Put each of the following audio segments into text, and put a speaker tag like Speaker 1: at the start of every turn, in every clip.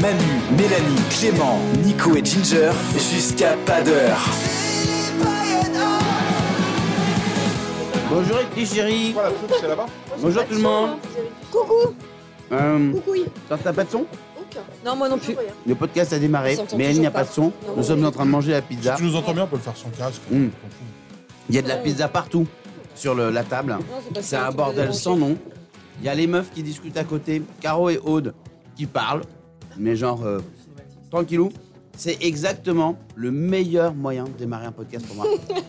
Speaker 1: Manu, Mélanie, Clément, Nico et Ginger, jusqu'à pas d'heure.
Speaker 2: Bonjour les petits chéris. Bonjour tout le monde.
Speaker 3: Coucou
Speaker 2: Euh,
Speaker 3: Coucou
Speaker 2: t'as t'as pas de son
Speaker 3: Non, moi non plus.
Speaker 2: Le podcast a
Speaker 3: On
Speaker 2: démarré,
Speaker 3: s'entend
Speaker 2: mais il
Speaker 3: toujours
Speaker 2: n'y a pas
Speaker 3: pas.
Speaker 2: de son.
Speaker 3: Non.
Speaker 2: Nous sommes en train de manger la pizza.
Speaker 4: Tu nous entends bien, on peut le faire sans casque.
Speaker 2: Mm. Il y a de la pizza partout sur le- la table. C'est un bordel sans nom. Il y a les meufs qui discutent à côté, Caro et Aude, qui parlent, mais genre euh, tranquillou. C'est exactement le meilleur moyen de démarrer un podcast pour moi.
Speaker 3: Incroyable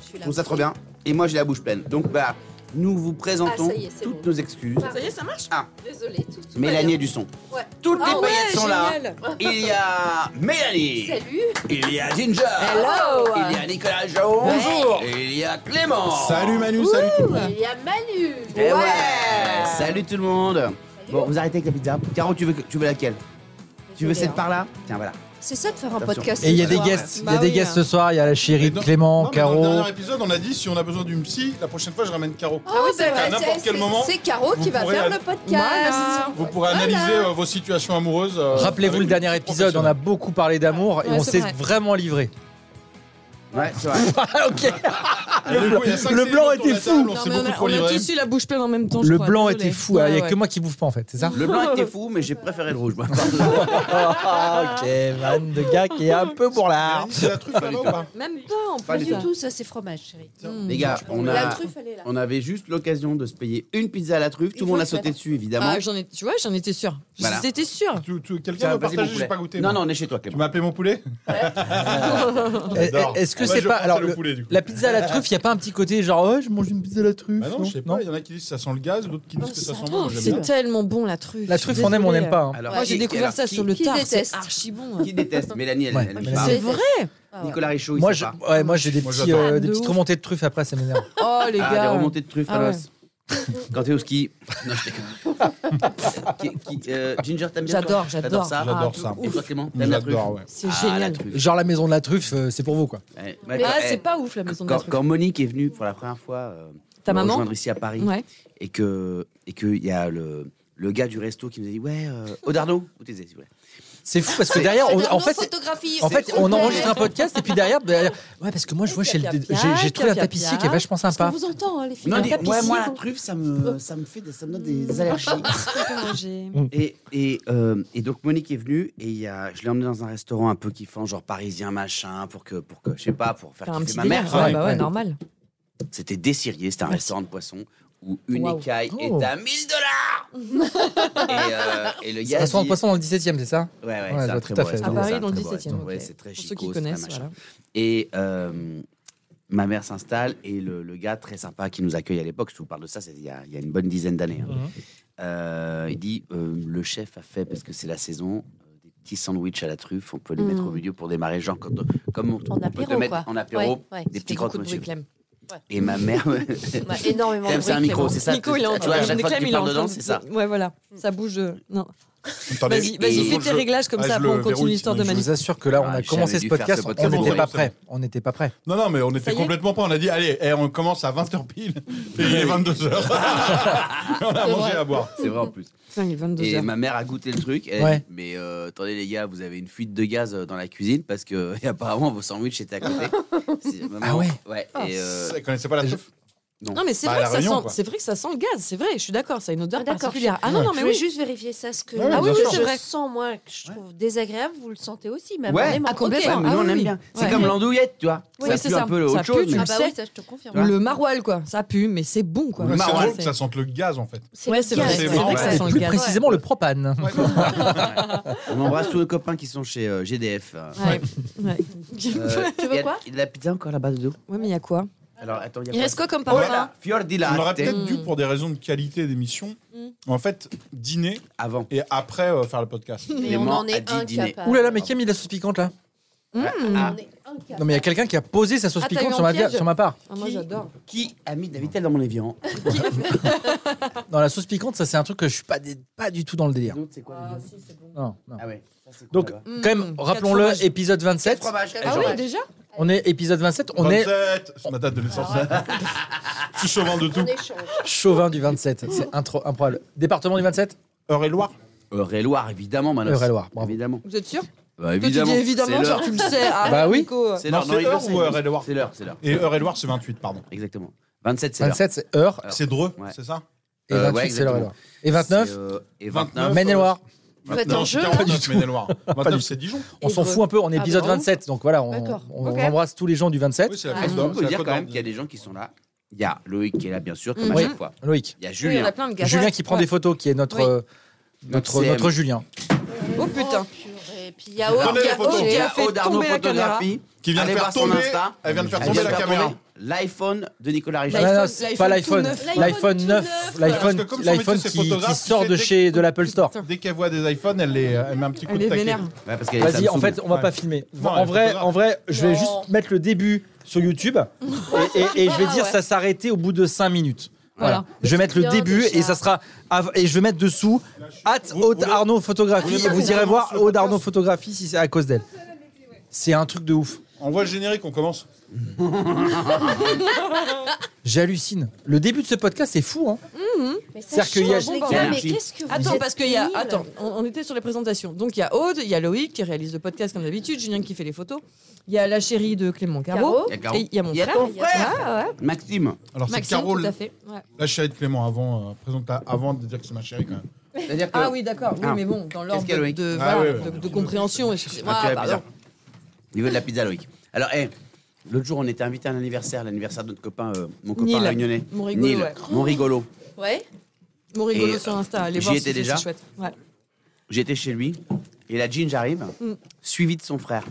Speaker 2: Je
Speaker 3: celui-là.
Speaker 2: trouve ça trop bien. Et moi, j'ai la bouche pleine. Donc, bah, nous vous présentons
Speaker 3: Ah, ça y est, c'est
Speaker 2: toutes
Speaker 3: bon.
Speaker 2: nos excuses.
Speaker 3: Ça y est, ça marche
Speaker 2: Ah.
Speaker 3: Désolée. Tout, tout
Speaker 2: Mélanie et du son.
Speaker 3: Ouais.
Speaker 2: Toutes les
Speaker 3: Ah ouais,
Speaker 2: paillettes sont là.
Speaker 3: génial.
Speaker 2: Il y a Mélanie.
Speaker 3: Salut
Speaker 2: Il y a Ginger.
Speaker 3: Hello.
Speaker 2: Il y a Nicolas Jaron.
Speaker 3: Bonjour.
Speaker 2: Et il y a Clément.
Speaker 4: Salut Manu, salut tout le monde.
Speaker 3: Il y a Manu
Speaker 2: Eh ouais. Salut tout le monde. Bon, vous arrêtez avec la pizza. Caro, tu veux, tu veux laquelle Tu veux cette par là Tiens, voilà.
Speaker 3: C'est ça de faire un
Speaker 2: Attention.
Speaker 3: podcast.
Speaker 5: Et il y a
Speaker 3: ce
Speaker 5: des
Speaker 3: soir.
Speaker 5: guests, il
Speaker 3: Bah
Speaker 5: y a des
Speaker 3: oui,
Speaker 5: guests
Speaker 3: hein.
Speaker 5: ce soir, il y a la chérie de
Speaker 4: Non,
Speaker 5: Clément,
Speaker 4: non, mais Dans le
Speaker 5: Caro.
Speaker 4: dernier épisode, on a dit si on a besoin d'une psy, la prochaine fois, je ramène Caro.
Speaker 3: Ah oui, c'est vrai,
Speaker 4: À n'importe
Speaker 3: c'est-
Speaker 4: quel
Speaker 3: c'est-
Speaker 4: moment,
Speaker 3: C'est Caro qui
Speaker 4: vous
Speaker 3: va
Speaker 4: pourrez
Speaker 3: faire
Speaker 4: ad-
Speaker 3: le podcast.
Speaker 4: Vous pourrez analyser euh, vos situations amoureuses. euh,
Speaker 5: Rappelez-vous
Speaker 4: avec
Speaker 5: le dernier
Speaker 4: une
Speaker 5: épisode, on a beaucoup parlé d'amour et
Speaker 6: Ouais,
Speaker 5: on
Speaker 6: c'est
Speaker 5: s'est
Speaker 6: vrai.
Speaker 5: vraiment livré.
Speaker 2: Ouais, c'est vrai.
Speaker 5: Ah, ok.
Speaker 4: professionnelle. Et du coup, il y a cinq
Speaker 5: Le
Speaker 4: séries
Speaker 5: blanc
Speaker 4: autour de la
Speaker 5: était fou.
Speaker 4: table, On
Speaker 6: Non,
Speaker 4: s'est
Speaker 6: mais on
Speaker 4: beaucoup
Speaker 6: a,
Speaker 4: trop
Speaker 6: on a
Speaker 4: livré.
Speaker 6: tous eu la bouche pleine en même temps. je
Speaker 5: Le
Speaker 6: crois,
Speaker 5: blanc
Speaker 6: désolé.
Speaker 5: était fou, hein. il
Speaker 6: Ouais,
Speaker 5: n'y a
Speaker 6: ouais.
Speaker 5: que moi qui bouffe pas en fait, c'est ça
Speaker 2: Le blanc était fou, mais j'ai préféré le rouge. moi. Hmm.
Speaker 5: Ah, Ok, van de gars qui est un peu bourlard.
Speaker 4: Mélanie, c'est la truffe là-bas ou pas
Speaker 6: Même pas en
Speaker 2: Pas
Speaker 3: Pas
Speaker 6: plus.
Speaker 2: du
Speaker 3: du tout, ça c'est fromage, chérie.
Speaker 2: Les gars, on
Speaker 3: La
Speaker 2: a.
Speaker 3: truffe, elle est là.
Speaker 2: On avait juste l'occasion de se payer une pizza à la truffe.
Speaker 3: Il
Speaker 2: Tout le monde
Speaker 3: faut
Speaker 2: a
Speaker 3: se
Speaker 2: sauté
Speaker 3: mettre-
Speaker 2: dessus, évidemment.
Speaker 6: Ah, j'en ai- tu vois, j'en étais sûr.
Speaker 2: Voilà.
Speaker 6: J'étais sûr.
Speaker 4: Tu- tu- Quelqu'un
Speaker 2: Tiens,
Speaker 4: veut
Speaker 2: vas-y, mon
Speaker 4: partager, j'ai
Speaker 2: poulet.
Speaker 4: pas goûté.
Speaker 2: Non,
Speaker 4: moi.
Speaker 2: non, on est chez toi, Clément.
Speaker 4: Tu m'as appelé mon poulet J'adore.
Speaker 5: Est-ce que
Speaker 4: Ah bah,
Speaker 5: c'est
Speaker 4: je
Speaker 5: pas.
Speaker 4: prends
Speaker 5: Alors,
Speaker 4: le
Speaker 5: le-
Speaker 4: poulet, du coup.
Speaker 5: la pizza à la truffe, il n'y a pas un petit côté genre, oh, je mange une pizza à la truffe
Speaker 4: Bah non, je sais pas. Il y en a qui disent que ça sent le gaz, d'autres qui disent que ça sent bon. j'aime bien.
Speaker 6: C'est tellement bon la truffe.
Speaker 5: La
Speaker 6: je suis
Speaker 5: truffe, on aime, on
Speaker 6: désolée.
Speaker 5: n'aime pas. hein.
Speaker 2: Alors,
Speaker 6: Moi, j'ai
Speaker 2: qui-
Speaker 6: découvert
Speaker 2: alors,
Speaker 6: ça
Speaker 2: qui-
Speaker 6: sur le
Speaker 3: qui
Speaker 6: tard. C'est
Speaker 3: déteste
Speaker 6: archi bon.
Speaker 2: Qui déteste Mélanie, elle,
Speaker 5: Ouais,
Speaker 2: elle
Speaker 5: Mélanie.
Speaker 2: pas.
Speaker 6: C'est vrai. Ah
Speaker 2: Nicolas Richaud, il
Speaker 5: Moi,
Speaker 2: sait
Speaker 5: je-
Speaker 2: pas.
Speaker 5: ouais, moi j'ai des,
Speaker 4: Moi,
Speaker 5: petits,
Speaker 4: j'adore.
Speaker 5: euh, des
Speaker 6: De
Speaker 5: petites
Speaker 6: ouf.
Speaker 5: remontées de truffes après, ça m'énerve.
Speaker 6: Oh les
Speaker 2: Ah,
Speaker 6: gars.
Speaker 2: des remontées de truffes,
Speaker 6: Ah
Speaker 2: Falos. Quand t'es au ski. Non, je déconne. qui, qui- euh, Ginger, t'aimes bien
Speaker 6: J'adore,
Speaker 2: toi
Speaker 6: j'adore.
Speaker 2: ça.
Speaker 6: Ah,
Speaker 4: J'adore
Speaker 6: de
Speaker 4: ça.
Speaker 2: Et toi, Clément, t'aimes la truffe
Speaker 4: J'adore, ouais.
Speaker 6: C'est
Speaker 2: Ah, la
Speaker 6: génial.
Speaker 2: truffe.
Speaker 5: Genre la maison de la truffe, euh, c'est pour vous quoi.
Speaker 2: Ouais, bah,
Speaker 6: Mais ah,
Speaker 2: eh,
Speaker 6: c'est pas ouf la maison de la
Speaker 2: quand,
Speaker 6: truffe.
Speaker 2: quand Monique est venue pour la première fois euh,
Speaker 6: Ta
Speaker 2: me
Speaker 6: maman
Speaker 2: rejoindre ici à Paris
Speaker 6: Ouais.
Speaker 2: et que et que il y a le le gais du resto qui nous a dit ouais euh, Odarno vous taisez s'il vous plaît.
Speaker 5: C'est fou parce que derrière, on- en fait,
Speaker 3: photographie.
Speaker 5: En fait, on enregistre un podcast et puis derrière, derrière- ouais, parce que moi je vois chez le, j'ai j'ai trouvé un tapissier qui est vachement
Speaker 6: On
Speaker 5: sympa.
Speaker 6: vous entend, hein, les filles.
Speaker 2: Non,
Speaker 6: Un
Speaker 2: dit,
Speaker 6: tapissier.
Speaker 2: ouais, moi la truffe ça me ça me fait des, ça me donne des allergies.
Speaker 6: Manger.
Speaker 2: Et, et, euh, et donc Monique est venue et il y a, je l'ai emmenée dans un restaurant un peu kiffant, genre parisien machin, pour que, pour que je sais pas, pour faire
Speaker 6: T'as un
Speaker 2: kiffer
Speaker 6: petit
Speaker 2: ma
Speaker 6: délire.
Speaker 2: mère.
Speaker 6: Ouais,
Speaker 5: ouais,
Speaker 6: bah ouais,
Speaker 5: ouais.
Speaker 6: normal.
Speaker 2: C'était Dessirier, c'était un restaurant de poissons où une
Speaker 6: Waouh.
Speaker 2: écaille
Speaker 5: Oh.
Speaker 2: est à 1000 dollars et, euh, et le
Speaker 5: C'est
Speaker 2: gars.
Speaker 5: un restaurant
Speaker 2: dit-
Speaker 5: de poisson dans le 17ème, c'est ça
Speaker 2: Ouais, ouais,
Speaker 5: Ouais,
Speaker 2: c'est
Speaker 5: je
Speaker 2: un
Speaker 5: vois
Speaker 2: très
Speaker 5: tout
Speaker 2: beau
Speaker 5: à fait.
Speaker 2: restaurant,
Speaker 6: À Paris,
Speaker 2: c'est un
Speaker 6: dans le
Speaker 2: très beau
Speaker 6: 17e,
Speaker 2: restaurant. Ouais,
Speaker 6: ok.
Speaker 2: c'est très
Speaker 6: Pour ceux qui
Speaker 2: chico, c'est très
Speaker 6: connaissent,
Speaker 2: machin.
Speaker 6: voilà.
Speaker 2: Et euh, ma mère s'installe et le, le gars très sympa qui nous accueille à l'époque, je vous parle de ça, c'est il y, a il y a une bonne dizaine d'années. hein.
Speaker 5: Mhm.
Speaker 2: Euh, il dit euh, le chef a fait parce que c'est la saison euh, des petits sandwichs à la truffe. On peut les
Speaker 6: Mm.
Speaker 2: mettre au milieu pour démarrer, genre quand comme on, on peut
Speaker 3: apéro,
Speaker 2: te mettre
Speaker 3: quoi.
Speaker 2: en apéro
Speaker 3: Ouais, ouais.
Speaker 2: des petits
Speaker 6: C'était beaucoup de
Speaker 2: croque-monsieur.
Speaker 6: bruit, Clem.
Speaker 2: Et ma mère,
Speaker 3: Ouais, énormément de
Speaker 2: Clem, c'est un
Speaker 3: bruit,
Speaker 2: micro,
Speaker 3: Clément.
Speaker 2: c'est ça.
Speaker 6: Nico,
Speaker 2: tu
Speaker 6: il est en
Speaker 2: vois, à chaque fois
Speaker 6: train
Speaker 2: que
Speaker 6: Clem,
Speaker 2: tu
Speaker 6: il est en
Speaker 2: parles
Speaker 6: train
Speaker 2: dedans,
Speaker 6: de-
Speaker 2: c'est ça.
Speaker 6: Ouais, voilà. Ça bouge. euh, Non.
Speaker 4: Attendez,
Speaker 6: Vas-y,
Speaker 2: et-
Speaker 6: vas-y, fais
Speaker 4: faut que
Speaker 6: tes
Speaker 4: je-
Speaker 6: réglages comme
Speaker 4: ah,
Speaker 6: ça,
Speaker 4: je
Speaker 6: après
Speaker 4: le
Speaker 6: on continue
Speaker 4: verrouille,
Speaker 6: l'histoire de
Speaker 4: sinon
Speaker 5: Je
Speaker 6: Manu.
Speaker 5: vous assure que là, on
Speaker 2: Ah,
Speaker 5: a
Speaker 2: j'avais
Speaker 5: commencé
Speaker 2: dû
Speaker 5: ce
Speaker 2: faire
Speaker 5: podcast,
Speaker 2: ce
Speaker 5: on
Speaker 2: podcast
Speaker 5: n'était
Speaker 4: pour
Speaker 5: pas
Speaker 4: rien.
Speaker 5: prêt. On n'était pas prêt.
Speaker 4: Non, non, mais on était
Speaker 6: y est
Speaker 4: complètement pas. On a dit, allez, eh, on commence à 20h pile. Et il est 22h. on a mangé
Speaker 6: vrai.
Speaker 4: à boire.
Speaker 2: C'est vrai en plus.
Speaker 6: Putain, il est
Speaker 2: Et
Speaker 6: 22h.
Speaker 2: ma mère a goûté le truc. Elle a
Speaker 5: Ouais.
Speaker 2: dit, mais euh, attendez les gars, vous avez une fuite de gaz euh, dans la cuisine parce que et apparemment vos sandwichs étaient à côté. C'est- maman,
Speaker 5: Ah ouais.
Speaker 2: Ouais. Et, euh,
Speaker 4: Elle connaissait pas la truffe
Speaker 2: Non.
Speaker 6: Non, mais c'est
Speaker 4: Bah, à
Speaker 6: vrai,
Speaker 4: La
Speaker 6: que ça
Speaker 4: Réunion,
Speaker 6: sent-
Speaker 4: quoi.
Speaker 6: c'est vrai que ça sent le gaz, c'est vrai, je suis d'accord, ça a une odeur
Speaker 3: Ah, d'accord.
Speaker 6: particulière. Ah non, non, mais
Speaker 3: je voulais
Speaker 6: oui.
Speaker 3: juste vérifier ça, ce que
Speaker 4: Ouais, ouais,
Speaker 3: ah oui,
Speaker 4: bien
Speaker 3: que
Speaker 4: sûr.
Speaker 3: je sens moi que je trouve désagréable, vous le sentez aussi, même
Speaker 2: Ouais.
Speaker 3: vraiment.
Speaker 6: Ah, complètement.
Speaker 3: Ok.
Speaker 2: mais nous,
Speaker 6: Ah
Speaker 2: on
Speaker 6: oui,
Speaker 2: aime
Speaker 6: oui.
Speaker 2: bien. C'est
Speaker 6: Ouais.
Speaker 2: comme l'andouillette, tu vois.
Speaker 6: Oui,
Speaker 2: ça
Speaker 6: c'est
Speaker 2: pue
Speaker 6: ça.
Speaker 2: un peu le
Speaker 6: Ça
Speaker 2: autre
Speaker 6: pue,
Speaker 2: chose.
Speaker 6: tu
Speaker 2: mais-
Speaker 3: Ah bah oui, ça je te confirme.
Speaker 6: Ou le maroilles, quoi. Ça pue, mais c'est bon, quoi.
Speaker 4: Mais C'est
Speaker 2: Marrant,
Speaker 4: drôle
Speaker 2: c'est-
Speaker 4: que ça sente le gaz en fait.
Speaker 3: C'est
Speaker 6: Ouais,
Speaker 3: le
Speaker 6: c'est
Speaker 3: gaz,
Speaker 6: vrai,
Speaker 4: c'est
Speaker 6: c'est
Speaker 3: ouais.
Speaker 4: marrant.
Speaker 6: vrai que ça sent le
Speaker 5: Plus
Speaker 6: gaz.
Speaker 5: précisément, le propane.
Speaker 2: On embrasse tous nos copains qui sont chez euh, GDF. euh.
Speaker 6: Ouais. Ouais.
Speaker 2: Euh,
Speaker 3: Tu veux
Speaker 2: y a-
Speaker 3: quoi
Speaker 2: y a De la pizza encore là-bas dedans
Speaker 6: Ouais, mais il y a quoi
Speaker 2: Alors attends, y a
Speaker 6: Il
Speaker 2: pas-
Speaker 6: reste quoi comme
Speaker 2: Voilà,
Speaker 6: parfum
Speaker 2: Fior di
Speaker 4: On aurait
Speaker 2: latte.
Speaker 4: peut-être dû, pour des raisons de qualité d'émission, en fait, dîner
Speaker 2: Avant.
Speaker 4: et après euh, faire le podcast.
Speaker 3: Mais on
Speaker 2: Clément
Speaker 3: en
Speaker 2: a
Speaker 3: est
Speaker 2: dit dîner.
Speaker 3: incapable.
Speaker 5: Ouh là là, mais qui a mis de la sauce piquante là
Speaker 2: Ah,
Speaker 3: On est
Speaker 5: Non, mais il y a
Speaker 3: incapable.
Speaker 5: quelqu'un qui a posé sa sauce
Speaker 6: Ah, t'as
Speaker 5: piquante
Speaker 6: eu
Speaker 5: sur ma,
Speaker 6: un piège
Speaker 5: sur ma part.
Speaker 6: Ah, Moi,
Speaker 2: Qui-
Speaker 6: j'adore.
Speaker 2: Qui a mis de la vitelle dans mon hein évian
Speaker 6: Euh,
Speaker 5: Non, la sauce piquante, ça c'est un truc que je suis pas, dé- pas du tout dans le délire.
Speaker 2: L'autre, c'est quoi le vidéo
Speaker 5: Non, non.
Speaker 2: Ah ouais. ça, c'est quoi,
Speaker 5: Donc,
Speaker 2: là-bas
Speaker 5: quand même,
Speaker 6: Mm. Quatre
Speaker 5: rappelons-le,
Speaker 6: fromages.
Speaker 5: épisode 27.
Speaker 2: Fromage.
Speaker 3: Ah
Speaker 2: Eh,
Speaker 6: Ah
Speaker 2: j'en
Speaker 6: oui,
Speaker 2: mange.
Speaker 6: déjà
Speaker 5: On est épisode 27, on est
Speaker 4: 27, c'est ma date de naissance. Je suis chauvin de tout.
Speaker 3: On échange.
Speaker 5: chauvin du 27. C'est intro- improbable. Département du 27
Speaker 4: Eure-et-Loire.
Speaker 2: Eure-et-Loire, Euh, évidemment, Manos.
Speaker 5: Eure-et-Loire, bravo.
Speaker 2: Évidemment.
Speaker 6: Vous êtes sûr
Speaker 2: Bah,
Speaker 6: Toi, tu dis évidemment,
Speaker 2: c'est
Speaker 6: genre,
Speaker 2: l'heure.
Speaker 6: tu le sais. Ah,
Speaker 5: Bah oui.
Speaker 6: Nico.
Speaker 2: C'est
Speaker 4: Non,
Speaker 2: l'heure, euh,
Speaker 4: c'est
Speaker 2: rigole,
Speaker 4: heure ou Eure-et-Loire
Speaker 2: C'est l'heure, c'est l'heure.
Speaker 4: Et Eure-et-Loire, c'est 28, pardon.
Speaker 2: Exactement. 27, c'est l'heure.
Speaker 5: 27, c'est heure.
Speaker 4: C'est Dreux,
Speaker 2: Ouais.
Speaker 4: c'est ça
Speaker 5: Et
Speaker 2: Euh,
Speaker 5: 28,
Speaker 2: ouais,
Speaker 5: c'est l'heure. et
Speaker 2: exactement.
Speaker 5: l'heure. Et 29,
Speaker 2: C'est, euh, Et
Speaker 4: 29.
Speaker 2: 29.
Speaker 5: Maine-et-Loire.
Speaker 3: Vous êtes en
Speaker 4: Non,
Speaker 3: jeu,
Speaker 4: c'est
Speaker 3: là
Speaker 4: 49, Maine-et-Loire.
Speaker 5: Pas
Speaker 4: 29,
Speaker 5: du
Speaker 4: c'est Dijon.
Speaker 5: On s'en fout un peu, on est
Speaker 3: Ah,
Speaker 5: épisode
Speaker 3: bravo.
Speaker 5: 27. Donc voilà, on,
Speaker 3: D'accord.
Speaker 5: on-
Speaker 3: Ok.
Speaker 5: on embrasse tous les gens du 27.
Speaker 4: Oui, c'est la
Speaker 2: Est-ce
Speaker 4: Côte
Speaker 2: qu'on
Speaker 4: d'Or, c'est
Speaker 2: peut
Speaker 4: la
Speaker 2: Ah, dire
Speaker 4: Côte
Speaker 2: quand même
Speaker 4: d'Or.
Speaker 2: qu'il y a des gens qui sont là Il y a Loïc qui est là, bien sûr, comme à
Speaker 5: Mm.
Speaker 2: chaque
Speaker 5: Oui.
Speaker 2: fois.
Speaker 5: Loïc.
Speaker 2: Il y a
Speaker 6: Oui, on a
Speaker 2: Julien.
Speaker 6: plein de gaz.
Speaker 5: Julien qui prend des photos, qui est notre,
Speaker 6: Oui.
Speaker 5: euh, notre,
Speaker 2: CM.
Speaker 5: notre Julien.
Speaker 6: Oh putain.
Speaker 3: Purée. Puis il y a Aude
Speaker 4: Prenez
Speaker 3: qui
Speaker 4: les
Speaker 3: a
Speaker 4: photos.
Speaker 6: Aude qui a
Speaker 3: fait-
Speaker 6: fait
Speaker 2: Aude Arnaud
Speaker 6: tomber la caméra.
Speaker 2: Photographie.
Speaker 4: Qui vient de
Speaker 2: Allez
Speaker 4: faire
Speaker 2: voir son
Speaker 4: tomber.
Speaker 2: Insta.
Speaker 4: Elle vient de faire
Speaker 2: Elle
Speaker 4: tomber
Speaker 2: vient
Speaker 4: la
Speaker 2: de faire
Speaker 4: caméra.
Speaker 2: tomber L'iPhone de Nicolas Richard.
Speaker 6: L'iPhone,
Speaker 5: Non, non, c'est pas l'iPhone.
Speaker 6: l'iPhone tout neuf.
Speaker 5: L'iPhone
Speaker 3: L'iPhone
Speaker 5: 9,
Speaker 3: tout neuf.
Speaker 5: l'iPhone
Speaker 4: Parce que comme
Speaker 5: qui-
Speaker 4: sont tous
Speaker 5: l'iPhone
Speaker 4: ces
Speaker 5: qui,
Speaker 4: photographes,
Speaker 5: qui
Speaker 4: tu
Speaker 5: sort
Speaker 4: sais,
Speaker 5: de
Speaker 4: dès
Speaker 5: chez de l'Apple Store.
Speaker 4: Dès qu'elle voit des iPhones, elle, les, elle met un petit coup
Speaker 6: Elle
Speaker 4: de
Speaker 6: est
Speaker 4: taquet.
Speaker 6: vénère.
Speaker 2: Ouais, parce qu'elle est
Speaker 5: Vas-y, en
Speaker 2: Samsung.
Speaker 5: fait, on va
Speaker 4: Ouais.
Speaker 5: pas filmer.
Speaker 4: Non,
Speaker 5: en
Speaker 4: elle
Speaker 5: vrai,
Speaker 4: photographe.
Speaker 5: en vrai, je vais
Speaker 3: Non.
Speaker 5: juste mettre le début sur YouTube et, et- et je vais dire ça s'arrêter au bout de 5 minutes. Voilà.
Speaker 6: Voilà.
Speaker 5: Je vais mettre le
Speaker 3: Bien,
Speaker 5: début
Speaker 3: déjà.
Speaker 5: et ça sera av- et je vais mettre dessous hâte
Speaker 4: Vous-
Speaker 5: Aude
Speaker 4: vous-
Speaker 5: Arnaud
Speaker 4: vous
Speaker 5: photographie
Speaker 4: voulez
Speaker 5: et
Speaker 4: pas
Speaker 5: vous
Speaker 4: qu'on
Speaker 5: irez
Speaker 4: commence
Speaker 5: voir
Speaker 4: le
Speaker 5: Aude
Speaker 4: podcast
Speaker 5: Arnaud photographie si c'est à cause d'elle. C'est un truc de ouf.
Speaker 4: On voit le générique, on commence.
Speaker 5: J'hallucine. Le début de ce podcast c'est fou hein.
Speaker 3: Mais ça
Speaker 5: C'est-à-dire qu'il y a-
Speaker 3: change, les gars,
Speaker 6: Il y
Speaker 2: a
Speaker 3: mais
Speaker 2: énergie.
Speaker 3: qu'est-ce que vous
Speaker 6: Attends,
Speaker 3: êtes
Speaker 6: parce qu'il y a.
Speaker 3: nuls.
Speaker 6: Attends, on, on était sur les présentations. Donc il y a Aude, il y a Loïc qui réalise le podcast comme d'habitude, Julien qui fait les photos, il y a la chérie de Clément Caro,
Speaker 3: Caro.
Speaker 2: Il y a Caro.
Speaker 6: et il y a mon
Speaker 2: Il y a
Speaker 6: frère.
Speaker 2: ton
Speaker 6: Il y a-
Speaker 2: frère.
Speaker 6: Ah, ouais.
Speaker 2: Maxime.
Speaker 4: Alors, c'est
Speaker 6: Maxime,
Speaker 4: Carole,
Speaker 6: tout à fait. ouais.
Speaker 4: la chérie de Clément, avant, euh, présente ta- avant de dire que c'est ma chérie quand même.
Speaker 2: C'est-à-dire que.
Speaker 6: Ah oui, d'accord. Oui,
Speaker 2: Ah.
Speaker 6: mais bon, dans l'ordre
Speaker 2: qu'il y a,
Speaker 6: de,
Speaker 2: Loïc
Speaker 6: de-
Speaker 4: Ah,
Speaker 6: voilà,
Speaker 4: oui, oui.
Speaker 6: de- de compréhension. Excusez-moi,
Speaker 2: Ah, tu as la
Speaker 6: pardon.
Speaker 2: pizza. Au niveau de la pizza, Loïc. Alors, hé, l'autre jour, on était invité à un anniversaire, l'anniversaire de notre copain, euh, mon copain
Speaker 6: Neil.
Speaker 2: réunionnais.
Speaker 6: Mon rigolo,
Speaker 2: Neil,
Speaker 6: ouais.
Speaker 2: mon rigolo.
Speaker 3: Ouais.
Speaker 6: Mon rigolo
Speaker 2: Et,
Speaker 6: sur Insta, allez
Speaker 2: j'y
Speaker 6: voir.
Speaker 2: étais
Speaker 6: si c'est-
Speaker 2: déjà.
Speaker 6: c'est chouette. Ouais.
Speaker 2: J'étais chez lui et la jean j'arrive,
Speaker 6: Mm.
Speaker 2: suivie de son frère.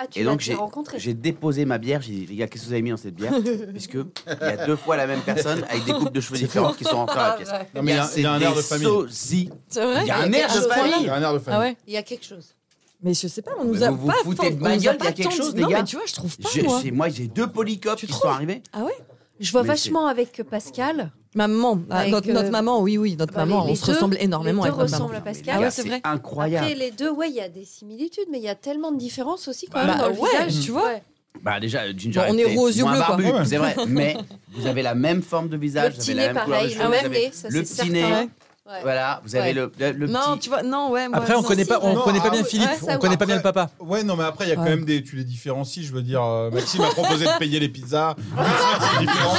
Speaker 3: Ah, tu
Speaker 2: Et
Speaker 3: l'as
Speaker 2: donc
Speaker 3: déjà
Speaker 2: j'ai
Speaker 3: rencontré.
Speaker 2: j'ai déposé ma bière. J'ai dit les gars, qu'est-ce que vous avez mis dans cette bière Puisque il y a deux fois la même personne avec des coupes de cheveux différentes qui sont rentrées dans la
Speaker 6: Ah,
Speaker 2: pièce.
Speaker 4: Non, mais il y a- il y a un air de
Speaker 2: C'est des
Speaker 4: famille.
Speaker 2: sosies.
Speaker 6: C'est vrai
Speaker 2: Il y a un air
Speaker 6: quelque
Speaker 2: de
Speaker 6: chose.
Speaker 2: famille.
Speaker 4: Il y a un air de famille.
Speaker 6: Ah ouais
Speaker 3: Il y a quelque chose.
Speaker 6: Mais je sais pas, on nous
Speaker 2: Mais
Speaker 6: a
Speaker 2: vous vous
Speaker 6: pas.
Speaker 2: foutez de
Speaker 6: on
Speaker 2: ma
Speaker 6: nous
Speaker 2: gueule,
Speaker 6: pas
Speaker 2: il y a quelque
Speaker 6: tant
Speaker 2: chose,
Speaker 6: dit-
Speaker 2: les
Speaker 6: Non,
Speaker 2: gars.
Speaker 6: mais tu vois, je trouve pas,
Speaker 2: J'ai-
Speaker 6: moi.
Speaker 2: j'ai- Moi, j'ai deux polycopes qui sont arrivés.
Speaker 6: Ah ouais
Speaker 3: Je vois
Speaker 2: Mais
Speaker 3: vachement avec Pascal.
Speaker 6: Maman, ah,
Speaker 3: Avec,
Speaker 6: notre,
Speaker 3: euh,
Speaker 6: notre maman, oui, oui, notre
Speaker 3: Bah,
Speaker 6: maman,
Speaker 3: les
Speaker 6: on se
Speaker 3: deux-
Speaker 6: ressemble énormément
Speaker 3: les deux
Speaker 6: avec notre maman.
Speaker 3: ressemblent à Pascal.
Speaker 2: Les
Speaker 6: Ah ouais,
Speaker 2: gars,
Speaker 6: c'est vrai.
Speaker 3: Après,
Speaker 2: Incroyable.
Speaker 3: les deux, ouais, il y a des similitudes, mais il y a tellement de différences aussi quand
Speaker 6: Bah,
Speaker 3: même dans le
Speaker 6: ouais,
Speaker 3: visage.
Speaker 6: tu vois.
Speaker 3: Ouais.
Speaker 2: Bah déjà, euh, Ginger.
Speaker 6: Bon, on est
Speaker 2: était
Speaker 6: roux aux yeux
Speaker 2: moins
Speaker 6: bleus, quoi.
Speaker 2: barbu,
Speaker 4: Ouais.
Speaker 2: C'est vrai. Mais vous avez la même forme de visage,
Speaker 3: Le
Speaker 2: vous
Speaker 3: petit
Speaker 2: avez
Speaker 3: nez,
Speaker 2: la même couleur de
Speaker 3: pareil,
Speaker 2: cheveux,
Speaker 6: Ah
Speaker 3: le
Speaker 2: vous
Speaker 3: même
Speaker 2: avez
Speaker 3: nez, ça,
Speaker 2: le
Speaker 3: c'est
Speaker 2: petit
Speaker 3: certain.
Speaker 2: nez.
Speaker 3: Ouais.
Speaker 2: Voilà, vous
Speaker 3: Ouais.
Speaker 2: avez le le- le
Speaker 6: Non,
Speaker 2: petit.
Speaker 6: tu vois, non, ouais. moi,
Speaker 5: Après on
Speaker 6: non,
Speaker 5: connaît
Speaker 6: si,
Speaker 5: pas on
Speaker 6: ouais.
Speaker 4: Non,
Speaker 5: connaît pas
Speaker 4: ah
Speaker 5: bien
Speaker 4: ouais,
Speaker 5: Philippe,
Speaker 3: ça,
Speaker 5: on
Speaker 3: ouais.
Speaker 5: connaît pas bien le
Speaker 4: Après-
Speaker 5: papa.
Speaker 4: Ouais, non, mais après, il y a quand
Speaker 6: Ouais.
Speaker 4: même des. Tu les différencies, je veux dire. euh, Maxime a proposé de payer les pizzas. C'est différent.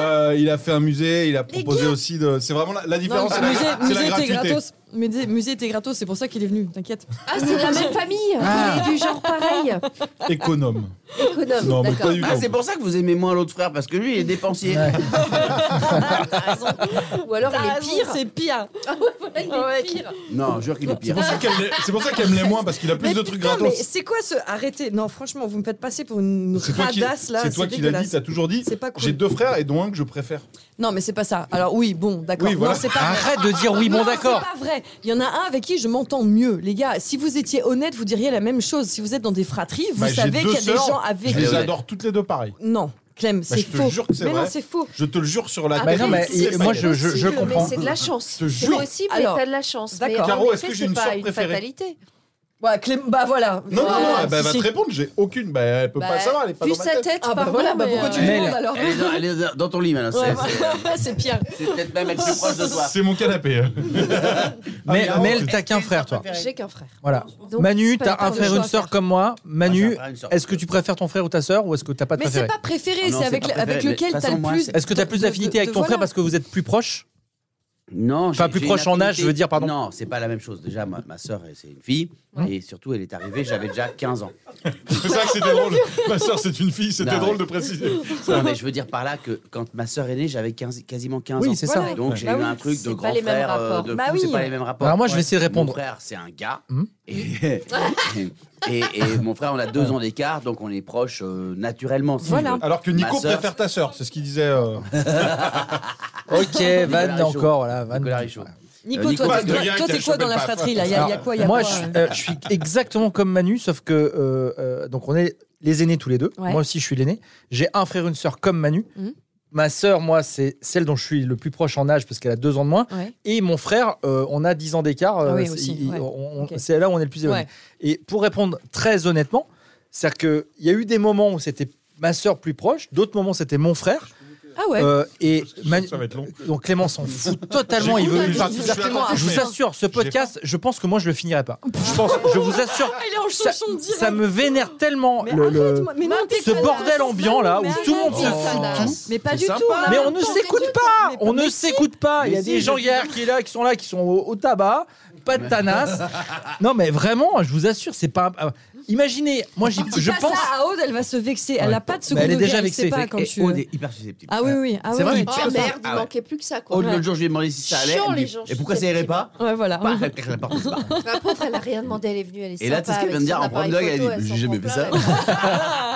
Speaker 4: Euh, il a fait un musée, il a proposé aussi de. C'est vraiment la, la
Speaker 6: Non,
Speaker 4: différence.
Speaker 6: mais
Speaker 4: c'est la-
Speaker 6: musée,
Speaker 4: c'est
Speaker 6: musée
Speaker 4: la
Speaker 6: était
Speaker 4: gratuité.
Speaker 6: gratos. Musée, musée était gratos, c'est pour ça qu'il est venu, t'inquiète.
Speaker 3: Ah, c'est de la même famille. Il est du genre pareil.
Speaker 4: Économe.
Speaker 3: Économe.
Speaker 4: Non, mais
Speaker 3: D'accord.
Speaker 4: pas du
Speaker 2: Ah,
Speaker 4: tout.
Speaker 2: c'est pour ça que vous aimez moins l'autre frère parce que lui il est dépensier.
Speaker 3: Ou alors il est pire.
Speaker 6: c'est pire.
Speaker 3: Voilà, il est pire.
Speaker 2: Non, jure qu'il est
Speaker 4: C'est
Speaker 2: pire.
Speaker 4: pour ça qu'elle l'est- c'est pour ça qu'elle me l'est moins, parce qu'il a plus
Speaker 6: Mais
Speaker 4: de trucs
Speaker 6: putain, mais
Speaker 4: gratos.
Speaker 6: c'est quoi ce arrêtez Non, franchement, vous me faites passer pour une
Speaker 4: C'est toi qui,
Speaker 6: radasse là.
Speaker 4: c'est toi qui l'as dit,
Speaker 6: dégueulasse.
Speaker 4: t'as toujours dit.
Speaker 6: C'est pas cool.
Speaker 4: J'ai deux frères et dont un que je préfère.
Speaker 6: Non, mais c'est pas ça. Alors oui, bon, d'accord.
Speaker 4: Oui, voilà. Ah,
Speaker 6: Non, c'est pas vrai.
Speaker 5: Arrête de dire oui bon
Speaker 6: Non,
Speaker 5: d'accord.
Speaker 6: C'est pas vrai. Il y en a un avec qui je m'entends mieux, les gars. Si vous étiez honnête, vous diriez la même chose. Si vous êtes dans des fratries, vous
Speaker 4: Bah, j'ai
Speaker 6: savez
Speaker 4: deux
Speaker 6: qu'il y a des
Speaker 4: sœurs,
Speaker 6: gens avec.
Speaker 4: Je les
Speaker 2: Ouais.
Speaker 4: adore toutes les deux pareil.
Speaker 6: Non, Clem, c'est
Speaker 4: je te
Speaker 6: faux.
Speaker 4: jure que c'est
Speaker 6: mais non,
Speaker 4: vrai.
Speaker 6: c'est faux.
Speaker 4: Je te le jure sur la
Speaker 5: Bah
Speaker 4: tête.
Speaker 5: non, mais
Speaker 4: c'est
Speaker 5: il- moi,
Speaker 4: pas-
Speaker 5: je- je- je
Speaker 3: Possible,
Speaker 5: comprends.
Speaker 3: Mais c'est de la chance. C'est
Speaker 4: te jure.
Speaker 3: possible,
Speaker 6: Alors,
Speaker 3: mais t'as de la chance. Mais
Speaker 6: d'accord.
Speaker 3: en
Speaker 4: Caro, est-ce
Speaker 3: effet,
Speaker 4: que j'ai
Speaker 3: c'est
Speaker 4: une
Speaker 3: pas
Speaker 4: sœur
Speaker 3: une
Speaker 4: préférée
Speaker 3: fatalité.
Speaker 6: Bah, Clé- bah voilà.
Speaker 4: Non, non, non,
Speaker 6: Ah,
Speaker 4: elle bah,
Speaker 6: si,
Speaker 4: va
Speaker 6: si.
Speaker 4: te répondre, j'ai aucune. Bah, elle peut pas
Speaker 3: Bah,
Speaker 4: le savoir, elle est pas
Speaker 3: vu
Speaker 4: dans ma
Speaker 3: sa
Speaker 4: tête.
Speaker 3: tête,
Speaker 6: Ah, bah
Speaker 3: pardon,
Speaker 6: voilà, bah,
Speaker 3: mais,
Speaker 6: pourquoi tu
Speaker 3: euh,
Speaker 6: lui
Speaker 5: elle-
Speaker 6: demandes alors
Speaker 2: Elle est dans, elle est dans ton lit maintenant.
Speaker 6: Ouais,
Speaker 2: c'est-
Speaker 6: bah, C'est pire.
Speaker 2: C'est c'est peut-être même elle plus proche de toi.
Speaker 4: C'est mon canapé. hein.
Speaker 5: Mais,
Speaker 4: Ah,
Speaker 5: mais
Speaker 4: ok.
Speaker 5: t'as qu'un frère, toi.
Speaker 3: J'ai qu'un frère.
Speaker 5: Voilà.
Speaker 3: Donc,
Speaker 5: Manu,
Speaker 3: pas
Speaker 5: t'as
Speaker 3: le temps
Speaker 5: un
Speaker 3: de
Speaker 5: frère,
Speaker 3: choix
Speaker 5: une
Speaker 3: à
Speaker 5: sœur
Speaker 3: faire.
Speaker 5: comme moi. Manu,
Speaker 2: Moi, j'ai un frère, une sœur.
Speaker 5: est-ce que tu préfères ton frère ou ta sœur ou est-ce que t'as pas de
Speaker 6: Mais
Speaker 5: préféré
Speaker 6: c'est pas préféré,
Speaker 2: non,
Speaker 6: c'est
Speaker 2: c'est
Speaker 6: avec,
Speaker 2: pas
Speaker 6: le-
Speaker 2: préféré,
Speaker 6: avec
Speaker 2: mais de
Speaker 6: lequel
Speaker 2: toute
Speaker 6: t'as
Speaker 2: façon,
Speaker 6: le
Speaker 2: moi,
Speaker 6: plus.
Speaker 2: c'est-
Speaker 5: Est-ce que t'as
Speaker 6: de-
Speaker 5: plus
Speaker 6: de-
Speaker 5: d'affinité
Speaker 6: de-
Speaker 5: avec
Speaker 6: de-
Speaker 5: ton frère
Speaker 6: voilà.
Speaker 5: parce que vous êtes plus proches
Speaker 2: Non,
Speaker 5: Enfin,
Speaker 2: j'ai-
Speaker 5: plus
Speaker 2: j'ai
Speaker 5: proche
Speaker 2: une
Speaker 5: en âge,
Speaker 2: affinité.
Speaker 5: je veux dire, pardon.
Speaker 2: Non, c'est pas la même chose. Déjà, ma, ma sœur, c'est une fille. Et surtout, elle est arrivée, j'avais déjà 15 ans.
Speaker 4: C'est ça que c'était drôle. Ma soeur, c'est une fille, c'était
Speaker 2: Non,
Speaker 4: drôle
Speaker 2: ouais.
Speaker 4: de préciser.
Speaker 2: Non, mais je veux dire par là que quand ma sœur est née, j'avais 15 quasiment 15 ans.
Speaker 5: Oui, c'est ça.
Speaker 6: Voilà.
Speaker 2: Donc j'ai
Speaker 6: Bah
Speaker 2: eu
Speaker 6: oui,
Speaker 2: un truc
Speaker 3: c'est
Speaker 2: de
Speaker 3: pas
Speaker 2: grand
Speaker 3: les mêmes
Speaker 2: frère, euh,
Speaker 3: rapports.
Speaker 2: de
Speaker 6: Bah
Speaker 2: fou,
Speaker 6: oui.
Speaker 2: c'est pas les mêmes rapports.
Speaker 5: Alors moi, je vais essayer de
Speaker 2: Mon
Speaker 5: répondre.
Speaker 2: frère, c'est un gars.
Speaker 5: Hmm.
Speaker 2: Et, et, et mon frère, on a deux ans d'écart, donc on est proches euh, naturellement. si
Speaker 6: Voilà.
Speaker 2: tu veux.
Speaker 4: Alors que
Speaker 2: Ma
Speaker 4: Nico
Speaker 2: sœur-
Speaker 4: préfère ta soeur, c'est ce qu'il disait. euh,
Speaker 5: Ok, Van
Speaker 2: Nicolas Richaud.
Speaker 5: encore, voilà, Van.
Speaker 2: Nicolas Richaud.
Speaker 6: Nico,
Speaker 2: Euh, Nico,
Speaker 6: toi,
Speaker 4: pas
Speaker 6: t'es-
Speaker 4: de gars
Speaker 6: toi,
Speaker 4: qui
Speaker 6: t'es
Speaker 4: a
Speaker 6: quoi
Speaker 4: chopé
Speaker 6: dans la
Speaker 4: le paf.
Speaker 6: fratrie là Il Ah, y a il y a quoi il y a
Speaker 5: moi,
Speaker 6: quoi,
Speaker 5: je,
Speaker 6: euh
Speaker 5: euh, je suis exactement comme Manu, sauf que euh, euh, donc on est les aînés tous les deux.
Speaker 6: Ouais.
Speaker 5: Moi aussi, je suis l'aîné. J'ai un frère, une sœur comme Manu.
Speaker 6: Mhm.
Speaker 5: Ma sœur, moi, c'est celle dont je suis le plus proche en âge parce qu'elle a deux ans de moins.
Speaker 6: Ouais.
Speaker 5: Et mon frère, euh, on a 10 ans d'écart.
Speaker 6: Ah oui,
Speaker 5: c'est-
Speaker 6: aussi,
Speaker 5: il-
Speaker 6: ouais.
Speaker 5: on- on-
Speaker 6: Ok.
Speaker 5: C'est là où on est le plus éloigné.
Speaker 6: Ouais.
Speaker 5: Et pour répondre très honnêtement, c'est-à-dire qu'il y a eu des moments où c'était ma sœur plus proche, d'autres moments c'était mon frère.
Speaker 6: Ah ouais.
Speaker 5: Euh, et
Speaker 4: Je trouve
Speaker 5: Manu-
Speaker 4: ça va être long.
Speaker 5: donc Clément s'en fout totalement. il veut
Speaker 4: J'écoute,
Speaker 5: une
Speaker 4: je-
Speaker 5: partie.
Speaker 4: je suis
Speaker 6: Exactement.
Speaker 4: attentif,
Speaker 5: Je vous
Speaker 4: mais-
Speaker 5: assure, ce podcast, je pense que moi je le finirai pas. Je pense, je vous assure,
Speaker 6: Il est en
Speaker 5: ça,
Speaker 6: chanson direct.
Speaker 5: ça me vénère tellement le, le-
Speaker 6: Mais non, t'es
Speaker 5: ce
Speaker 6: connasse.
Speaker 5: bordel ambiant là où
Speaker 6: Mais
Speaker 5: tout le monde
Speaker 6: arrête,
Speaker 5: se fout. de tout.
Speaker 6: Mais pas
Speaker 2: C'est
Speaker 6: du tout.
Speaker 2: sympa.
Speaker 6: a
Speaker 5: Mais on
Speaker 6: même
Speaker 5: ne
Speaker 6: temps
Speaker 5: s'écoute
Speaker 6: t'écoutes.
Speaker 5: pas,
Speaker 6: Mais
Speaker 5: on ne
Speaker 6: mais
Speaker 5: s'écoute pas. Il y a
Speaker 2: Mais
Speaker 5: des
Speaker 2: si,
Speaker 5: gens
Speaker 2: je-
Speaker 5: hier qui, là, qui sont là, qui sont au, au tabac, pas de tanas. Non, mais vraiment, je vous assure, c'est pas. euh, Imaginez, moi j'y-
Speaker 6: Dis
Speaker 5: je
Speaker 6: pas
Speaker 5: pense.
Speaker 6: ça Ah, à Aude, elle va se vexer. Elle a pas de second
Speaker 5: Mais elle est
Speaker 6: degré,
Speaker 5: déjà
Speaker 6: elle sait
Speaker 5: vexée. eh,
Speaker 6: pas quand
Speaker 2: Et
Speaker 6: tu.
Speaker 2: Aude est hyper susceptible.
Speaker 6: Ah oui, oui. ah
Speaker 5: C'est
Speaker 6: oui,
Speaker 5: vrai,
Speaker 6: oui.
Speaker 5: il
Speaker 3: Oh merde,
Speaker 2: Ah
Speaker 3: il
Speaker 2: ouais.
Speaker 3: manquait plus que ça quoi.
Speaker 2: Aude, l'autre jour, je lui ai demandé si ça allait.
Speaker 3: Chiant,
Speaker 2: elle me
Speaker 3: les
Speaker 2: dit,
Speaker 3: gens,
Speaker 2: et pourquoi ça irait pas
Speaker 6: Ouais, voilà.
Speaker 2: Bah, elle claque la porte, elle se barre.
Speaker 3: La pauvre, elle a rien demandé, elle est venue, elle est
Speaker 2: Et là, tu sais
Speaker 3: sympa.
Speaker 2: ce qu'elle vient de
Speaker 3: avec
Speaker 2: dire
Speaker 3: son
Speaker 2: en prendre
Speaker 3: appareil
Speaker 2: dog, elle dit,
Speaker 3: photo,
Speaker 2: j'ai
Speaker 3: s'en
Speaker 2: jamais fait
Speaker 3: plaint,
Speaker 2: ça.
Speaker 3: elle-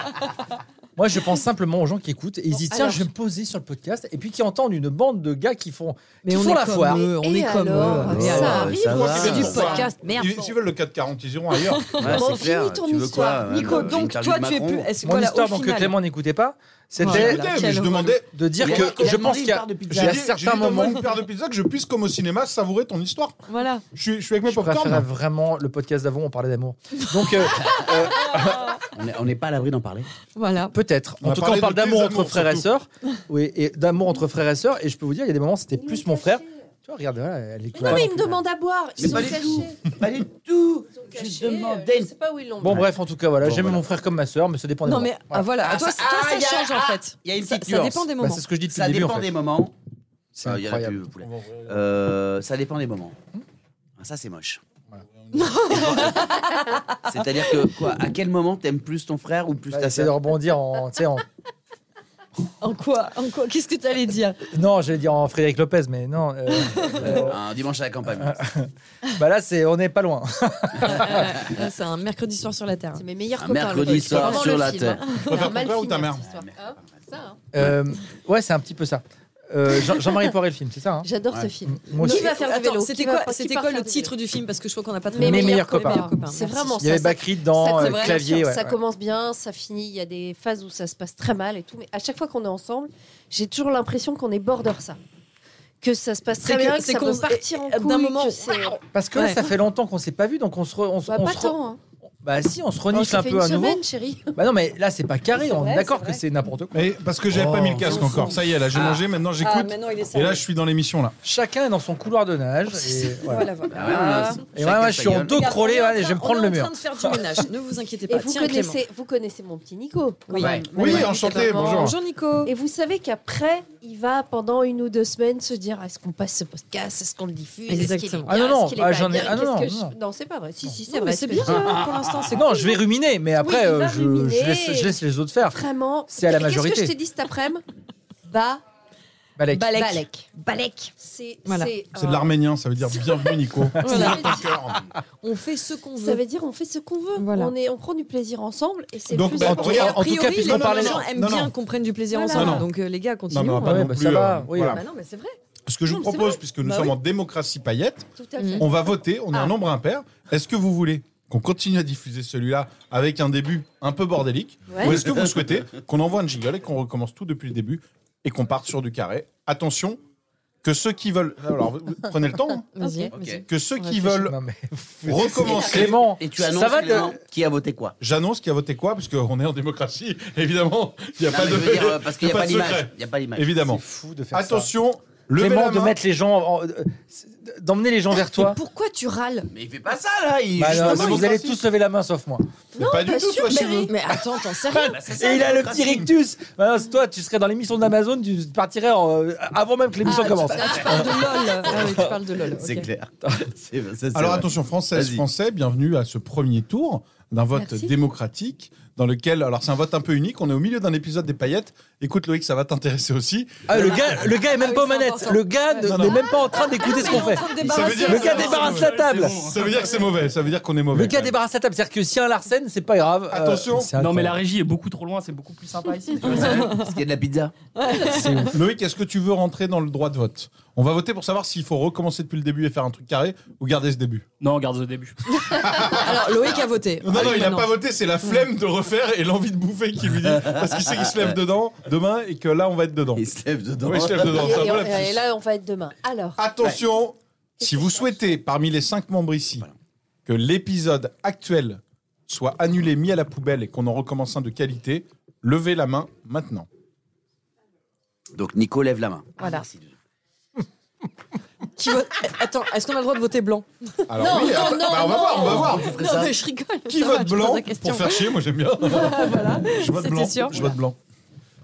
Speaker 5: Moi, je pense simplement aux gens qui écoutent et ils se disent
Speaker 3: Bon,
Speaker 5: tiens,
Speaker 3: alors.
Speaker 5: je vais me poser sur le podcast et puis qui entendent une bande de gars qui font,
Speaker 6: Mais
Speaker 5: qui
Speaker 6: on
Speaker 5: font
Speaker 6: est
Speaker 5: la
Speaker 6: comme
Speaker 5: foire.
Speaker 6: eux, on
Speaker 3: Et
Speaker 6: est comme
Speaker 3: alors,
Speaker 6: eux.
Speaker 2: Mais
Speaker 3: ça
Speaker 2: alors,
Speaker 3: arrive,
Speaker 2: ça
Speaker 3: on
Speaker 2: va.
Speaker 3: fait
Speaker 6: C'est du
Speaker 3: du
Speaker 4: Pourquoi
Speaker 6: podcast, merde.
Speaker 4: Euh, Ils- S'ils veulent le 440, ils iront ailleurs.
Speaker 2: Ouais,
Speaker 3: Bon,
Speaker 2: c'est clair.
Speaker 3: finis ton
Speaker 2: Tu veux
Speaker 3: histoire.
Speaker 2: quoi, hein,
Speaker 6: Nico,
Speaker 2: bah,
Speaker 6: donc
Speaker 2: l'interview
Speaker 6: toi,
Speaker 2: de
Speaker 6: tu es
Speaker 2: Macron
Speaker 6: plus. Est-ce
Speaker 5: Mon
Speaker 6: que
Speaker 5: histoire,
Speaker 6: au
Speaker 5: donc, que
Speaker 6: final-
Speaker 5: Clément n'écoutait pas, c'était
Speaker 6: Voilà.
Speaker 4: J'écoutais, mais
Speaker 6: quel
Speaker 4: je
Speaker 6: relou.
Speaker 4: demandais.
Speaker 5: de dire
Speaker 2: Il a-
Speaker 5: que
Speaker 2: il a
Speaker 5: je
Speaker 2: demandé
Speaker 5: pense
Speaker 2: une
Speaker 5: qu'il y a,
Speaker 2: part de pizza.
Speaker 5: il y a
Speaker 4: J'ai dit- j'ai dit,
Speaker 5: certains
Speaker 4: donne-moi
Speaker 5: moments.
Speaker 4: une paire de pizzas que je puisse, comme au cinéma, savourer ton histoire.
Speaker 6: Voilà.
Speaker 4: Je suis, je suis avec mes
Speaker 5: Je préférais
Speaker 4: popcorn.
Speaker 5: vraiment le podcast d'avant, on parlait d'amour. Donc, euh,
Speaker 2: On est- On n'est pas à l'abri d'en parler.
Speaker 6: Voilà.
Speaker 5: peut-être.
Speaker 4: On
Speaker 5: En
Speaker 4: va
Speaker 5: tout cas,
Speaker 4: parler
Speaker 5: on parle
Speaker 4: de tes
Speaker 5: d'amour
Speaker 4: amours,
Speaker 5: entre frères et sœurs. Oui, et d'amour entre frères et sœurs. Et je peux vous dire, il y a des moments, c'était plus mon frère. Tu vois, regarde, voilà, elle écoute
Speaker 3: Non,
Speaker 5: pas
Speaker 3: mais
Speaker 5: non
Speaker 3: il me
Speaker 5: plus.
Speaker 3: demande à boire. Ils
Speaker 2: Mais
Speaker 3: sont
Speaker 2: pas du tout.
Speaker 3: cachés.
Speaker 2: Pas du tout.
Speaker 3: Ils sont
Speaker 2: Je
Speaker 3: cachés, euh,
Speaker 2: demandais
Speaker 3: Je sais pas où ils l'ont.
Speaker 5: Bon,
Speaker 3: mis.
Speaker 5: bref, en tout cas, voilà,
Speaker 2: Bon,
Speaker 5: j'aime
Speaker 2: voilà.
Speaker 5: mon frère comme ma sœur, mais ça dépend des
Speaker 6: Non,
Speaker 5: moments.
Speaker 6: mais
Speaker 5: Voilà.
Speaker 6: ah, voilà.
Speaker 2: Ah,
Speaker 6: Toi,
Speaker 2: ça-
Speaker 6: toi,
Speaker 2: ah,
Speaker 6: ça
Speaker 2: il y a-
Speaker 6: change en
Speaker 2: ah,
Speaker 6: fait.
Speaker 2: Il y a une
Speaker 6: Ça
Speaker 2: petite
Speaker 6: ça
Speaker 2: nuance.
Speaker 6: dépend des
Speaker 5: Bah,
Speaker 6: moments.
Speaker 5: c'est ce que je dis depuis
Speaker 2: Ça
Speaker 5: le début.
Speaker 2: dépend
Speaker 5: en fait.
Speaker 2: des moments.
Speaker 5: C'est
Speaker 2: Ah, Il y en a plus,
Speaker 5: incroyable.
Speaker 2: le poulet. Euh, ça dépend des moments. Ah, ça, c'est moche. C'est-à-dire que quoi À quel moment t'aimes plus ton frère ou plus
Speaker 5: Bah,
Speaker 2: ta
Speaker 5: J'essaie de
Speaker 2: sœur
Speaker 5: rebondir en, tu sais, en-
Speaker 6: En quoi En quoi Qu'est-ce que t'allais dire
Speaker 5: Non, j'allais dire en Frédéric Lopez, mais non. euh, euh,
Speaker 2: Un dimanche à la campagne.
Speaker 5: bah là, c'est, on n'est pas loin.
Speaker 6: Là, Euh, C'est un mercredi soir sur la terre.
Speaker 3: C'est mes meilleurs
Speaker 2: Un
Speaker 3: copains. le
Speaker 2: mercredi
Speaker 3: mec.
Speaker 2: soir
Speaker 3: Vraiment
Speaker 2: sur
Speaker 3: le
Speaker 2: la
Speaker 3: film,
Speaker 2: terre.
Speaker 3: hein.
Speaker 4: Tu préfères
Speaker 3: Un mal
Speaker 4: ton père ou ta
Speaker 3: film,
Speaker 4: mère
Speaker 3: cette histoire. Hein Ça, hein.
Speaker 5: Euh, ouais, c'est un petit peu ça. Euh, Jean- Jean-Marie Poiré, le film, c'est ça hein
Speaker 3: J'adore ce
Speaker 2: Ouais.
Speaker 3: film.
Speaker 5: Moi
Speaker 3: Qui
Speaker 5: aussi.
Speaker 3: va faire du
Speaker 6: Attends,
Speaker 3: vélo
Speaker 6: C'était
Speaker 3: Qui va-
Speaker 6: quoi,
Speaker 3: qui
Speaker 6: c'était
Speaker 3: part
Speaker 6: quoi
Speaker 3: faire
Speaker 6: le
Speaker 3: du
Speaker 6: titre
Speaker 3: vélo
Speaker 6: du film Parce que je crois qu'on n'a pas très
Speaker 5: Mes meilleurs copains.
Speaker 3: C'est vraiment
Speaker 5: Il y avait
Speaker 3: ça,
Speaker 5: Bakrid dans
Speaker 3: ça,
Speaker 5: euh,
Speaker 3: c'est vrai,
Speaker 5: Clavier.
Speaker 3: ça,
Speaker 5: ouais,
Speaker 3: ça
Speaker 5: ouais.
Speaker 3: commence bien, ça finit. Il y a des phases où ça se passe très mal et tout. Mais à chaque fois qu'on est ensemble, j'ai toujours l'impression qu'on est border ça. Que ça se passe
Speaker 6: C'est
Speaker 3: très
Speaker 6: que-
Speaker 3: bien, que,
Speaker 6: c'est
Speaker 3: ça
Speaker 6: qu'on
Speaker 3: peut
Speaker 6: se- euh,
Speaker 3: partir en
Speaker 6: d'un
Speaker 3: couille,
Speaker 6: moment,
Speaker 3: que c'est-
Speaker 5: Parce que là,
Speaker 6: Ouais.
Speaker 5: ça fait longtemps qu'on s'est pas vu, donc on se, re- on, se-
Speaker 3: Bah,
Speaker 5: on
Speaker 3: pas
Speaker 5: se re-
Speaker 3: tant. hein.
Speaker 5: bah si, on se
Speaker 3: Oh,
Speaker 5: renifle
Speaker 3: ça
Speaker 5: un
Speaker 3: fait
Speaker 5: peu à
Speaker 3: une
Speaker 5: nouveau.
Speaker 3: semaine, chérie.
Speaker 5: Bah non, mais là, c'est pas carré. on est
Speaker 6: vrai,
Speaker 5: d'accord
Speaker 6: c'est
Speaker 5: que
Speaker 6: vrai.
Speaker 5: c'est n'importe quoi.
Speaker 4: Mais parce que j'avais
Speaker 5: Oh.
Speaker 4: pas mis le casque encore. Ça y est, là, j'ai
Speaker 2: Ah.
Speaker 4: mangé. Maintenant,
Speaker 6: Ah,
Speaker 4: j'écoute.
Speaker 6: maintenant il est
Speaker 4: Et
Speaker 6: sale.
Speaker 4: là, je suis dans l'émission, là.
Speaker 5: Chacun est dans son couloir de nage. Et, voilà.
Speaker 6: Voilà, voilà.
Speaker 2: Ah ouais, ouais,
Speaker 5: Et
Speaker 2: chacun
Speaker 5: ouais, ouais,
Speaker 2: sa
Speaker 5: je suis en
Speaker 2: gueule.
Speaker 5: dos crawlé.
Speaker 6: on est en
Speaker 5: ouais, je vais
Speaker 6: train-
Speaker 5: me prendre le
Speaker 6: On est
Speaker 5: mur.
Speaker 6: en train de faire du ménage, ne vous inquiétez
Speaker 3: Et
Speaker 6: pas.
Speaker 3: vous
Speaker 6: Tiens, Clément.
Speaker 3: connaissez, vous connaissez mon petit Nico.
Speaker 6: Oui.
Speaker 3: quand même.
Speaker 4: Oui,
Speaker 3: Malgré
Speaker 4: enchanté,
Speaker 3: sa maman.
Speaker 4: bonjour.
Speaker 6: Bonjour Nico.
Speaker 3: Et vous savez qu'après, il va pendant une ou deux semaines se dire est-ce qu'on passe ce podcast, est-ce qu'on le diffuse, est-ce qu'il est
Speaker 6: Exactement.
Speaker 3: bien,
Speaker 5: Ah non, non,
Speaker 3: est-ce qu'il est
Speaker 5: ah,
Speaker 3: pas
Speaker 5: j'en ai-
Speaker 3: bien,
Speaker 5: ah non,
Speaker 3: qu'est-ce
Speaker 5: non,
Speaker 3: que je-
Speaker 5: non.
Speaker 3: Non, c'est pas vrai. Si, si, c'est
Speaker 6: Non,
Speaker 3: vrai.
Speaker 6: mais
Speaker 3: ce
Speaker 6: c'est
Speaker 3: que
Speaker 6: bien
Speaker 3: je dis.
Speaker 6: euh, pour l'instant. C'est
Speaker 5: Non, je vais ruminer, mais après,
Speaker 3: il
Speaker 5: euh,
Speaker 3: va
Speaker 5: je, je
Speaker 3: ruminer.
Speaker 5: laisse, je laisse les autres faire.
Speaker 3: Vraiment.
Speaker 5: C'est à la
Speaker 3: Qu'est-ce
Speaker 5: majorité.
Speaker 3: que je t'ai dit cet après-midi Bah,
Speaker 5: Balek.
Speaker 6: Balek.
Speaker 3: Balek. Balek. C'est
Speaker 6: Voilà.
Speaker 4: C'est
Speaker 3: euh,
Speaker 4: de l'arménien, ça veut dire bienvenue, Nico.
Speaker 3: Ça
Speaker 6: Voilà.
Speaker 3: veut, dire,
Speaker 6: On fait ce qu'on
Speaker 3: ça
Speaker 6: veut.
Speaker 3: veut dire on fait ce qu'on veut.
Speaker 6: Voilà.
Speaker 3: On, est, on prend du plaisir ensemble et c'est
Speaker 4: Donc,
Speaker 3: plus
Speaker 4: bah,
Speaker 3: important.
Speaker 4: regarde,
Speaker 6: A
Speaker 5: En tout cas,
Speaker 6: priori,
Speaker 5: puisqu'on
Speaker 6: les
Speaker 4: parlait-
Speaker 6: gens aiment
Speaker 4: Non, non.
Speaker 6: bien qu'on prenne du plaisir
Speaker 3: Voilà.
Speaker 6: ensemble.
Speaker 4: Non, non.
Speaker 6: Donc euh, les gars,
Speaker 4: Non, mais on
Speaker 6: continuons.
Speaker 4: va pas
Speaker 5: Ouais,
Speaker 4: non
Speaker 5: bah,
Speaker 4: plus,
Speaker 2: hein.
Speaker 5: ça va,
Speaker 4: euh,
Speaker 5: oui.
Speaker 4: voilà.
Speaker 6: Bah non, mais c'est vrai.
Speaker 4: Ce que je vous
Speaker 3: Non, mais c'est
Speaker 4: propose,
Speaker 3: vrai.
Speaker 4: puisque nous
Speaker 6: Bah
Speaker 4: sommes
Speaker 6: oui.
Speaker 4: en démocratie paillette,
Speaker 3: Tout à
Speaker 6: Mm.
Speaker 3: fait.
Speaker 4: on va voter, on est
Speaker 3: Ah.
Speaker 4: un nombre impair. Est-ce que vous voulez qu'on continue à diffuser celui-là avec un début un peu bordélique
Speaker 3: Ouais.
Speaker 4: Ou est-ce que vous souhaitez qu'on envoie un jingle et qu'on recommence tout depuis le début et qu'on parte sur du carré Attention, que ceux qui veulent. ah, Alors, vous- vous prenez le temps. hein.
Speaker 6: Vas-y.
Speaker 2: Ok.
Speaker 6: vas-y.
Speaker 4: Que ceux qui
Speaker 6: réfléchit.
Speaker 4: veulent
Speaker 5: Non, mais vous-
Speaker 4: recommencer.
Speaker 5: Clément,
Speaker 2: Et tu annonces
Speaker 5: ça va
Speaker 2: Clément,
Speaker 5: de...
Speaker 2: qui a voté quoi
Speaker 4: J'annonce qui a voté quoi, parce qu'on est en démocratie. Évidemment, il n'y a
Speaker 2: Non,
Speaker 4: pas
Speaker 2: mais
Speaker 4: de.
Speaker 2: je veux dire, euh, Parce qu'il n'y a
Speaker 4: il y
Speaker 2: pas
Speaker 4: de
Speaker 2: l'image.
Speaker 4: secret.
Speaker 2: Il n'y a pas l'image.
Speaker 4: Évidemment.
Speaker 7: C'est fou de faire
Speaker 2: Ah,
Speaker 4: Attention, levez
Speaker 5: Clément
Speaker 4: la
Speaker 5: de
Speaker 4: main.
Speaker 5: mettre les gens, en- en- d'emmener les gens vers
Speaker 6: Mais
Speaker 5: toi.
Speaker 6: pourquoi tu râles
Speaker 2: Mais il fait pas ça là il-
Speaker 5: Bah,
Speaker 2: justement,
Speaker 5: non,
Speaker 2: il-
Speaker 5: vous allez tous lever la main sauf moi.
Speaker 4: Mais pas du
Speaker 3: pas
Speaker 4: tout,
Speaker 3: sûr,
Speaker 4: toi,
Speaker 3: mais-
Speaker 4: tu veux.
Speaker 6: Mais attends, t'en sais rien.
Speaker 2: c'est ça,
Speaker 5: Et il a le petit
Speaker 2: démocratie.
Speaker 5: rictus. Bah, non, toi, tu serais dans l'émission d'Amazon, tu partirais en- euh, avant même que l'émission
Speaker 6: Ah,
Speaker 5: commence.
Speaker 6: Tu, ah, tu parles de LOL. Ah oui, tu parles de LOL. ok.
Speaker 2: C'est clair. C'est- ça, c'est
Speaker 4: Alors
Speaker 2: vrai.
Speaker 4: attention, Françaises,
Speaker 2: Vas-y.
Speaker 4: Français, bienvenue à ce premier tour d'un vote
Speaker 3: Merci.
Speaker 4: démocratique dans lequel, alors c'est un vote un peu unique, on est au milieu d'un épisode des paillettes. Écoute Loïc, ça va t'intéresser aussi.
Speaker 5: Ah, le gars, le gars est même
Speaker 6: Ah oui,
Speaker 5: pas aux
Speaker 6: c'est
Speaker 5: manettes.
Speaker 6: important. Ah,
Speaker 5: Le gars ne-
Speaker 4: Non, non.
Speaker 5: n'est même pas en train d'écouter ce qu'on
Speaker 6: On est en
Speaker 5: fait.
Speaker 6: train de
Speaker 4: Ça veut
Speaker 6: débarrasser
Speaker 4: dire-
Speaker 5: Le gars
Speaker 4: c'est
Speaker 5: débarrasse
Speaker 4: bon,
Speaker 5: la table.
Speaker 4: Ça veut dire que c'est mauvais, ça veut dire qu'on est mauvais.
Speaker 5: Le gars
Speaker 4: quand même.
Speaker 5: débarrasse la table. C'est-à-dire que si un Larsen, c'est pas grave. Euh,
Speaker 4: Attention.
Speaker 5: c'est
Speaker 8: Non, mais la
Speaker 5: incroyable.
Speaker 8: régie est beaucoup trop loin, c'est beaucoup plus sympa ici.
Speaker 2: Parce qu'il y a de la pizza.
Speaker 4: Loïc, est-ce que tu veux rentrer dans le droit de vote On va voter pour savoir s'il faut recommencer depuis le début et faire un truc carré ou garder ce début.
Speaker 8: non, on garde au début.
Speaker 6: Alors, Loïc a voté. Ah,
Speaker 4: Non, non, il n'a pas voté, c'est la flemme de refaire et l'envie de bouffer qui lui dit. Parce qu'il sait qu'il se lève dedans demain et que là on va être dedans.
Speaker 2: Il se lève dedans.
Speaker 4: Oui, je lève dedans, c'est un
Speaker 3: Et,
Speaker 4: bon
Speaker 3: on-
Speaker 4: lapsus.
Speaker 3: et là, on va être demain.
Speaker 4: Ah,
Speaker 3: Alors,
Speaker 4: Attention, si vous souhaitez, parmi les cinq membres ici, que l'épisode actuel soit annulé, mis à la poubelle et qu'on en recommence un de qualité, levez la main maintenant.
Speaker 2: Donc Nico lève la main.
Speaker 3: Voilà.
Speaker 6: Qui vote- Attends, est-ce qu'on a le droit de voter blanc
Speaker 4: Alors
Speaker 3: Non,
Speaker 4: oui,
Speaker 3: non,
Speaker 4: après-
Speaker 3: non,
Speaker 4: bah, on va
Speaker 3: non.
Speaker 4: voir, on va voir.
Speaker 6: Non, mais je rigole.
Speaker 4: Ah. Qui
Speaker 6: Ça va,
Speaker 4: vote
Speaker 6: je pose la
Speaker 4: blanc
Speaker 6: question.
Speaker 4: pour faire chier Moi j'aime bien. je vote
Speaker 6: c'était
Speaker 4: blanc.
Speaker 6: sûr.
Speaker 4: Je vote blanc.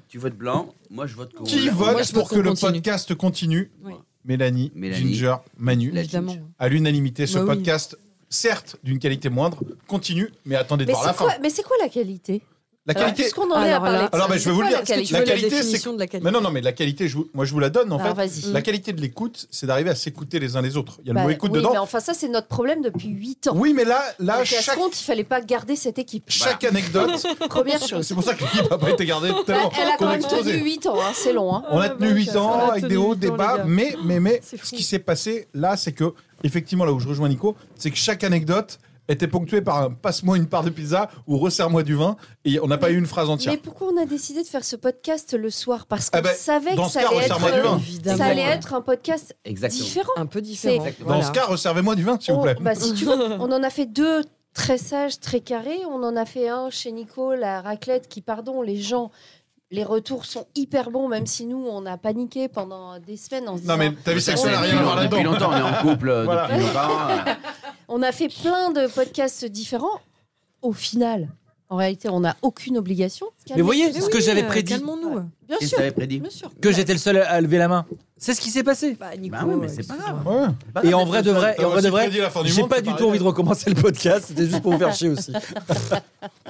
Speaker 2: Tu votes blanc, moi je vote qu'on-
Speaker 4: Qui
Speaker 2: on-
Speaker 4: vote
Speaker 6: Moi, je vote
Speaker 4: pour que
Speaker 6: qu'on
Speaker 4: le
Speaker 6: continue.
Speaker 4: podcast continue
Speaker 6: Oui.
Speaker 4: Mélanie,
Speaker 2: Mélanie.
Speaker 4: Ginger, Manu.
Speaker 2: La
Speaker 6: Évidemment.
Speaker 2: ginger.
Speaker 4: À l'unanimité, ce
Speaker 6: Bah oui.
Speaker 4: podcast, certes d'une qualité moindre, continue, mais attendez de
Speaker 3: mais
Speaker 4: voir la
Speaker 3: c'est
Speaker 4: fin.
Speaker 3: quoi, mais c'est quoi la qualité
Speaker 4: La qualité.
Speaker 3: Puisqu'on en est à
Speaker 6: Alors là-
Speaker 3: parler. de
Speaker 4: Alors,
Speaker 3: ça,
Speaker 4: bah, je
Speaker 3: c'est
Speaker 4: vais vous
Speaker 3: quoi
Speaker 4: le
Speaker 3: la
Speaker 4: dire.
Speaker 6: Est-ce que
Speaker 3: qualité
Speaker 6: tu veux la
Speaker 4: qualité, c'est-
Speaker 6: définition de la qualité
Speaker 4: Mais non, non, mais la qualité, je vous- moi je vous la donne en
Speaker 3: Alors,
Speaker 4: fait.
Speaker 3: vas-y.
Speaker 4: La qualité de l'écoute, c'est d'arriver à s'écouter les uns les autres. Il y a le
Speaker 3: Bah,
Speaker 4: mot écoute
Speaker 3: oui,
Speaker 4: dedans.
Speaker 3: mais enfin, ça, c'est notre problème depuis 8 ans.
Speaker 4: Oui, mais là, là
Speaker 3: Donc, à ce
Speaker 4: chaque,
Speaker 3: compte, il fallait pas garder cette équipe.
Speaker 4: chaque anecdote.
Speaker 3: Première chose.
Speaker 4: c'est pour ça que l'équipe n'a pas été gardée tellement
Speaker 3: Elle a
Speaker 4: qu'on
Speaker 3: quand
Speaker 4: a
Speaker 3: même
Speaker 4: explosé.
Speaker 3: tenu 8 ans, hein, c'est long. hein.
Speaker 4: On a
Speaker 6: Ah,
Speaker 4: tenu
Speaker 6: vache,
Speaker 4: 8
Speaker 6: on
Speaker 4: ans
Speaker 6: a
Speaker 4: avec
Speaker 6: tenu
Speaker 4: des hauts,
Speaker 6: huit
Speaker 4: des
Speaker 6: ans, les
Speaker 4: bas,
Speaker 6: gars.
Speaker 4: mais, mais, mais
Speaker 6: C'est fou.
Speaker 4: ce qui s'est passé là, c'est que, effectivement, là où je rejoins Nico, c'est que chaque anecdote était ponctuée par un passe-moi une part de pizza ou resserre-moi du vin, et on n'a pas eu une phrase entière.
Speaker 3: Mais pourquoi on a décidé de faire ce podcast le soir Parce qu'on
Speaker 4: Ah bah,
Speaker 3: savait
Speaker 4: dans
Speaker 3: que
Speaker 4: ce
Speaker 3: ça
Speaker 4: cas,
Speaker 3: allait,
Speaker 4: resserre-moi du
Speaker 3: être,
Speaker 4: vin.
Speaker 3: euh, ça allait
Speaker 6: Évidemment.
Speaker 3: être un podcast
Speaker 2: Exactement.
Speaker 3: différent.
Speaker 6: Un peu différent.
Speaker 3: C'est-
Speaker 4: Dans
Speaker 6: Voilà.
Speaker 4: ce cas, resservez-moi du vin, s'il vous
Speaker 3: On-
Speaker 4: plaît.
Speaker 3: bah, si tu veux, on en a fait deux très sages, très carrés. On en a fait un chez Nico, la raclette, qui, pardon, les gens, les retours sont hyper bons, même si nous, on a paniqué pendant des semaines en se
Speaker 4: Non,
Speaker 3: disant.
Speaker 4: mais t'as vu, ça
Speaker 2: Ça,
Speaker 3: on-
Speaker 4: ça n'a
Speaker 2: depuis
Speaker 4: rien à
Speaker 2: long-
Speaker 4: voir
Speaker 2: Depuis
Speaker 4: là-dedans.
Speaker 2: longtemps, on est en couple euh,
Speaker 4: Voilà.
Speaker 2: depuis longtemps.
Speaker 3: On a fait plein de podcasts différents. Au final, en réalité, on n'a aucune obligation.
Speaker 5: Mais vous voyez,
Speaker 6: Mais
Speaker 5: ce que
Speaker 6: oui,
Speaker 5: j'avais
Speaker 6: euh,
Speaker 5: prédit,
Speaker 6: Calmons-nous.
Speaker 3: bien
Speaker 2: Qu'est-ce que
Speaker 3: sûr,
Speaker 2: t'avais prédit
Speaker 3: bien sûr.
Speaker 5: que j'étais le seul à à lever la main. C'est ce qui s'est passé.
Speaker 6: Bah, Nico,
Speaker 2: Bah oui, mais c'est
Speaker 6: excuse-moi.
Speaker 2: pas grave.
Speaker 4: Ouais.
Speaker 8: Bah,
Speaker 5: Et en vrai de vrai, et
Speaker 4: T'as
Speaker 5: en vrai de
Speaker 4: aussi
Speaker 5: vrai,
Speaker 4: prédit la fin du
Speaker 5: j'ai
Speaker 4: monde,
Speaker 5: pas
Speaker 4: c'est
Speaker 5: du tout
Speaker 4: pareil.
Speaker 5: envie de recommencer le podcast. C'était juste pour vous faire chier aussi.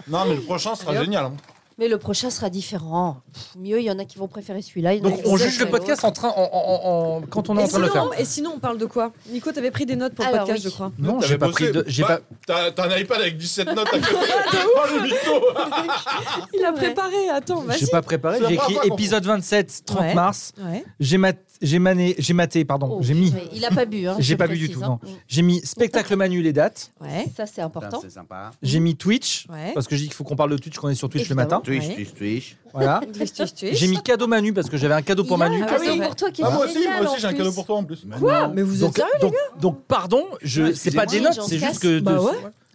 Speaker 4: Non, mais le prochain sera génial. hein.
Speaker 3: Mais le prochain sera différent. Pff, mieux, il y en a qui vont préférer celui-là. il y en a
Speaker 5: Donc
Speaker 3: qui
Speaker 5: on
Speaker 3: vont
Speaker 5: juge le
Speaker 3: préférer
Speaker 5: podcast en train, en, en- en- quand on est en
Speaker 6: Et
Speaker 5: train de le faire.
Speaker 6: sinon, et sinon, on parle de quoi Nico, t'avais pris des notes pour le
Speaker 3: Alors,
Speaker 6: podcast,
Speaker 3: oui.
Speaker 6: je crois.
Speaker 5: Non,
Speaker 4: T'avais
Speaker 5: j'ai pas
Speaker 4: bossé.
Speaker 5: pris de, j'ai
Speaker 4: Bah,
Speaker 5: pas.
Speaker 4: T'as t'as un iPad avec 17 notes à côté. Oh, le mytho
Speaker 6: Il a préparé, attends,
Speaker 5: J'ai
Speaker 6: vas-y.
Speaker 5: pas préparé,
Speaker 4: C'est la
Speaker 5: j'ai
Speaker 4: première
Speaker 5: écrit
Speaker 4: fois qu'on-
Speaker 5: épisode 27, 30
Speaker 6: bah, Ouais.
Speaker 5: mars.
Speaker 6: Ouais.
Speaker 5: J'ai mat- j'ai mané, j'ai maté, pardon,
Speaker 3: Oh,
Speaker 5: j'ai mis,
Speaker 3: mais Il a pas bu. hein,
Speaker 5: j'ai
Speaker 3: je
Speaker 5: pas bu du
Speaker 3: précise,
Speaker 5: tout,
Speaker 3: hein.
Speaker 5: j'ai mis spectacle Manu les dates,
Speaker 6: Ouais.
Speaker 3: Ça, c'est
Speaker 2: Ça,
Speaker 3: important.
Speaker 2: C'est sympa.
Speaker 5: j'ai mis Twitch
Speaker 6: Ouais.
Speaker 5: parce que j'ai dit qu'il faut qu'on parle de Twitch, qu'on est sur Twitch
Speaker 3: Évidemment.
Speaker 5: le matin.
Speaker 2: Twitch,
Speaker 6: Ouais.
Speaker 2: Twitch, Twitch.
Speaker 5: Voilà.
Speaker 6: Twitch, Twitch, Twitch.
Speaker 5: J'ai mis cadeau Manu parce que j'avais un cadeau pour
Speaker 3: Il y a
Speaker 5: Manu.
Speaker 3: un
Speaker 6: Ah oui,
Speaker 3: cadeau
Speaker 6: ouais.
Speaker 3: pour toi qui est
Speaker 4: Ah, moi aussi,
Speaker 3: génial,
Speaker 4: moi aussi,
Speaker 3: en
Speaker 4: j'ai un
Speaker 3: plus.
Speaker 4: cadeau pour toi en plus.
Speaker 6: Quoi Mais vous êtes
Speaker 5: Donc,
Speaker 6: sérieux
Speaker 5: donc, donc pardon, je, c'est pas des
Speaker 3: excusez-moi,
Speaker 5: notes,
Speaker 3: j'en
Speaker 5: c'est
Speaker 3: casse.
Speaker 5: juste que. de-
Speaker 6: Bah ouais.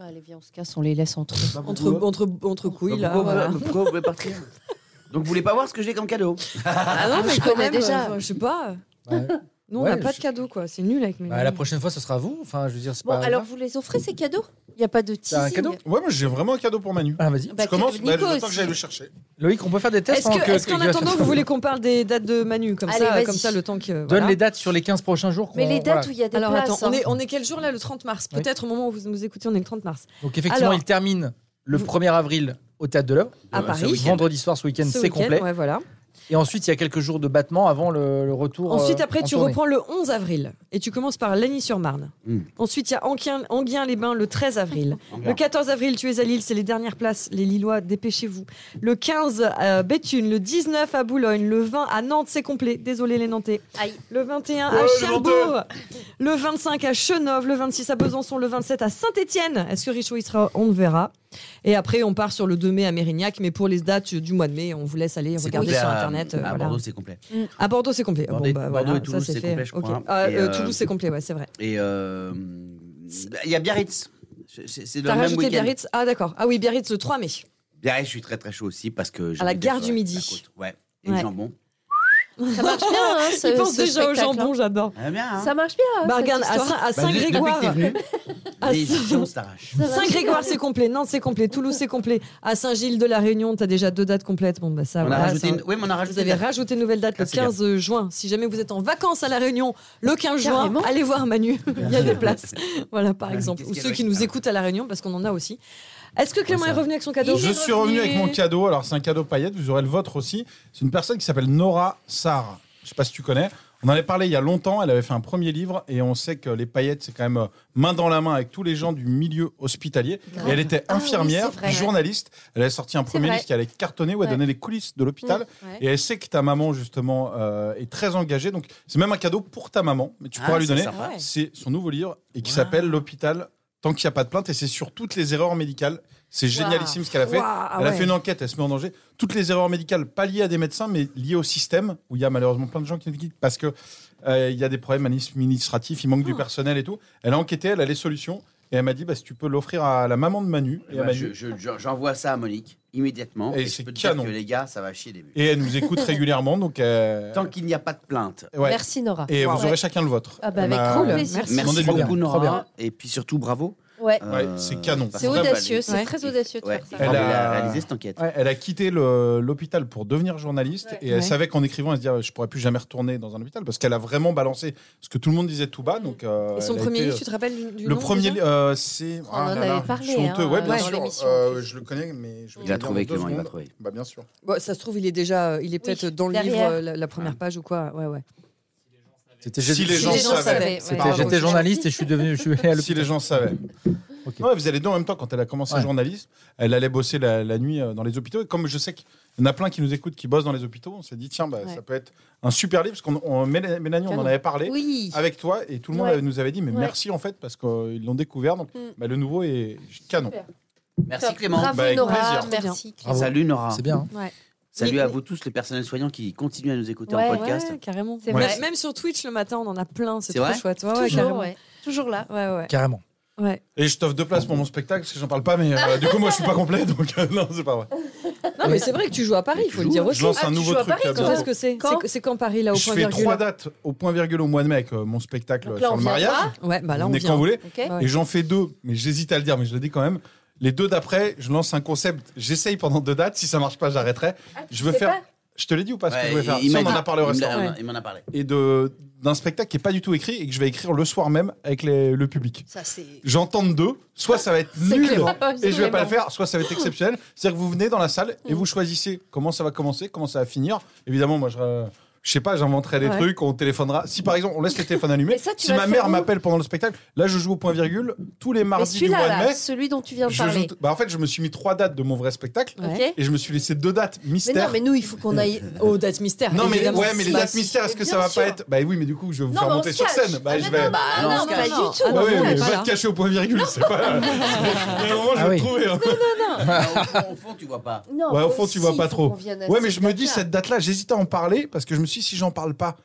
Speaker 3: Allez, viens, on se casse, on les laisse entre eux.
Speaker 6: entre, entre, entre couilles,
Speaker 2: Donc,
Speaker 6: là.
Speaker 2: Bah, pourquoi,
Speaker 6: voilà.
Speaker 2: vous- pourquoi vous pouvez partir Donc vous voulez pas voir ce que j'ai comme cadeau
Speaker 6: Ah non, mais
Speaker 3: Je
Speaker 6: quand
Speaker 3: connais
Speaker 6: même,
Speaker 3: déjà.
Speaker 6: euh, je sais pas.
Speaker 5: Ouais.
Speaker 6: Nous, on
Speaker 5: Ouais,
Speaker 6: n'a pas
Speaker 5: je-
Speaker 6: de cadeau, quoi. C'est nul avec mes
Speaker 5: Bah, la prochaine fois, ce sera vous. Enfin, je veux dire, c'est
Speaker 3: Bon,
Speaker 5: pas.
Speaker 3: alors vous les offrez ces cadeaux Il n'y a pas de teasing.
Speaker 5: T'as un cadeau
Speaker 4: Ouais, moi j'ai vraiment un cadeau pour Manu.
Speaker 5: Ah, vas-y.
Speaker 3: Bah,
Speaker 4: je commence,
Speaker 3: c'est
Speaker 4: bah,
Speaker 3: Nico
Speaker 4: le temps que
Speaker 3: aussi.
Speaker 4: j'aille le chercher.
Speaker 5: Loïc, on peut faire des tests
Speaker 6: Est-ce
Speaker 5: pendant
Speaker 6: que- est-ce qu'en
Speaker 5: qu'il va
Speaker 6: attendant,
Speaker 5: faire ça
Speaker 6: vous voulez qu'on parle des dates de Manu comme
Speaker 3: Allez,
Speaker 6: ça,
Speaker 3: vas-y.
Speaker 6: comme ça, le temps que
Speaker 5: Donne
Speaker 6: voilà.
Speaker 5: les dates sur les 15 prochains jours. qu'on-
Speaker 3: Mais les dates
Speaker 5: voilà.
Speaker 3: où il y a des
Speaker 6: Alors attends,
Speaker 3: places,
Speaker 6: on
Speaker 3: hein.
Speaker 6: est, on est quel jour là Le 30 mars.
Speaker 5: Oui.
Speaker 6: Peut-être au moment où vous nous écoutez, on est le 30 mars.
Speaker 5: Donc effectivement,
Speaker 6: Alors-
Speaker 5: il termine le 1er avril au Théâtre de l'œuvre.
Speaker 6: À
Speaker 2: Demain, ce
Speaker 6: Paris.
Speaker 2: week-end.
Speaker 5: Vendredi soir, ce Euh, week-end,
Speaker 6: Ce
Speaker 5: c'est
Speaker 6: week-end,
Speaker 5: complet.
Speaker 6: ouais, voilà.
Speaker 5: Et ensuite, il y a quelques jours de battement avant le, le retour.
Speaker 6: Ensuite,
Speaker 5: euh,
Speaker 6: après,
Speaker 5: en
Speaker 6: tu
Speaker 5: tournée.
Speaker 6: reprends le 11 avril et tu commences par Lagny-sur-Marne.
Speaker 2: Hmm.
Speaker 6: Ensuite, il y a Anguien- Anguien-les-Bains le 13 avril.
Speaker 2: Anguien.
Speaker 6: le 14 avril, tu es à Lille, c'est les dernières places, les Lillois, dépêchez-vous. Le 15 à Béthune, le 19 à Boulogne, le 20 à Nantes, c'est complet. Désolé les Nantais.
Speaker 3: Aïe.
Speaker 6: Le 21
Speaker 4: Ouais,
Speaker 6: à
Speaker 4: les
Speaker 6: Cherbourg, le 25 à Chenov, le 26 à Besançon, le 27 à Saint-Étienne. Est-ce que Richaud y sera On le verra. Et après, on part sur le 2 mai à Mérignac, mais pour les dates du mois de mai, on vous laisse aller
Speaker 2: C'est
Speaker 6: regarder
Speaker 2: complet
Speaker 6: sur
Speaker 2: à-
Speaker 6: Internet. euh,
Speaker 2: À
Speaker 6: voilà.
Speaker 2: Bordeaux, c'est complet.
Speaker 6: À Bordeaux, c'est complet.
Speaker 2: Bordeaux-
Speaker 6: bon, bah,
Speaker 2: Bordeaux
Speaker 6: voilà,
Speaker 2: et Toulouse,
Speaker 6: ça,
Speaker 2: c'est
Speaker 6: fait.
Speaker 2: complet, je
Speaker 6: Ok.
Speaker 2: crois.
Speaker 6: Ah,
Speaker 2: Et,
Speaker 6: euh,
Speaker 2: euh,
Speaker 6: Toulouse, c'est complet, ouais, c'est vrai.
Speaker 2: Et euh, bah, il y a Biarritz. C'est- C'est c'est dans
Speaker 6: T'as
Speaker 2: le même
Speaker 6: rajouté
Speaker 2: week-end.
Speaker 6: Biarritz Ah, d'accord. Ah oui, Biarritz le 3 mai.
Speaker 2: Biarritz, je suis très très chaud aussi parce que. j'ai
Speaker 6: la
Speaker 2: goûté
Speaker 6: gare
Speaker 2: sur
Speaker 6: du Midi.
Speaker 2: la côte. Ouais. Et le
Speaker 6: Ouais.
Speaker 2: jambon.
Speaker 3: Ça marche bien, hein, ce,
Speaker 6: Il pense
Speaker 3: ce
Speaker 6: déjà au
Speaker 3: spectacle-là.
Speaker 6: jambon, j'adore.
Speaker 2: Ah, bien, hein.
Speaker 3: Ça marche bien. hein,
Speaker 6: Bah,
Speaker 3: cette
Speaker 6: regarde, à
Speaker 3: histoire.
Speaker 6: Saint- Ah, à
Speaker 2: Bah, depuis que
Speaker 6: Saint-Grégoire.
Speaker 2: t'es venu,
Speaker 6: à
Speaker 2: les
Speaker 6: Saint-
Speaker 2: gens s'arrachent.
Speaker 3: Ça marche
Speaker 6: Saint-Grégoire, c'est complet. Nantes, c'est complet. Toulouse, c'est complet. À Saint-Gilles de la Réunion, t'as déjà deux dates complètes. Bon, bah ça,
Speaker 2: On a
Speaker 6: voilà,
Speaker 2: rajouté.
Speaker 6: ça-
Speaker 2: une- Oui, mais on a
Speaker 6: Vous
Speaker 2: rajouté.
Speaker 6: avez
Speaker 2: la-
Speaker 6: rajouté une nouvelle date
Speaker 2: Ah,
Speaker 6: le
Speaker 2: c'est bien.
Speaker 6: 15 juin. Si jamais vous êtes en vacances à La Réunion, le 15 juin,
Speaker 3: Carrément.
Speaker 6: allez voir Manu. Il y a des places. Voilà, par
Speaker 2: Ouais,
Speaker 6: exemple.
Speaker 2: qu'est-ce
Speaker 6: Ou
Speaker 2: qu'il y
Speaker 6: ceux
Speaker 2: avait
Speaker 6: qui nous
Speaker 2: Ah.
Speaker 6: écoutent à La Réunion, parce qu'on en a aussi. Est-ce que Clément
Speaker 2: Ouais,
Speaker 6: est
Speaker 2: ça va.
Speaker 6: revenu avec son cadeau
Speaker 4: Je suis revenu avec mon cadeau. Alors, c'est un cadeau paillette. Vous aurez le vôtre aussi. C'est une personne qui s'appelle Nora Sarr. Je sais pas si tu connais. On en avait parlé il y a longtemps. Elle avait fait un premier livre et on sait que les paillettes, c'est quand même euh, main dans la main avec tous les gens du milieu hospitalier. Et elle était
Speaker 3: Ah oui,
Speaker 4: infirmière,
Speaker 3: c'est vrai.
Speaker 4: journaliste. Elle avait sorti un premier
Speaker 3: vrai.
Speaker 4: livre qui allait cartonner où elle
Speaker 3: Ouais. Mm,
Speaker 4: donnait les coulisses de l'hôpital.
Speaker 3: Ouais.
Speaker 4: Et elle sait que ta maman, justement, euh, est très engagée. Donc, c'est même un cadeau pour ta maman, mais tu
Speaker 2: Ah,
Speaker 4: pourras lui
Speaker 2: c'est
Speaker 4: donner.
Speaker 2: sympa.
Speaker 6: Ouais.
Speaker 4: C'est son nouveau livre et qui
Speaker 2: Wow.
Speaker 4: s'appelle L'hôpital tant qu'il n'y a pas de plainte. Et c'est sur toutes les erreurs médicales. C'est génialissime ce qu'elle a fait. elle a fait une enquête, elle se met en danger. Toutes les erreurs médicales, pas liées à des médecins, mais liées au système, où il y a malheureusement plein de gens qui nous quittent parce que euh, il y a des problèmes administratifs, il manque du personnel et tout. Elle a enquêté, elle a les solutions. Et elle m'a dit, bah, si tu peux l'offrir à la maman de Manu. Et, à
Speaker 2: Bah,
Speaker 4: Manu.
Speaker 2: je- je- je- J'envoie ça à Monique immédiatement.
Speaker 4: Eh ben, Et
Speaker 2: Et, je
Speaker 4: c'est
Speaker 2: peux te dire
Speaker 4: canon.
Speaker 2: que les gars, ça va chier des buts.
Speaker 4: Et elle nous écoute régulièrement. Donc, euh,
Speaker 2: Tant qu'il n'y a pas de plainte.
Speaker 4: ouais.
Speaker 3: Merci
Speaker 5: Ah,
Speaker 3: Nora.
Speaker 4: Et vous
Speaker 3: Ouais.
Speaker 4: aurez chacun le vôtre.
Speaker 3: Ah bah,
Speaker 4: Elle
Speaker 3: avec
Speaker 4: m'a-
Speaker 3: grand
Speaker 6: cool.
Speaker 3: plaisir.
Speaker 6: Merci.
Speaker 4: On est
Speaker 2: Merci
Speaker 4: bien,
Speaker 2: beaucoup,
Speaker 4: trop
Speaker 2: Nora.
Speaker 4: bien.
Speaker 2: Et puis surtout, bravo. Euh,
Speaker 3: Ouais.
Speaker 4: Ouais, c'est canon.
Speaker 2: parce
Speaker 3: C'est
Speaker 2: que ça va
Speaker 3: audacieux,
Speaker 2: aller.
Speaker 3: c'est
Speaker 6: Ouais.
Speaker 3: très audacieux de
Speaker 2: Ouais,
Speaker 3: faire
Speaker 2: et
Speaker 3: ça.
Speaker 2: bravo,
Speaker 4: Elle
Speaker 2: elle a
Speaker 4: a-
Speaker 2: réalisé cette enquête.
Speaker 4: Ouais, elle a quitté le- l'hôpital pour devenir journaliste et elle
Speaker 6: Ouais.
Speaker 4: savait qu'en écrivant, elle se disait Je pourrais plus jamais retourner dans un hôpital parce qu'elle a vraiment balancé ce que tout le monde disait tout bas. Donc, euh,
Speaker 6: Et son
Speaker 4: elle a
Speaker 6: premier
Speaker 4: été-
Speaker 6: livre, tu te rappelles du, du
Speaker 4: Le
Speaker 6: nom
Speaker 4: premier,
Speaker 6: déjà
Speaker 4: li- euh, c'est.
Speaker 3: On en avait parlé,
Speaker 4: je suis honteux.
Speaker 3: hein,
Speaker 4: Ouais, bien
Speaker 3: dans
Speaker 4: sûr.
Speaker 3: l'émission.
Speaker 4: euh, je le connais, mais je vais
Speaker 2: Il a
Speaker 4: le dire
Speaker 2: trouvé
Speaker 4: en deux
Speaker 2: Clément, il a
Speaker 4: secondes.
Speaker 2: trouvé.
Speaker 4: Bah, bien sûr.
Speaker 6: Bon, Ça se trouve, il est déjà, il est peut-être
Speaker 3: Oui,
Speaker 6: dans le
Speaker 3: derrière.
Speaker 6: livre, euh, la, la première page ou quoi. Ouais, ouais.
Speaker 5: C'était
Speaker 4: Si les gens
Speaker 3: gens
Speaker 4: savaient.
Speaker 3: savaient,
Speaker 5: C'était-
Speaker 4: ouais.
Speaker 5: J'étais journaliste et je suis devenu. Je suis allé à
Speaker 4: Si les
Speaker 5: l'hôpital.
Speaker 4: gens savaient.
Speaker 5: Ok.
Speaker 4: Ouais, vous allez deux en même temps. Quand elle a commencé
Speaker 5: Ouais.
Speaker 4: journaliste, elle allait bosser la, la nuit euh, dans les hôpitaux. Et comme je sais qu'il y en a plein qui nous écoutent, qui bossent dans les hôpitaux, on s'est dit tiens, bah,
Speaker 6: Ouais.
Speaker 4: ça peut être un super livre. Parce qu'on, on- Mél- Mélanie, on en
Speaker 6: Canon.
Speaker 4: avait parlé
Speaker 3: Oui.
Speaker 4: avec toi et tout le monde
Speaker 3: Ouais.
Speaker 4: nous avait dit mais
Speaker 3: Ouais.
Speaker 4: merci en fait parce qu'ils l'ont découvert. Donc
Speaker 3: Mm.
Speaker 4: bah, le nouveau est canon.
Speaker 2: Merci
Speaker 3: Top.
Speaker 2: Clément.
Speaker 3: Bravo
Speaker 4: Bah, avec
Speaker 3: Nora,
Speaker 4: plaisir.
Speaker 3: merci.
Speaker 5: Bravo.
Speaker 2: Salut Nora.
Speaker 5: Ah C'est bien.
Speaker 2: Salut à vous tous les personnels soignants qui continuent à nous écouter
Speaker 3: Ouais,
Speaker 2: en podcast.
Speaker 6: Ouais, carrément.
Speaker 3: C'est
Speaker 4: Ouais.
Speaker 3: vrai.
Speaker 6: Même sur Twitch le matin, on en a plein. C'est
Speaker 2: C'est
Speaker 6: trop
Speaker 2: vrai
Speaker 6: chouette. Ouais, ouais,
Speaker 3: Toujours,
Speaker 6: carrément.
Speaker 3: ouais. Toujours là.
Speaker 6: Ouais, ouais.
Speaker 5: Carrément.
Speaker 6: ouais.
Speaker 4: Et je t'offre deux places pour mon spectacle parce que j'en parle pas, mais euh, du coup moi je suis pas complet donc euh, non c'est pas vrai.
Speaker 6: Non, mais c'est vrai que tu joues à Paris, il faut le dire aussi.
Speaker 4: Je lance
Speaker 3: Ah,
Speaker 4: un
Speaker 3: tu
Speaker 4: nouveau
Speaker 3: joues à
Speaker 4: truc.
Speaker 3: Paris,
Speaker 4: là,
Speaker 3: toi,
Speaker 6: Quand
Speaker 4: bientôt.
Speaker 6: est-ce que c'est
Speaker 3: Quand
Speaker 6: C'est- C'est quand Paris, là, au
Speaker 4: je
Speaker 6: point
Speaker 4: fais
Speaker 6: virgule
Speaker 4: trois dates au point virgule au mois de mai avec euh, mon spectacle
Speaker 3: Donc
Speaker 4: sur
Speaker 3: là, on
Speaker 4: le
Speaker 3: vient
Speaker 4: mariage.
Speaker 3: pas.
Speaker 6: Ouais, bah là, on
Speaker 4: Venez quand
Speaker 6: vient.
Speaker 4: vous voulez.
Speaker 3: Ok.
Speaker 6: Ouais.
Speaker 4: Et j'en fais deux, mais j'hésite à le dire, mais je le dis quand même. Les deux d'après, je lance un concept. J'essaye pendant deux dates. Si ça marche pas, j'arrêterai. je veux
Speaker 3: sais
Speaker 4: faire.
Speaker 3: pas
Speaker 4: Je te l'ai dit ou pas ce que
Speaker 2: Ouais,
Speaker 4: je voulais faire
Speaker 2: il
Speaker 4: Ça,
Speaker 2: m'a
Speaker 4: On en
Speaker 2: dit-
Speaker 4: a parlé au
Speaker 2: il me l'a-
Speaker 4: restaurant.
Speaker 2: Il m'en a parlé.
Speaker 4: Et de d'un spectacle qui est pas du tout écrit et que je vais écrire le soir même avec les- le public.
Speaker 3: Ça, c'est.
Speaker 4: J'entends deux. Soit ça va être
Speaker 3: C'est
Speaker 4: nul
Speaker 3: Clément.
Speaker 4: et je vais
Speaker 3: Clément.
Speaker 4: pas le faire, soit ça va être exceptionnel. C'est-à-dire que vous venez dans la salle
Speaker 3: Mm.
Speaker 4: et vous choisissez comment ça va commencer, comment ça va finir. Évidemment, moi, je, euh, je sais pas, j'inventerai des
Speaker 6: Ouais.
Speaker 4: trucs, on téléphonera. Si par exemple, on laisse les téléphones allumés,
Speaker 3: Mais ça, tu
Speaker 4: si
Speaker 3: vas
Speaker 4: ma
Speaker 3: le faire
Speaker 4: mère
Speaker 3: où
Speaker 4: m'appelle pendant le spectacle, là, je joue au point virgule tous les
Speaker 3: Mais
Speaker 4: mardis du mois
Speaker 3: celui-là,
Speaker 4: de
Speaker 3: là,
Speaker 4: mai.
Speaker 3: celui dont tu viens de
Speaker 4: Je
Speaker 3: parler.
Speaker 4: joue t- bah, en fait, je me suis mis trois dates de mon vrai spectacle
Speaker 6: Ouais.
Speaker 3: Ok.
Speaker 4: et je me suis laissé deux dates
Speaker 3: Mais
Speaker 4: mystères.
Speaker 3: non, mais nous, il faut qu'on aille.
Speaker 6: Oh, date mystère.
Speaker 4: Non, mais,
Speaker 6: évidemment.
Speaker 4: ouais, mais les
Speaker 6: Bah,
Speaker 4: dates mystères, est-ce
Speaker 3: Mais
Speaker 4: que ça
Speaker 3: bien
Speaker 4: va
Speaker 3: sûr.
Speaker 4: pas être. Bah oui, mais du coup, je vais vous faire
Speaker 3: mais on
Speaker 4: monter
Speaker 3: se
Speaker 4: sur
Speaker 3: cache.
Speaker 4: scène.
Speaker 3: Ah,
Speaker 4: Bah, je
Speaker 3: mais
Speaker 4: vais.
Speaker 3: non, non,
Speaker 2: non,
Speaker 3: non,
Speaker 2: on se
Speaker 3: pas
Speaker 2: cache.
Speaker 3: du tout.
Speaker 6: Ah,
Speaker 4: Ouais,
Speaker 6: non,
Speaker 4: ouais,
Speaker 6: non,
Speaker 4: mais
Speaker 6: voilà.
Speaker 4: va te cacher au point virgule, c'est pas. Il y a un moment, je
Speaker 5: Ah oui.
Speaker 4: vais le trouver. hein.
Speaker 2: Ah, au, fond, au fond, tu vois pas.
Speaker 3: Non,
Speaker 4: Ouais, au
Speaker 3: mais
Speaker 4: fond, tu
Speaker 3: si,
Speaker 4: vois pas
Speaker 3: faut
Speaker 4: trop.
Speaker 3: qu'on vienne à
Speaker 4: Ouais, mais
Speaker 3: cette
Speaker 4: je me dis,
Speaker 3: date-là.
Speaker 4: cette date-là, j'hésitais à en parler parce que je me suis dit, si j'en parle pas,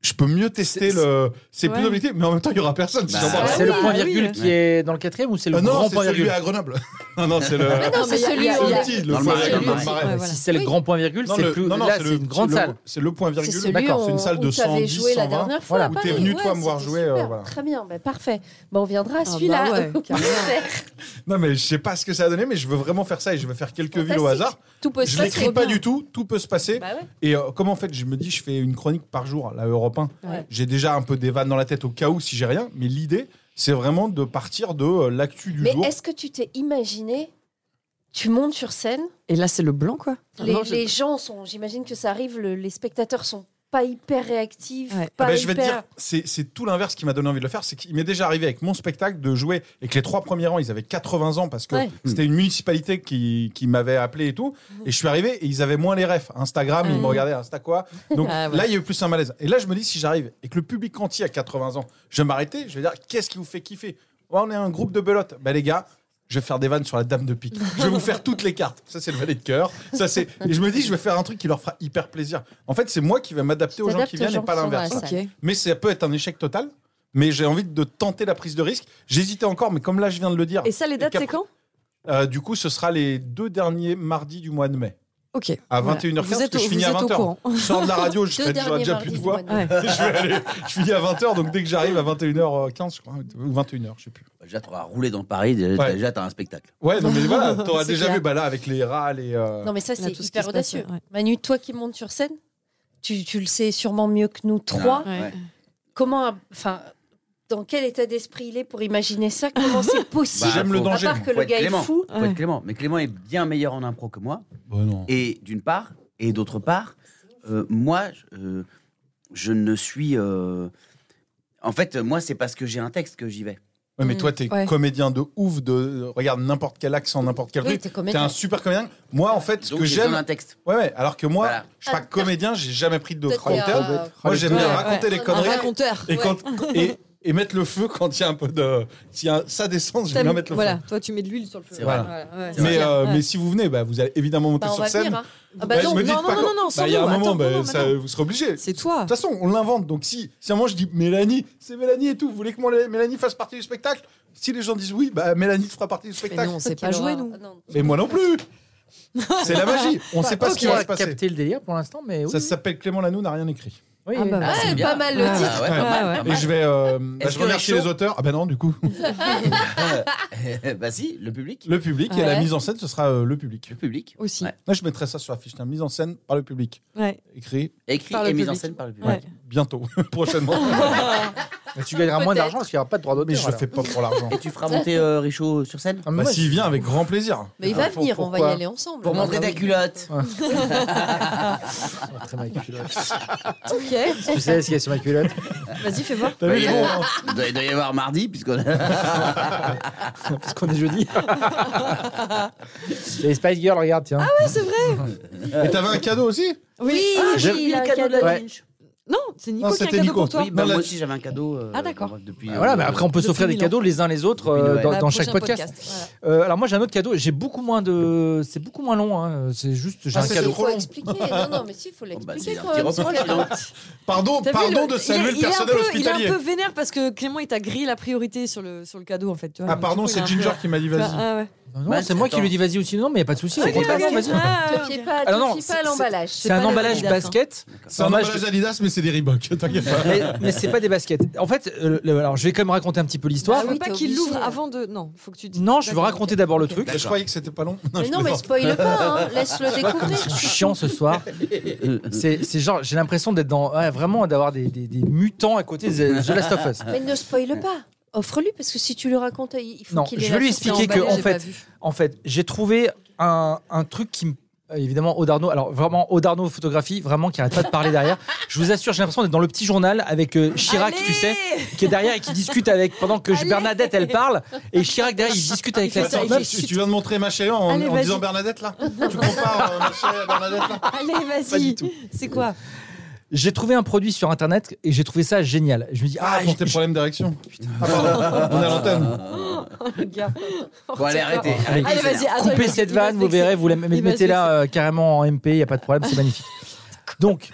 Speaker 4: je peux mieux tester le. C'est plus
Speaker 6: Ouais.
Speaker 4: objectif, mais en même temps, il y aura personne si
Speaker 2: Bah,
Speaker 4: j'en parle.
Speaker 6: Ah
Speaker 5: C'est le
Speaker 6: oui,
Speaker 5: point
Speaker 6: ah oui.
Speaker 5: virgule qui est dans le quatrième ou c'est le
Speaker 4: Ah
Speaker 5: grand
Speaker 4: non,
Speaker 5: point
Speaker 4: c'est celui
Speaker 5: virgule
Speaker 4: à Grenoble. non, non, c'est le.
Speaker 3: Non, c'est
Speaker 6: mais il
Speaker 3: celui
Speaker 6: y a- il y a-
Speaker 3: où
Speaker 6: il y a-
Speaker 3: on est-
Speaker 4: petit, le
Speaker 2: Dans le
Speaker 4: point
Speaker 2: Marais,
Speaker 4: virgule,
Speaker 2: dans
Speaker 4: dans le
Speaker 2: le
Speaker 4: Marais.
Speaker 6: Ouais, voilà.
Speaker 5: Si c'est le
Speaker 3: Oui.
Speaker 5: grand point virgule,
Speaker 4: Non,
Speaker 5: c'est
Speaker 4: le-
Speaker 5: plus.
Speaker 4: non, non,
Speaker 5: là,
Speaker 4: c'est
Speaker 5: c'est
Speaker 4: le-
Speaker 5: une grande
Speaker 4: c'est le-
Speaker 5: salle.
Speaker 4: C'est le point
Speaker 3: C'est
Speaker 4: virgule.
Speaker 3: celui
Speaker 5: D'accord,
Speaker 3: où
Speaker 4: c'est une salle
Speaker 3: on-
Speaker 4: de
Speaker 3: où t'avais
Speaker 4: 110,
Speaker 3: joué la
Speaker 4: 120,
Speaker 3: dernière fois.
Speaker 5: où
Speaker 3: à
Speaker 4: t'es
Speaker 3: Paris.
Speaker 4: venu, toi,
Speaker 3: Ouais,
Speaker 4: me
Speaker 3: c'était
Speaker 4: voir jouer,
Speaker 3: super.
Speaker 4: euh, voilà.
Speaker 3: Très bien, bah, parfait. Bah, on viendra à
Speaker 6: bah
Speaker 3: celui-là.
Speaker 6: ouais, carrément.
Speaker 4: Non, mais je sais pas ce que ça a donné, mais je veux vraiment faire ça et je vais faire quelques villes au
Speaker 3: Fantastique.
Speaker 4: hasard.
Speaker 3: Tout peut se
Speaker 4: Je
Speaker 3: passer.
Speaker 4: l'écris pas du tout, tout peut se passer.
Speaker 3: Bah ouais.
Speaker 4: Et euh, comme en fait, je me dis, je fais une chronique par jour, là, Europe 1.
Speaker 6: Ouais.
Speaker 4: J'ai déjà un peu des vannes dans la tête au cas où si j'ai rien, mais l'idée, c'est vraiment de partir de euh, l'actu du
Speaker 3: Mais
Speaker 4: jour.
Speaker 3: est-ce que tu t'es imaginé Tu montes sur scène,
Speaker 6: Et là, c'est le blanc, quoi.
Speaker 3: les, les gens sont. J'imagine que ça arrive, le- les spectateurs sont pas hyper réactif.
Speaker 6: Ouais.
Speaker 3: Pas
Speaker 4: Ah ben, je vais te
Speaker 3: hyper...
Speaker 4: dire, c'est c'est tout l'inverse qui m'a donné envie de le faire. C'est qu'il m'est déjà arrivé avec mon spectacle de jouer et que les trois premiers rangs, ils avaient 80 ans parce que
Speaker 3: Ouais.
Speaker 4: c'était une municipalité qui, qui m'avait appelé et tout. Et je suis arrivé et ils avaient moins les refs. Instagram,
Speaker 3: Ah
Speaker 4: ils me regardaient, Insta quoi. Donc
Speaker 6: Ah ouais.
Speaker 4: là, il y a eu plus un malaise. Et là, je me dis, si j'arrive et que le public entier a 80 ans, je vais m'arrêter, je vais dire, qu'est-ce qui vous fait kiffer Ouais, On est un groupe de belotes. Ben les gars. Je vais faire des vannes sur la dame de pique. Je vais vous faire toutes les cartes. Ça, c'est le valet de cœur. Ça, c'est. Et je me dis, je vais faire un truc qui leur fera hyper plaisir. En fait, c'est moi qui vais m'adapter aux gens
Speaker 3: t'adaptes
Speaker 4: qui viennent et pas
Speaker 3: qui sont dans la
Speaker 4: l'inverse.
Speaker 3: salle.
Speaker 4: Mais ça peut être un échec total. Mais j'ai envie de tenter la prise de risque. J'hésitais encore, mais comme là, je viens de le dire.
Speaker 6: Et ça, les dates,
Speaker 4: qu'après-
Speaker 6: c'est quand
Speaker 4: Euh, du coup, ce sera les deux derniers mardis du mois de mai.
Speaker 6: Ok.
Speaker 4: À
Speaker 6: Voilà.
Speaker 4: 21h15,
Speaker 6: Vous
Speaker 4: parce
Speaker 6: êtes
Speaker 4: que
Speaker 6: au-
Speaker 4: je finis
Speaker 6: vous
Speaker 4: à
Speaker 6: êtes au
Speaker 4: 20h.
Speaker 6: courant.
Speaker 4: Je sors de la radio, je
Speaker 3: Deux
Speaker 4: serai- j'aurai
Speaker 3: derniers
Speaker 4: déjà
Speaker 3: mardis
Speaker 4: plus de
Speaker 3: du
Speaker 4: voix.
Speaker 3: mois de
Speaker 6: Ouais.
Speaker 3: mai.
Speaker 4: je, vais aller- je finis à 20h, donc dès que j'arrive à 21h15, je crois, ou 21h, je sais plus.
Speaker 2: Déjà, t'auras roulé dans Paris, déjà, t'as-
Speaker 4: Ouais.
Speaker 2: déjà, t'as un spectacle.
Speaker 4: Ouais, non, mais voilà, t'auras
Speaker 3: C'est
Speaker 4: déjà
Speaker 3: clair.
Speaker 4: vu, bah là, avec les rats, les. euh,
Speaker 3: Non, mais ça, c'est
Speaker 6: tout ce qui
Speaker 3: hyper
Speaker 6: se passe,
Speaker 3: audacieux.
Speaker 6: ouais.
Speaker 3: Manu, toi qui montes sur scène, tu, tu le sais sûrement mieux que nous trois.
Speaker 2: Ouais.
Speaker 6: Ouais.
Speaker 3: Comment, un- enfin, dans quel état d'esprit il est pour imaginer ça Comment c'est possible
Speaker 2: Bah,
Speaker 4: J'aime le
Speaker 2: faut-
Speaker 4: danger.
Speaker 3: À part que
Speaker 2: Faut
Speaker 3: le
Speaker 2: être
Speaker 3: gars
Speaker 2: clément.
Speaker 3: est fou.
Speaker 2: Faut être Clément. Mais Clément est bien meilleur en impro que moi.
Speaker 4: Bon, Oh, non.
Speaker 2: Et d'une part, et d'autre part, euh, moi, euh, je ne suis. euh, En fait, moi, c'est parce que j'ai un texte que j'y vais.
Speaker 4: Ouais,
Speaker 3: Mm.
Speaker 4: mais toi, t'es
Speaker 6: Ouais.
Speaker 4: comédien de ouf, de regarde n'importe quel accent, n'importe quel
Speaker 3: Oui,
Speaker 4: truc.
Speaker 3: t'es
Speaker 4: T'es
Speaker 3: comédien.
Speaker 4: un super comédien. Moi, en fait, ce
Speaker 2: Donc,
Speaker 4: que
Speaker 2: j'ai besoin
Speaker 4: j'aime,
Speaker 2: d'un texte.
Speaker 4: Ouais, ouais, alors que moi,
Speaker 2: Voilà.
Speaker 4: je suis pas
Speaker 3: Ah,
Speaker 4: comédien, j'ai jamais pris de
Speaker 3: Peut-être qu'il y a-
Speaker 4: raconteur. Moi, j'aime bien
Speaker 6: Ouais,
Speaker 4: raconter
Speaker 3: ouais.
Speaker 4: les
Speaker 3: Un
Speaker 6: Un
Speaker 4: conneries
Speaker 6: raconteur.
Speaker 4: et,
Speaker 3: ouais.
Speaker 4: quand, et, et mettre le feu quand il y a un peu de. S'il y a un- ça descend, j'aime bien
Speaker 6: T'aimes-
Speaker 4: mettre le
Speaker 6: Voilà,
Speaker 4: feu.
Speaker 6: toi, tu mets de l'huile sur le feu.
Speaker 2: C'est vrai.
Speaker 6: Voilà, ouais.
Speaker 4: Mais, euh,
Speaker 6: Ouais.
Speaker 4: mais si vous venez, bah, vous allez évidemment monter
Speaker 3: Bah, on
Speaker 4: sur
Speaker 3: va
Speaker 4: scène.
Speaker 3: venir. hein. Ah
Speaker 4: Bah,
Speaker 3: bah non,
Speaker 4: me dites
Speaker 6: non,
Speaker 4: pas
Speaker 6: non,
Speaker 4: quand-
Speaker 6: non, non, sans
Speaker 4: bah, Il y a
Speaker 6: nous,
Speaker 4: un moment,
Speaker 6: attends,
Speaker 4: bah,
Speaker 6: non, non,
Speaker 4: ça,
Speaker 6: maintenant.
Speaker 4: vous serez obligé.
Speaker 6: C'est toi.
Speaker 4: De toute façon, on l'invente. Donc si, si à un moment je dis Mélanie, c'est Mélanie et tout, vous voulez que mon- Mélanie fasse partie du spectacle Si les gens disent oui, bah Mélanie fera partie du
Speaker 6: Mais
Speaker 4: spectacle.
Speaker 6: non, on sait pas
Speaker 3: Quelle
Speaker 6: jouer,
Speaker 3: horreur.
Speaker 6: nous.
Speaker 3: Ah, non.
Speaker 4: Mais moi non plus C'est la magie On sait pas
Speaker 5: Toi
Speaker 4: ce qui
Speaker 5: qui
Speaker 4: va
Speaker 5: as
Speaker 4: se passer.
Speaker 5: capté le délire pour l'instant, mais oui.
Speaker 4: Ça s'appelle Clément Lanou n'a rien écrit.
Speaker 5: oui,
Speaker 6: Ah
Speaker 5: oui.
Speaker 6: bah,
Speaker 3: Ah,
Speaker 2: c'est
Speaker 3: pas
Speaker 2: bien.
Speaker 3: mal le
Speaker 2: Ah,
Speaker 3: titre.
Speaker 2: ouais, pas mal,
Speaker 6: Ouais,
Speaker 2: pas
Speaker 4: Et
Speaker 2: mal.
Speaker 4: je vais. euh, bah,
Speaker 2: Est-ce
Speaker 4: je
Speaker 2: que
Speaker 4: remercie
Speaker 2: les
Speaker 4: les
Speaker 2: shows-
Speaker 4: auteurs. Ah ben non, du coup.
Speaker 2: Euh, bah si, le public.
Speaker 4: Le public et
Speaker 3: Ouais.
Speaker 4: la mise en scène, ce sera euh, le public.
Speaker 2: Le public.
Speaker 6: Aussi.
Speaker 2: Ouais.
Speaker 4: Moi, je mettrai ça sur la fiche. tiens, Mise en scène par le public.
Speaker 6: Ouais.
Speaker 4: Écrit
Speaker 2: Écrit
Speaker 6: Par
Speaker 2: et
Speaker 6: le
Speaker 2: mise en
Speaker 6: public.
Speaker 2: scène par le public.
Speaker 6: Ouais.
Speaker 4: bientôt, prochainement.
Speaker 5: Mais tu
Speaker 6: Ah,
Speaker 5: gagneras moins
Speaker 3: Peut-être.
Speaker 5: d'argent parce qu'il n'y aura pas de droit d'auteur.
Speaker 4: Mais je le
Speaker 5: alors.
Speaker 4: fais pas pour l'argent.
Speaker 2: Et tu feras monter euh, Richaud sur scène
Speaker 5: Ah, mais
Speaker 4: Bah,
Speaker 5: moi,
Speaker 4: s'il vient, avec grand plaisir.
Speaker 3: Mais il va
Speaker 5: Ah, pour-
Speaker 3: venir, on va
Speaker 5: pourquoi
Speaker 3: y aller ensemble.
Speaker 2: Pour montrer ta culotte.
Speaker 5: je suis très mal culotte.
Speaker 6: Ok,
Speaker 5: Tu sais ce qu'il y a sur ma culotte
Speaker 6: vas-y, fais voir.
Speaker 4: T'as vu,
Speaker 2: Ouais,
Speaker 4: les
Speaker 2: il y a-
Speaker 4: bons, hein
Speaker 2: Il doit il doit y avoir mardi, puisqu'on a.
Speaker 5: Parce qu'on est jeudi. Il y a les Spice Girls, regarde, tiens.
Speaker 6: Ah Ouais, c'est vrai.
Speaker 4: Et t'avais un cadeau aussi
Speaker 3: Oui,
Speaker 5: j'ai
Speaker 3: il a un cadeau.
Speaker 5: Ouais.
Speaker 6: Non, c'est Nico
Speaker 4: Non,
Speaker 6: qui a un
Speaker 4: c'était
Speaker 6: cadeau
Speaker 4: Nico.
Speaker 6: pour toi.
Speaker 2: Oui, bah,
Speaker 4: Non,
Speaker 2: moi
Speaker 4: là-
Speaker 2: aussi j'avais un cadeau. euh,
Speaker 6: Ah, d'accord.
Speaker 2: moi, Depuis.
Speaker 5: Bah
Speaker 2: euh,
Speaker 5: voilà, mais après on peut
Speaker 6: Depuis
Speaker 5: s'offrir des
Speaker 6: mille ans.
Speaker 5: cadeaux les uns les autres
Speaker 2: Depuis
Speaker 5: euh,
Speaker 2: Noël.
Speaker 5: dans,
Speaker 6: Bah,
Speaker 5: dans
Speaker 6: prochain
Speaker 5: chaque podcast.
Speaker 6: voilà.
Speaker 5: Euh, alors moi j'ai un autre cadeau, j'ai beaucoup moins de, c'est beaucoup moins long, hein. c'est juste j'ai
Speaker 4: Ah,
Speaker 5: un
Speaker 4: c'est
Speaker 3: Si,
Speaker 4: cadeau.
Speaker 3: il
Speaker 5: cadeau.
Speaker 4: trop
Speaker 3: faut
Speaker 4: long.
Speaker 3: expliquer. Non, non, mais si, il faut
Speaker 2: Oh, bah, c'est
Speaker 3: l'expliquer
Speaker 2: un
Speaker 3: quand
Speaker 2: petit
Speaker 3: même.
Speaker 2: repas, dis donc.
Speaker 4: Pardon,
Speaker 6: T'as vu,
Speaker 4: pardon
Speaker 6: le-
Speaker 4: de saluer
Speaker 6: il
Speaker 4: le
Speaker 6: est- il est un
Speaker 4: personnel
Speaker 6: peu- Il est
Speaker 4: hospitalier.
Speaker 6: un peu vénère parce que Clément, il t'a grillé la priorité sur le, sur le cadeau, en fait. tu vois.
Speaker 4: Ah
Speaker 6: Du
Speaker 4: pardon,
Speaker 6: coup, il est
Speaker 4: c'est
Speaker 6: un
Speaker 4: Ginger
Speaker 6: peu-
Speaker 4: qui m'a dit vas-y.
Speaker 6: Ah ouais.
Speaker 5: Non, non, c'est moi qui lui dis vas-y aussi non mais y a pas de souci. au
Speaker 6: Ok,
Speaker 5: contraire,
Speaker 6: ok.
Speaker 5: vas-y.
Speaker 6: Ah,
Speaker 3: Te
Speaker 6: ok.
Speaker 3: fie pas,
Speaker 5: Alors
Speaker 3: te
Speaker 5: non,
Speaker 3: fie pas à l'emballage.
Speaker 5: C'est un
Speaker 6: pas le
Speaker 5: emballage
Speaker 6: Adidas, hein.
Speaker 5: basket.
Speaker 4: C'est un emballage Adidas, mais c'est des Reebok. T'inquiète pas.
Speaker 5: Mais, mais c'est pas des baskets. En fait, euh, le- alors je vais quand même raconter un petit peu l'histoire.
Speaker 6: Je
Speaker 3: Bah
Speaker 6: veux
Speaker 3: oui,
Speaker 6: pas
Speaker 3: t'es
Speaker 6: qu'il
Speaker 3: obligé.
Speaker 6: l'ouvre avant de. Non, faut que tu dises.
Speaker 5: Non, je vais
Speaker 6: D'accord,
Speaker 5: raconter
Speaker 6: ok.
Speaker 5: d'abord le truc.
Speaker 4: Bah, Je croyais que c'était pas long. Non,
Speaker 3: Mais
Speaker 4: je
Speaker 3: non, mais
Speaker 4: plaisante.
Speaker 3: spoil pas, hein. laisse-le
Speaker 5: Comme
Speaker 3: découvrir.
Speaker 5: ils sont chiants ce soir. C'est c'est genre, j'ai l'impression d'être dans. ouais, vraiment d'avoir des, des- des mutants à côté de The Last of Us.
Speaker 3: Mais ne spoil pas. Offre-lui, parce que si tu lui racontes, il faut
Speaker 5: Non,
Speaker 3: qu'il
Speaker 5: je
Speaker 3: ait
Speaker 5: vais
Speaker 3: la
Speaker 5: lui
Speaker 3: surprise.
Speaker 5: expliquer que,
Speaker 6: Emballé,
Speaker 5: en
Speaker 6: j'ai pas
Speaker 5: fait,
Speaker 6: vu.
Speaker 5: En fait, j'ai trouvé un, un truc qui me. euh, Évidemment, Odarno, alors vraiment Odarno photographie, vraiment qui arrête pas de parler derrière. Je vous assure, j'ai l'impression d'être dans le petit journal avec euh, Chirac,
Speaker 6: Allez
Speaker 5: tu sais, qui est derrière et qui discute avec, pendant que je-
Speaker 6: Allez
Speaker 5: Bernadette elle parle, et Chirac derrière il discute avec la
Speaker 4: Attends,
Speaker 5: sorte
Speaker 6: Bah,
Speaker 4: tu, tu- tu viens de montrer ma chérie en,
Speaker 6: Allez,
Speaker 4: en
Speaker 6: vas-y.
Speaker 4: disant Bernadette là Tu compares euh, ma chérie à Bernadette là
Speaker 6: Allez,
Speaker 4: Pas
Speaker 6: vas-y.
Speaker 4: du tout.
Speaker 6: C'est quoi
Speaker 5: J'ai trouvé un produit sur internet et j'ai trouvé ça génial. Je me dis, ah,
Speaker 4: Ah, pour tes
Speaker 5: je-
Speaker 4: problèmes d'érection. Ah, pardon, on est à l'antenne.
Speaker 6: Le gars.
Speaker 2: Bon, allez, arrêtez.
Speaker 5: Allez,
Speaker 6: Allez, vas-y. attends, Ah, il va-
Speaker 5: coupez
Speaker 6: il
Speaker 5: cette
Speaker 6: va
Speaker 5: vanne,
Speaker 6: se
Speaker 5: vous
Speaker 6: vexer.
Speaker 5: verrez, vous la
Speaker 6: Il va se
Speaker 5: mettez-la euh, carrément en MP, il a pas de problème, c'est magnifique. Donc,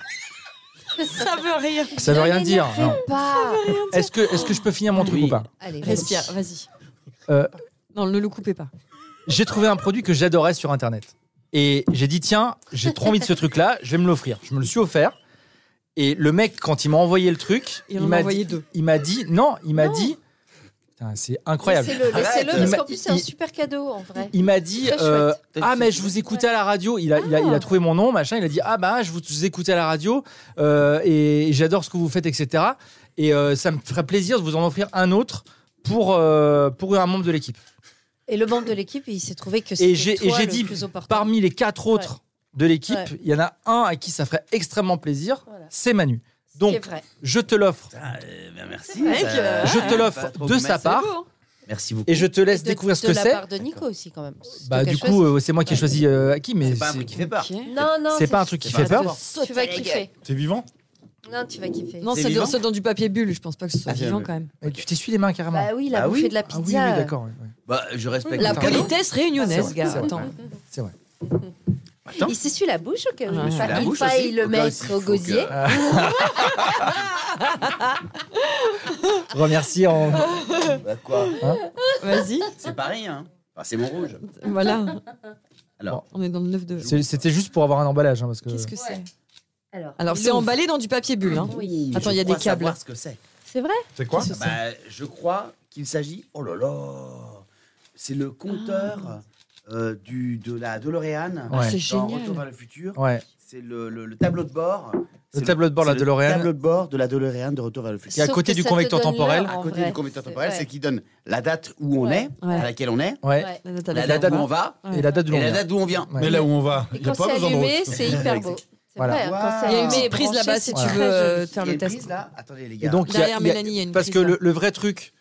Speaker 6: Ça veut rire.
Speaker 5: ça veut rien dire.
Speaker 3: Fais
Speaker 5: non.
Speaker 3: pas.
Speaker 5: Est-ce que, est-ce que je peux finir mon truc
Speaker 2: Oui.
Speaker 5: ou pas
Speaker 3: Allez,
Speaker 6: Respire,
Speaker 3: vas-y.
Speaker 6: vas-y.
Speaker 5: Euh,
Speaker 6: Non, ne le coupez pas.
Speaker 5: J'ai trouvé un produit que j'adorais sur internet. Et j'ai dit, tiens, j'ai trop envie de ce truc-là, je vais me l'offrir. Je me le suis offert. Et le mec, quand il m'a envoyé le truc,
Speaker 6: Il
Speaker 5: il,
Speaker 6: en a
Speaker 5: m'a
Speaker 6: envoyé
Speaker 5: dit,
Speaker 6: deux.
Speaker 5: il m'a dit, non, il m'a
Speaker 3: Non.
Speaker 5: dit, Putain, c'est incroyable.
Speaker 3: Laissez-le, laissez-le,
Speaker 2: Arrête.
Speaker 3: parce
Speaker 5: Il
Speaker 3: qu'en
Speaker 5: m'a-
Speaker 3: plus, c'est un
Speaker 5: il-
Speaker 3: super cadeau, en vrai.
Speaker 5: Il m'a dit,
Speaker 3: Très Ah.
Speaker 5: euh,
Speaker 2: chouette.
Speaker 5: ah mais je vous écoutais à la radio. Il a, il, a, il a trouvé mon nom, machin. Il a dit, ah bah je vous écoutais à la radio euh, et j'adore ce que vous faites, etc. Et euh, ça me ferait plaisir de vous en offrir un autre pour euh, pour un membre de l'équipe.
Speaker 3: Et le membre de l'équipe, il s'est trouvé que
Speaker 5: j'ai-
Speaker 3: c'était
Speaker 5: et
Speaker 3: toi
Speaker 5: j'ai
Speaker 3: le
Speaker 5: dit,
Speaker 3: plus opportun.
Speaker 5: Parmi les quatre autres de l'équipe,
Speaker 3: Ouais.
Speaker 5: il y en a un à qui ça ferait extrêmement plaisir,
Speaker 3: Voilà.
Speaker 5: c'est Manu. Donc,
Speaker 3: C'est vrai. Ah.
Speaker 5: je te l'offre.
Speaker 2: Ah, euh, bah, merci.
Speaker 6: Ouais, que-
Speaker 5: Je te
Speaker 2: Pas
Speaker 5: l'offre
Speaker 2: trop
Speaker 5: de
Speaker 2: vous
Speaker 5: sa
Speaker 2: masser.
Speaker 5: part
Speaker 2: Merci beaucoup.
Speaker 5: et je te laisse
Speaker 3: De-
Speaker 5: découvrir ce
Speaker 3: de
Speaker 5: que
Speaker 3: la
Speaker 5: c'est.
Speaker 3: part de Nico aussi, quand même. C'est
Speaker 5: Bah,
Speaker 3: toi
Speaker 5: du
Speaker 3: qui as choisi.
Speaker 5: coup, euh, c'est moi qui ai
Speaker 3: Ouais.
Speaker 5: choisi euh, Hakim, mais
Speaker 2: Ah, C'est pas un
Speaker 5: c'est-
Speaker 2: truc qui fait peur.
Speaker 3: Non, non.
Speaker 5: c'est pas un truc qui fait
Speaker 2: pas-
Speaker 5: peur.
Speaker 3: Tu vas kiffer.
Speaker 4: T'es vivant
Speaker 3: Non, tu vas kiffer.
Speaker 6: Non,
Speaker 2: C'est
Speaker 6: c'est
Speaker 2: vivant
Speaker 6: dans, c'est dans du papier bulle, je pense pas que ce soit
Speaker 2: Ah, c'est-
Speaker 6: vivant quand même.
Speaker 5: Et Tu t'essuies les mains carrément.
Speaker 3: Bah oui, la
Speaker 2: Bah oui.
Speaker 3: bouffée de la
Speaker 5: ah
Speaker 3: pizza.
Speaker 5: oui, oui, d'accord. oui, oui.
Speaker 2: Bah, je respecte
Speaker 6: La
Speaker 2: le cadeau.
Speaker 6: politesse réunionnaise,
Speaker 5: Ah,
Speaker 6: gars.
Speaker 5: c'est vrai.
Speaker 6: Attends.
Speaker 5: C'est vrai.
Speaker 2: Attends.
Speaker 3: Il s'essuie la bouche, ok.
Speaker 6: Je me suis
Speaker 2: la
Speaker 3: Il
Speaker 2: bouche
Speaker 3: faille
Speaker 2: aussi.
Speaker 3: le
Speaker 2: Donc là aussi,
Speaker 3: mettre
Speaker 2: il
Speaker 3: au
Speaker 2: faut
Speaker 3: gosier.
Speaker 5: Remercier en.
Speaker 2: Bah quoi
Speaker 6: Vas-y.
Speaker 2: C'est pareil, hein. Enfin, c'est mon rouge.
Speaker 6: Voilà.
Speaker 2: Alors,
Speaker 6: On est dans le 9 de.
Speaker 5: C'est- C'était juste pour avoir un emballage. hein, parce que...
Speaker 6: Qu'est-ce que c'est
Speaker 3: Alors,
Speaker 6: Alors, c'est emballé dans du papier bulle. hein.
Speaker 2: oui,
Speaker 6: Attends,
Speaker 2: je
Speaker 6: il y a des
Speaker 2: crois savoir
Speaker 6: câbles.
Speaker 2: ce que c'est.
Speaker 3: c'est vrai
Speaker 4: C'est quoi
Speaker 2: Ah bah, je crois qu'il s'agit. Oh là là C'est le compteur euh, du, de la DeLorean.
Speaker 5: Ah,
Speaker 2: dans
Speaker 6: c'est génial.
Speaker 2: Retour vers le futur.
Speaker 5: Ouais.
Speaker 2: C'est le, le- le tableau de bord. C'est
Speaker 5: tableau de bord de la
Speaker 2: c'est
Speaker 5: DeLorean.
Speaker 2: Le tableau de bord de la DeLorean de Retour vers le futur.
Speaker 5: à
Speaker 3: Sauf
Speaker 5: côté
Speaker 3: que
Speaker 5: du
Speaker 3: ça te
Speaker 5: convecteur
Speaker 3: donne
Speaker 5: temporel.
Speaker 3: l'heure,
Speaker 2: À
Speaker 3: en
Speaker 2: côté
Speaker 3: vrai.
Speaker 2: du convecteur
Speaker 3: C'est-
Speaker 2: temporel,
Speaker 3: ouais.
Speaker 2: c'est qui donne la date où on
Speaker 3: Ouais.
Speaker 2: est, à laquelle on est,
Speaker 3: Ouais.
Speaker 5: Ouais.
Speaker 2: la date où on va,
Speaker 5: Et la date du
Speaker 2: et la
Speaker 5: lendemain.
Speaker 2: date d'où on vient.
Speaker 5: Ouais.
Speaker 4: Mais là où on va,
Speaker 3: Et
Speaker 4: il n'y a
Speaker 3: quand
Speaker 4: pas
Speaker 3: c'est
Speaker 4: besoin de
Speaker 3: allumé,
Speaker 4: route.
Speaker 3: c'est hyper beau. C'est
Speaker 5: Voilà.
Speaker 3: vrai, hein,
Speaker 2: Waouh.
Speaker 3: quand
Speaker 6: Il y a une
Speaker 3: c'est
Speaker 6: petite prise
Speaker 3: branché,
Speaker 6: là-bas si tu
Speaker 3: c'est
Speaker 6: veux
Speaker 3: très
Speaker 6: euh,
Speaker 3: joli.
Speaker 6: faire
Speaker 2: Il y a
Speaker 6: le
Speaker 2: une
Speaker 6: test.
Speaker 2: prise, là Attendez les
Speaker 5: Et
Speaker 2: gars.
Speaker 5: donc, il y a-
Speaker 6: Derrière
Speaker 5: il y a-
Speaker 6: Mélanie, il y a une
Speaker 5: Parce
Speaker 6: prise,
Speaker 5: que
Speaker 6: là.
Speaker 5: le, le vrai truc.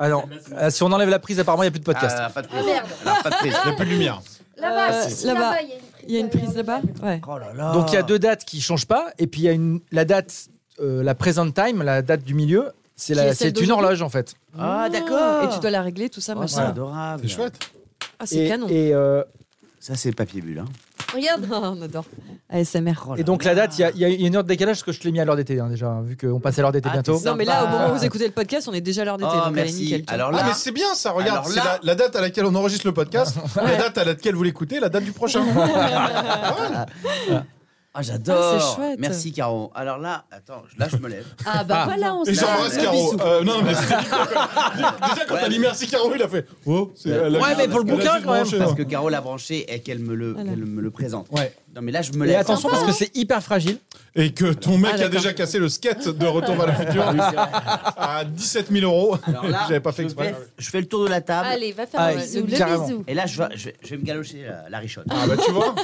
Speaker 5: Ah non, ah, si on enlève la prise, apparemment, il n'y a plus de podcast.
Speaker 2: Ah, pas de prise.
Speaker 3: Ah, merde.
Speaker 2: Alors, pas de prise.
Speaker 4: Il n'y a plus de lumière.
Speaker 2: Ah,
Speaker 3: Là-bas,
Speaker 6: Euh,
Speaker 3: si, si,
Speaker 6: là-bas.
Speaker 3: là-bas, il y a une prise.
Speaker 6: Il y a une prise là-bas Ouais.
Speaker 2: Oh là là.
Speaker 5: Donc il y a deux dates qui changent pas, et puis il y a une, la date, euh, la present time, la date du milieu, c'est
Speaker 6: Qui est
Speaker 5: la-
Speaker 6: celle
Speaker 5: c'est une
Speaker 6: d'aujourd'hui.
Speaker 5: horloge en fait.
Speaker 2: Ah d'accord.
Speaker 6: Et tu dois la régler, tout ça,
Speaker 2: Oh, c'est
Speaker 6: machin.
Speaker 2: adorable.
Speaker 4: C'est chouette.
Speaker 6: Ah, c'est
Speaker 5: Et,
Speaker 6: canon.
Speaker 5: et, euh,
Speaker 2: Ça c'est papier bulle. Hein.
Speaker 3: Regarde,
Speaker 6: on adore. ASMR.
Speaker 2: Oh là
Speaker 5: et donc
Speaker 2: là.
Speaker 5: la date, il y a- il y, a une heure de décalage parce que je te l'ai mis à l'heure d'été hein, déjà, hein, vu qu'on passe à l'heure d'été
Speaker 2: Ah,
Speaker 5: bientôt.
Speaker 2: c'est ça.
Speaker 6: Non, mais là, au
Speaker 2: Ah.
Speaker 6: moment où vous écoutez le podcast, on est déjà à l'heure d'été.
Speaker 2: Oh,
Speaker 6: donc elle est
Speaker 2: merci.
Speaker 6: nickel.
Speaker 2: Alors
Speaker 4: Ah,
Speaker 2: là,
Speaker 4: mais c'est bien ça, regarde.
Speaker 2: Alors
Speaker 4: C'est
Speaker 2: là-
Speaker 4: la, la date à laquelle on enregistre le podcast, la date à laquelle vous l'écoutez, la date du prochain.
Speaker 2: ah, j'adore.
Speaker 6: Ah, c'est chouette.
Speaker 2: Merci Caro. Alors là, attends, je- là je me lève.
Speaker 3: ah bah voilà, on
Speaker 4: Et
Speaker 3: se
Speaker 4: j'embrasse
Speaker 3: fait un
Speaker 4: Caro.
Speaker 3: bisou.
Speaker 4: Euh, non, mais c'était Nico, quoi. Déjà, quand
Speaker 2: Ouais, mais-
Speaker 4: t'as mis merci Caro, il a fait. Oh, c'est- elle a
Speaker 2: Ouais,
Speaker 4: juste-
Speaker 2: mais pour le
Speaker 4: elle a
Speaker 2: bouquin,
Speaker 4: juste
Speaker 5: quand même,
Speaker 4: branché,
Speaker 2: Parce
Speaker 4: hein.
Speaker 2: que Caro l'a branché et qu'elle me le,
Speaker 6: Voilà.
Speaker 2: qu'elle me le présente.
Speaker 4: Ouais.
Speaker 2: Non mais là je me
Speaker 5: Et
Speaker 2: lève.
Speaker 5: attention parce que c'est hyper fragile.
Speaker 4: Et que ton mec
Speaker 6: Ah,
Speaker 4: a
Speaker 6: d'accord.
Speaker 4: déjà cassé le skate de Retour vers le futur
Speaker 2: Ah
Speaker 4: à 17 000 euros.
Speaker 2: Alors là,
Speaker 4: J'avais pas fait
Speaker 2: je
Speaker 4: exprès.
Speaker 2: baisse, Je fais le tour de la table.
Speaker 3: Allez, va faire
Speaker 5: Ah,
Speaker 3: un bisou. Le
Speaker 5: carrément.
Speaker 3: bisou.
Speaker 2: Et là je vais, je vais- je vais me galocher euh, la richotte.
Speaker 4: Ah bah tu vois,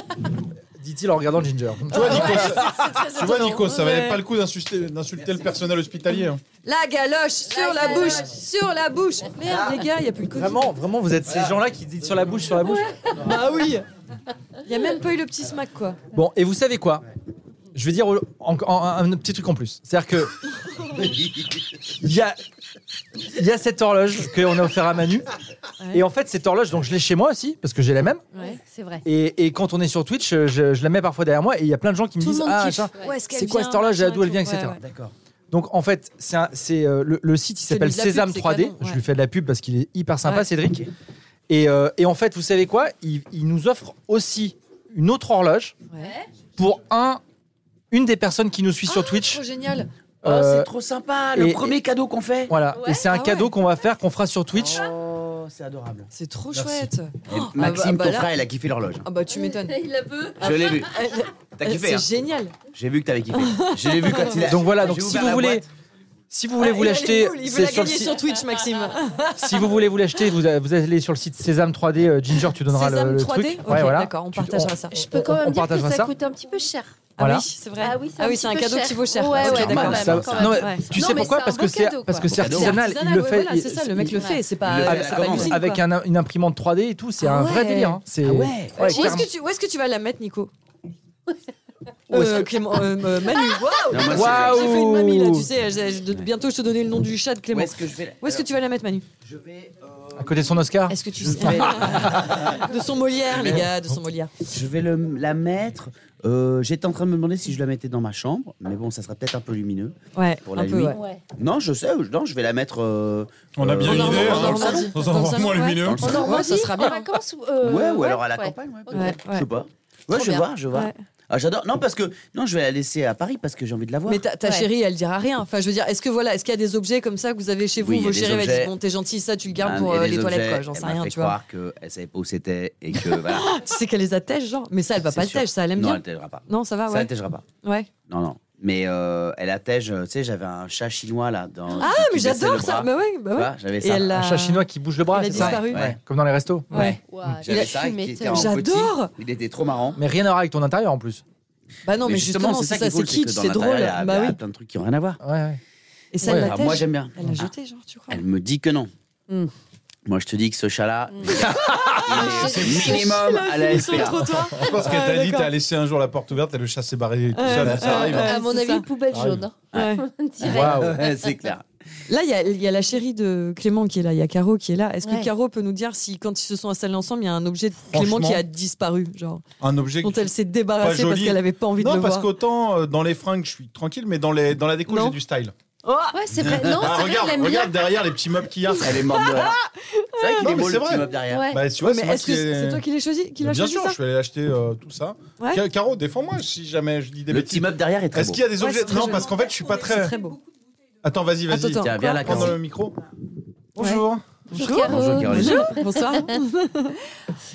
Speaker 5: Dit-il en regardant Ginger.
Speaker 4: tu vois Nico, ça, tu vois, Nico, ça valait
Speaker 6: Ouais.
Speaker 4: pas le coup d'insulter d'insulter le personnel hospitalier. hein.
Speaker 6: La galoche sur la,
Speaker 3: galoche.
Speaker 6: bouche, sur la bouche. Merde, les gars, il n'y a plus de Covid.
Speaker 5: Ah. Vraiment, vraiment, vous êtes ces gens-là qui disent sur la bouche, sur la bouche.
Speaker 6: Ah oui. Il n'y a même pas eu le petit smack, quoi.
Speaker 5: Bon, et vous savez quoi Je vais dire au- en- en- un petit truc en plus. C'est-à-dire que il y a, il y a cette horloge qu'on a offert à Manu.
Speaker 6: Ouais.
Speaker 5: Et en fait, cette horloge, donc je l'ai chez moi aussi, parce que j'ai la même.
Speaker 3: Ouais, c'est vrai.
Speaker 5: Et, et quand on est sur Twitch, je, je la mets parfois derrière moi et il y a plein de gens qui me
Speaker 3: Tout le
Speaker 5: disent
Speaker 3: monde
Speaker 5: Ah,
Speaker 3: kiffe.
Speaker 5: tiens,
Speaker 3: Ouais.
Speaker 6: est-ce qu'elle
Speaker 5: c'est quoi
Speaker 6: vient,
Speaker 5: cette horloge, j'ai
Speaker 6: machin
Speaker 5: d'où elle
Speaker 6: et
Speaker 5: vient,
Speaker 6: tout.
Speaker 5: etc.
Speaker 6: Ouais, ouais.
Speaker 2: D'accord.
Speaker 5: Donc en fait, c'est un- c'est, euh, le, le site il
Speaker 6: C'est
Speaker 5: s'appelle
Speaker 6: de la pub,
Speaker 5: Sésame
Speaker 6: c'est
Speaker 5: 3D.
Speaker 6: canon, ouais.
Speaker 5: Je lui fais de la pub parce qu'il est hyper sympa,
Speaker 6: Ouais.
Speaker 5: Cédric. Et, euh, et en fait, vous savez quoi il, il nous offre aussi une autre horloge
Speaker 6: Ouais. Ah,
Speaker 5: pour un, une des personnes qui nous suit sur Twitch.
Speaker 6: Trop génial.
Speaker 2: Oh,
Speaker 5: Euh,
Speaker 2: c'est trop sympa. Le
Speaker 5: et-
Speaker 2: premier cadeau qu'on fait.
Speaker 5: Voilà.
Speaker 3: Ouais.
Speaker 5: Et c'est un
Speaker 6: Ah ouais.
Speaker 5: cadeau qu'on va faire, qu'on fera sur Twitch.
Speaker 2: Oh, c'est adorable.
Speaker 6: C'est trop
Speaker 4: Merci.
Speaker 6: chouette.
Speaker 2: Et
Speaker 6: Oh,
Speaker 2: Maxime,
Speaker 6: ah
Speaker 2: ton
Speaker 6: bah- bah là-
Speaker 2: frère, il a kiffé l'horloge.
Speaker 6: Ah bah tu m'étonnes.
Speaker 3: Il la veut.
Speaker 2: Je l'ai vu.
Speaker 6: Euh,
Speaker 2: T'as
Speaker 6: euh,
Speaker 2: kiffé.
Speaker 6: C'est
Speaker 2: hein.
Speaker 6: génial.
Speaker 2: J'ai vu que t'avais kiffé. J'ai vu quand il a.
Speaker 5: Donc voilà, donc
Speaker 2: J'ai
Speaker 5: si
Speaker 2: ouvert
Speaker 5: vous
Speaker 2: la
Speaker 5: voulez,
Speaker 2: boîte.
Speaker 5: si vous voulez vous
Speaker 6: Ah, Il a les
Speaker 5: l'acheter,
Speaker 6: boules, Il veut
Speaker 5: c'est
Speaker 6: la
Speaker 5: sur le
Speaker 6: gagner sur
Speaker 5: site.
Speaker 6: Twitch, Maxime.
Speaker 5: Si vous voulez vous l'acheter, vous, vous allez sur le site Sésame 3D. euh, Ginger, tu donneras le-
Speaker 6: Sésame
Speaker 5: le,
Speaker 6: 3D
Speaker 5: truc.
Speaker 6: Ok,
Speaker 5: Ouais, voilà.
Speaker 6: d'accord, on
Speaker 5: Tu-
Speaker 6: partagera ça.
Speaker 3: Je peux quand
Speaker 5: on-
Speaker 3: même
Speaker 5: on
Speaker 3: dire que
Speaker 5: partagera
Speaker 3: ça,
Speaker 5: ça.
Speaker 3: coûte un petit peu cher.
Speaker 5: Voilà.
Speaker 6: Ah oui, c'est vrai.
Speaker 3: Ah oui, c'est
Speaker 6: Ah
Speaker 3: un,
Speaker 6: oui,
Speaker 3: petit
Speaker 6: c'est un
Speaker 3: peu
Speaker 6: cadeau
Speaker 3: cher.
Speaker 6: qui vaut cher.
Speaker 3: Ouais,
Speaker 6: Ok,
Speaker 3: ouais,
Speaker 6: normal.
Speaker 3: quand
Speaker 5: Bah, Ça-
Speaker 3: même, quand même.
Speaker 5: non, mais
Speaker 6: ouais.
Speaker 5: tu
Speaker 3: Non,
Speaker 5: sais
Speaker 3: mais
Speaker 5: pourquoi
Speaker 3: c'est un
Speaker 5: Parce
Speaker 3: beau
Speaker 5: que c'est
Speaker 3: cadeau,
Speaker 5: parce
Speaker 3: quoi.
Speaker 5: que c'est
Speaker 2: C'est
Speaker 5: artisanal.
Speaker 6: artisanal,
Speaker 5: Il le
Speaker 6: ouais,
Speaker 5: fait.
Speaker 6: voilà,
Speaker 5: il-
Speaker 6: c'est ça, le mec le
Speaker 3: Ouais.
Speaker 6: fait. C'est pas
Speaker 2: Il le fait à
Speaker 6: euh,
Speaker 2: la
Speaker 6: c'est pas
Speaker 2: commande.
Speaker 6: l'usine,
Speaker 5: avec
Speaker 6: quoi.
Speaker 5: un- une imprimante 3D et tout. C'est un
Speaker 6: Ah
Speaker 5: vrai
Speaker 6: ouais.
Speaker 5: délire. hein. C'est
Speaker 2: Ah ouais.
Speaker 5: Ouais,
Speaker 6: Où est-ce
Speaker 5: carrément.
Speaker 6: que tu où est-ce que tu vas la mettre, Nico euh, Clément, euh, euh, Manu, waouh
Speaker 2: Non, moi, c'est-
Speaker 5: Waouh.
Speaker 6: J'ai fait une mamie là, tu sais. j'ai- j'ai- bientôt, je te donnais le nom du chat de
Speaker 2: Où
Speaker 6: Clément.
Speaker 2: est-ce que je vais là
Speaker 6: Où est-ce que tu vas la mettre, Manu
Speaker 2: Je vais. euh,
Speaker 5: À côté de son Oscar.
Speaker 6: Est-ce que tu
Speaker 2: je
Speaker 6: sais
Speaker 2: vais-
Speaker 6: De son Molière, les gars, de son Molière.
Speaker 2: Je vais le- la mettre. Euh, J'étais en train de me demander si je la mettais dans ma chambre, mais bon, ça sera peut-être un peu lumineux.
Speaker 6: Ouais,
Speaker 2: Pour la
Speaker 6: un peu,
Speaker 2: nuit.
Speaker 6: ouais.
Speaker 3: Ouais.
Speaker 2: Non, je sais, non, je vais la mettre. euh,
Speaker 4: On a bien
Speaker 2: euh,
Speaker 4: une
Speaker 6: en-
Speaker 4: idée.
Speaker 6: en
Speaker 4: hein, dans le
Speaker 6: Normandie.
Speaker 4: salon, dans
Speaker 6: Dans
Speaker 4: un
Speaker 6: le
Speaker 4: endroit
Speaker 6: salon, ouais.
Speaker 4: lumineux.
Speaker 2: dans le
Speaker 3: En
Speaker 2: salon.
Speaker 3: Normandie,
Speaker 6: sera
Speaker 3: en
Speaker 6: bien.
Speaker 3: vacances ou... euh,
Speaker 2: Ouais, ou alors à la
Speaker 3: ouais.
Speaker 2: campagne, ouais,
Speaker 6: Ouais,
Speaker 2: peut-être.
Speaker 6: ouais.
Speaker 2: Je sais pas. Ouais, je
Speaker 3: Trop
Speaker 2: vais
Speaker 3: bien.
Speaker 2: voir, je vais voir.
Speaker 6: Ouais.
Speaker 2: Ah, j'adore. Non, parce que non, je vais la laisser à Paris parce que j'ai envie de la voir.
Speaker 6: Mais ta, ta
Speaker 3: Ouais.
Speaker 6: chérie, elle dira rien. Enfin, je veux dire, est-ce que voilà, est-ce qu'il y a des objets comme ça que vous avez chez vous
Speaker 2: Oui, il y a
Speaker 6: Vos
Speaker 2: des
Speaker 6: chéris,
Speaker 2: objets.
Speaker 6: elles bon, t'es gentil, ça, tu le gardes
Speaker 2: Ah,
Speaker 6: pour
Speaker 2: et
Speaker 6: euh, les toilettes,
Speaker 2: objets,
Speaker 6: quoi. J'en
Speaker 2: elle
Speaker 6: sais
Speaker 2: m'a
Speaker 6: rien,
Speaker 2: fait
Speaker 6: tu vois.
Speaker 2: croire qu'elle savait pas où c'était et que voilà.
Speaker 6: Tu sais qu'elle les attèche, genre. Mais ça, elle va
Speaker 2: C'est
Speaker 6: pas le
Speaker 2: sûr.
Speaker 6: tèche, ça, elle aime
Speaker 2: Non,
Speaker 6: bien.
Speaker 2: elle t'aidera pas.
Speaker 6: Non, ça va,
Speaker 2: Ça,
Speaker 6: ouais.
Speaker 2: elle t'aidera pas.
Speaker 6: Ouais.
Speaker 2: Non, non. Mais euh, elle attège, euh, tu sais, j'avais un chat chinois là. Dans,
Speaker 6: Ah,
Speaker 2: qui- qui
Speaker 6: mais
Speaker 2: baissait le
Speaker 6: j'adore ça.
Speaker 2: bras.
Speaker 6: Bah ouais,
Speaker 2: Tu
Speaker 6: bah ouais.
Speaker 2: vois, j'avais
Speaker 6: Et
Speaker 2: ça.
Speaker 6: elle
Speaker 2: Ouais,
Speaker 6: a...
Speaker 5: Un chat chinois qui bouge le bras,
Speaker 6: il a
Speaker 5: c'est ça
Speaker 6: disparu.
Speaker 2: ouais.
Speaker 5: Comme dans les restos.
Speaker 6: Ouais.
Speaker 3: Ouah,
Speaker 2: J'avais
Speaker 3: tu
Speaker 2: ça, qui était
Speaker 3: m'étonnes.
Speaker 2: en petit.
Speaker 6: J'adore.
Speaker 2: Il était trop marrant.
Speaker 5: Mais rien à voir avec ton intérieur en plus.
Speaker 6: Bah non,
Speaker 2: Mais
Speaker 6: mais justement, c'est ça, c'est
Speaker 2: qui est cool,
Speaker 6: kitsch,
Speaker 2: que dans
Speaker 6: c'est
Speaker 2: l'intérieur,
Speaker 6: drôle.
Speaker 2: Il y a,
Speaker 6: Bah
Speaker 2: il y a
Speaker 6: oui.
Speaker 2: plein de trucs qui n'ont rien à voir.
Speaker 5: Ouais, ouais.
Speaker 6: Et ça,
Speaker 5: Ouais,
Speaker 6: elle
Speaker 4: bah,
Speaker 2: Enfin, moi,
Speaker 6: l'attège.
Speaker 2: j'aime bien.
Speaker 6: Elle
Speaker 4: Ah.
Speaker 6: l'a jeté, genre, tu crois
Speaker 2: Elle me dit que non.
Speaker 6: Hmm.
Speaker 2: Moi, je te dis que ce chat-là, il
Speaker 3: Ah,
Speaker 2: est
Speaker 3: c'est-
Speaker 2: minimum
Speaker 6: Elle a
Speaker 2: à la
Speaker 6: fini sur le
Speaker 2: SPA.
Speaker 6: trottoir.
Speaker 4: Je pense que
Speaker 6: Ah,
Speaker 4: t'as dit,
Speaker 6: d'accord.
Speaker 4: t'as laissé un jour la porte ouverte, et le chat s'est barré tout seul,
Speaker 2: ouais,
Speaker 4: ça arrive.
Speaker 6: ouais.
Speaker 3: À mon
Speaker 6: c'est
Speaker 3: avis,
Speaker 6: ça.
Speaker 3: poubelle
Speaker 4: Ah oui.
Speaker 3: jaune.
Speaker 6: Ouais.
Speaker 3: hein. Direct.
Speaker 5: Waouh.
Speaker 2: Ah Ouais, c'est clair.
Speaker 6: Là, il y, a- il y a la chérie de Clément qui est là, il y a Caro qui est là. Est-ce que
Speaker 3: Ouais.
Speaker 6: Caro peut nous dire si, quand ils se sont installés ensemble, il y a un objet de Clément
Speaker 4: Franchement.
Speaker 6: qui a disparu, genre,
Speaker 4: Un objet
Speaker 6: dont
Speaker 4: que-
Speaker 6: elle s'est
Speaker 4: Pas
Speaker 6: débarrassée
Speaker 4: joli.
Speaker 6: parce qu'elle n'avait pas envie de
Speaker 4: Non,
Speaker 6: le
Speaker 4: parce
Speaker 6: voir
Speaker 4: qu'autant euh, dans les fringues, je suis tranquille, mais dans, les, dans la déco,
Speaker 6: Non.
Speaker 4: j'ai du style.
Speaker 6: Oh
Speaker 3: Ouais, c'est vrai. Non,
Speaker 4: Ah,
Speaker 3: c'est vrai,
Speaker 4: regarde,
Speaker 3: il aime
Speaker 4: regarde derrière les petits meubles qu'il y a.
Speaker 2: Elle est morte de rire. C'est vrai qu'il
Speaker 4: Non,
Speaker 2: est
Speaker 4: mais
Speaker 2: beau
Speaker 4: c'est
Speaker 2: le
Speaker 4: vrai.
Speaker 2: petit meuble derrière.
Speaker 3: Ouais.
Speaker 4: Bah, tu vois,
Speaker 6: Mais
Speaker 4: c'est moi
Speaker 6: est-ce
Speaker 4: qui
Speaker 6: que
Speaker 4: ai-
Speaker 6: c'est toi qui l'as choisi, qui l'as
Speaker 4: Bien
Speaker 6: choisi
Speaker 4: sûr,
Speaker 6: ça
Speaker 4: je suis allé acheter euh, tout ça.
Speaker 6: Ouais.
Speaker 4: Ca- Caro, défends-moi si jamais je dis des
Speaker 2: Le petit
Speaker 4: bêtises.
Speaker 2: meuble derrière est très
Speaker 4: Est-ce
Speaker 2: beau.
Speaker 4: qu'il y a des
Speaker 6: Ouais,
Speaker 4: objets
Speaker 6: c'est très
Speaker 4: Non,
Speaker 6: joli.
Speaker 4: parce qu'en fait, je suis pas
Speaker 6: C'est
Speaker 4: très.
Speaker 6: très beau.
Speaker 4: Attends, vas-y, vas-y.
Speaker 6: Attends, attends.
Speaker 2: Tiens, viens là,
Speaker 4: Prends
Speaker 2: Caro.
Speaker 4: dans le micro. Bonjour.
Speaker 3: Bonjour, Caro.
Speaker 2: Bonjour, Caroline.
Speaker 6: Bonjour, bonsoir.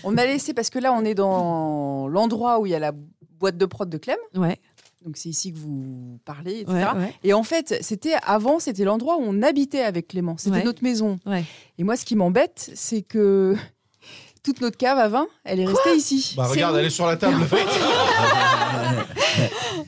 Speaker 9: On a laissé parce que là on est dans l'endroit où il y a la boîte de prod de Clem.
Speaker 6: Ouais,
Speaker 9: Donc c'est ici que vous parlez, etc.
Speaker 6: ouais, ouais.
Speaker 9: Et en fait, c'était avant, c'était l'endroit où on habitait avec Clément. C'était
Speaker 6: Ouais.
Speaker 9: notre maison.
Speaker 6: Ouais.
Speaker 9: Et moi, ce qui m'embête, c'est que toute notre cave à vin, elle est restée ici.
Speaker 4: Bah, regarde, elle est sur la table.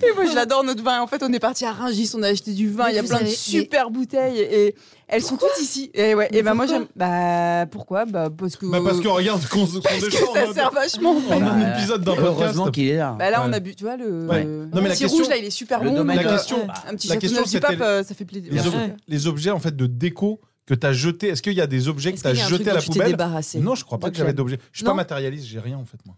Speaker 9: Et moi, je l'adore notre vin. En fait, on est parti à Ringis, on a acheté du vin.
Speaker 3: Mais
Speaker 9: Il y a
Speaker 3: vous
Speaker 9: plein de
Speaker 3: avez-
Speaker 9: super bouteilles et elles sont toutes ici. Et ouais. Et bah moi, j'aime. Bah pourquoi Bah parce que.
Speaker 4: Bah, parce que regarde qu'on se qu'on
Speaker 9: Parce que
Speaker 4: déchire en
Speaker 9: ça
Speaker 4: mode-
Speaker 9: sert vachement.
Speaker 4: en mode
Speaker 2: Ouais.
Speaker 4: épisode d'un podcast.
Speaker 2: Heureusement qu'il est là.
Speaker 9: Bah là, on
Speaker 4: Ouais.
Speaker 9: a bu. Tu vois le.
Speaker 4: Ouais. Non, mais la
Speaker 9: le petit
Speaker 4: question-
Speaker 9: rouge là, il est super
Speaker 2: Le
Speaker 9: bon.
Speaker 2: domaine
Speaker 9: mais,
Speaker 4: de-
Speaker 9: euh,
Speaker 4: question-
Speaker 9: Un petit
Speaker 4: la
Speaker 9: château
Speaker 4: question,
Speaker 9: neuf du
Speaker 4: c'était
Speaker 9: pape, euh, ça fait plaisir.
Speaker 4: Les,
Speaker 9: Ouais.
Speaker 4: ob- les objets en fait de déco que t'as jeté. Est-ce qu'il y a des objets que
Speaker 6: Est-ce qu'il
Speaker 4: t'as
Speaker 6: y a un truc
Speaker 4: jetés à
Speaker 6: dont
Speaker 4: la
Speaker 6: tu t'es
Speaker 4: poubelle
Speaker 6: débarrassé
Speaker 4: Non, je crois pas
Speaker 6: de
Speaker 4: que j'avais
Speaker 6: Clem
Speaker 4: d'objets. Je suis
Speaker 6: Non.
Speaker 4: pas matérialiste, j'ai rien en fait moi.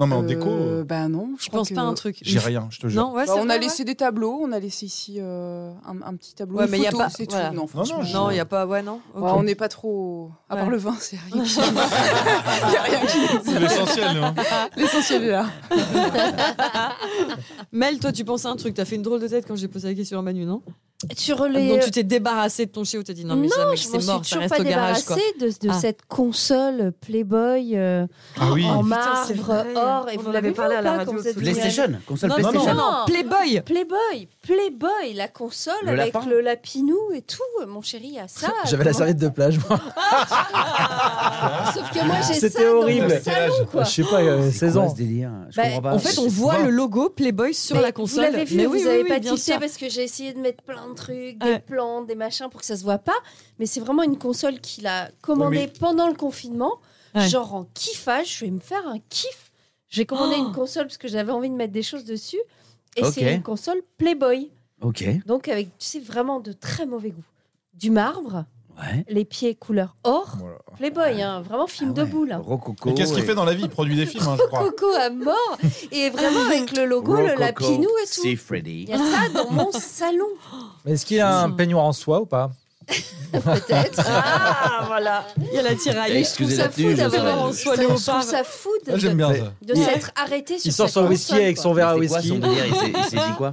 Speaker 4: Non mais en déco,
Speaker 9: Euh,
Speaker 4: euh,
Speaker 9: Bah non,
Speaker 6: Je
Speaker 9: crois
Speaker 6: pense
Speaker 9: que-
Speaker 6: pas à un truc.
Speaker 4: j'ai rien, je te jure.
Speaker 6: Non, ouais,
Speaker 9: Bah,
Speaker 6: c'est
Speaker 9: on
Speaker 6: vrai,
Speaker 9: a
Speaker 6: ouais.
Speaker 9: laissé des tableaux, on a laissé ici euh, un, un petit tableau.
Speaker 6: Ouais,
Speaker 9: une
Speaker 6: mais y a
Speaker 9: photo,
Speaker 6: pas-
Speaker 9: c'est tout.
Speaker 6: voilà.
Speaker 9: Non, franchement,
Speaker 4: non, je-
Speaker 6: Non, il n'y a pas. Ouais, non. ok.
Speaker 9: ouais, on n'est pas trop. À part
Speaker 6: Ouais.
Speaker 9: le vin, c'est rien. qui- Il y a rien qui.
Speaker 4: C'est l'essentiel. hein.
Speaker 9: L'essentiel est là.
Speaker 6: Mel, toi, tu pensais à un truc. T'as fait une drôle de tête quand j'ai posé la question à Manu, non
Speaker 3: Sur les.
Speaker 6: Donc tu t'es débarrassé de ton chien ou t'as dit non, mais
Speaker 3: euh, Non,
Speaker 6: jamais,
Speaker 3: je
Speaker 6: c'est
Speaker 3: m'en
Speaker 6: mort,
Speaker 3: suis toujours
Speaker 6: ça reste
Speaker 3: pas
Speaker 6: au garage, quoi.
Speaker 3: débarrassée de, de
Speaker 6: Ah.
Speaker 3: cette console Playboy euh,
Speaker 4: Ah oui.
Speaker 3: en
Speaker 6: putain, c'est
Speaker 3: marbre,
Speaker 6: vrai.
Speaker 3: or. Et
Speaker 6: On
Speaker 3: vous
Speaker 6: en
Speaker 3: l'avez
Speaker 6: avait
Speaker 3: parlé à la
Speaker 6: radio sous-
Speaker 2: PlayStation, console
Speaker 6: Non, non,
Speaker 2: PlayStation.
Speaker 6: non, non, Playboy
Speaker 3: Playboy, Playboy, la console
Speaker 2: Le
Speaker 3: avec
Speaker 2: lapin.
Speaker 3: le lapinou et tout. euh, Mon chéri il y a ça.
Speaker 5: J'avais la
Speaker 3: Comment-
Speaker 5: serviette de plage. moi.
Speaker 3: Sauf que moi j'ai ça
Speaker 5: C'était
Speaker 3: dans
Speaker 5: horrible.
Speaker 3: mon salon
Speaker 5: Je
Speaker 3: quoi.
Speaker 5: sais pas, euh,
Speaker 2: C'est
Speaker 5: 16
Speaker 2: quoi
Speaker 5: ans.
Speaker 2: ce délire Je
Speaker 3: Bah,
Speaker 2: comprends pas.
Speaker 6: En fait, on
Speaker 2: Ah, C'est-
Speaker 6: voit
Speaker 4: vingt.
Speaker 6: le logo Playboy sur
Speaker 3: Mais
Speaker 6: la console.
Speaker 3: Vous l'avez vu,
Speaker 6: mais
Speaker 3: vous
Speaker 6: oui, oui,
Speaker 3: avez
Speaker 6: oui,
Speaker 3: pas
Speaker 6: bien
Speaker 3: tilté
Speaker 6: sûr.
Speaker 3: parce que j'ai essayé de mettre plein de trucs,
Speaker 6: Ouais.
Speaker 3: des plans, des machins pour que ça se voit pas. Mais c'est vraiment une console qu'il a commandée
Speaker 4: Ouais,
Speaker 3: pendant le confinement.
Speaker 6: Ouais.
Speaker 3: Genre en kiffage, je vais me faire un kiff. J'ai commandé
Speaker 6: Oh.
Speaker 3: une console parce que j'avais envie de mettre des choses dessus. Et
Speaker 2: Ok.
Speaker 3: c'est une console Playboy.
Speaker 2: Ok,
Speaker 3: Donc avec, tu sais, vraiment de très mauvais goût. Du marbre,
Speaker 2: ouais.
Speaker 3: les pieds couleur or,
Speaker 4: Voilà.
Speaker 3: Playboy, hein, vraiment film
Speaker 2: Ah ouais.
Speaker 3: de boule. hein.
Speaker 2: Rococo.
Speaker 4: Mais qu'est-ce qu'il
Speaker 2: et-
Speaker 4: fait dans la vie Il produit des films, hein, je crois.
Speaker 3: Coco à mort et vraiment avec le logo, le
Speaker 2: Rococo,
Speaker 3: lapinou et tout.
Speaker 2: C'est
Speaker 3: Il
Speaker 2: Freddy.
Speaker 3: y a ça dans mon salon,
Speaker 5: Mais est-ce qu'il a un peignoir en soie ou pas
Speaker 3: peut-être.
Speaker 6: Ah, voilà Il y a la tiraille.
Speaker 2: Excusez
Speaker 3: Je
Speaker 2: la
Speaker 3: trouve ça
Speaker 2: tenue,
Speaker 3: fou
Speaker 2: je
Speaker 6: C'est
Speaker 3: d'avoir
Speaker 6: vraiment
Speaker 2: savais.
Speaker 6: en
Speaker 3: Je
Speaker 6: soie
Speaker 3: trouve
Speaker 6: léopard.
Speaker 3: ça fou de,
Speaker 4: Ah, J'aime bien
Speaker 5: Mais-
Speaker 4: ça.
Speaker 3: de
Speaker 6: Ouais.
Speaker 3: s'être arrêté sur
Speaker 5: Il sort
Speaker 3: cette
Speaker 5: son whisky
Speaker 3: console,
Speaker 5: avec
Speaker 3: quoi.
Speaker 5: son verre à
Speaker 2: C'est quoi son
Speaker 5: whisky.
Speaker 2: délire Il s'est- il s'est dit quoi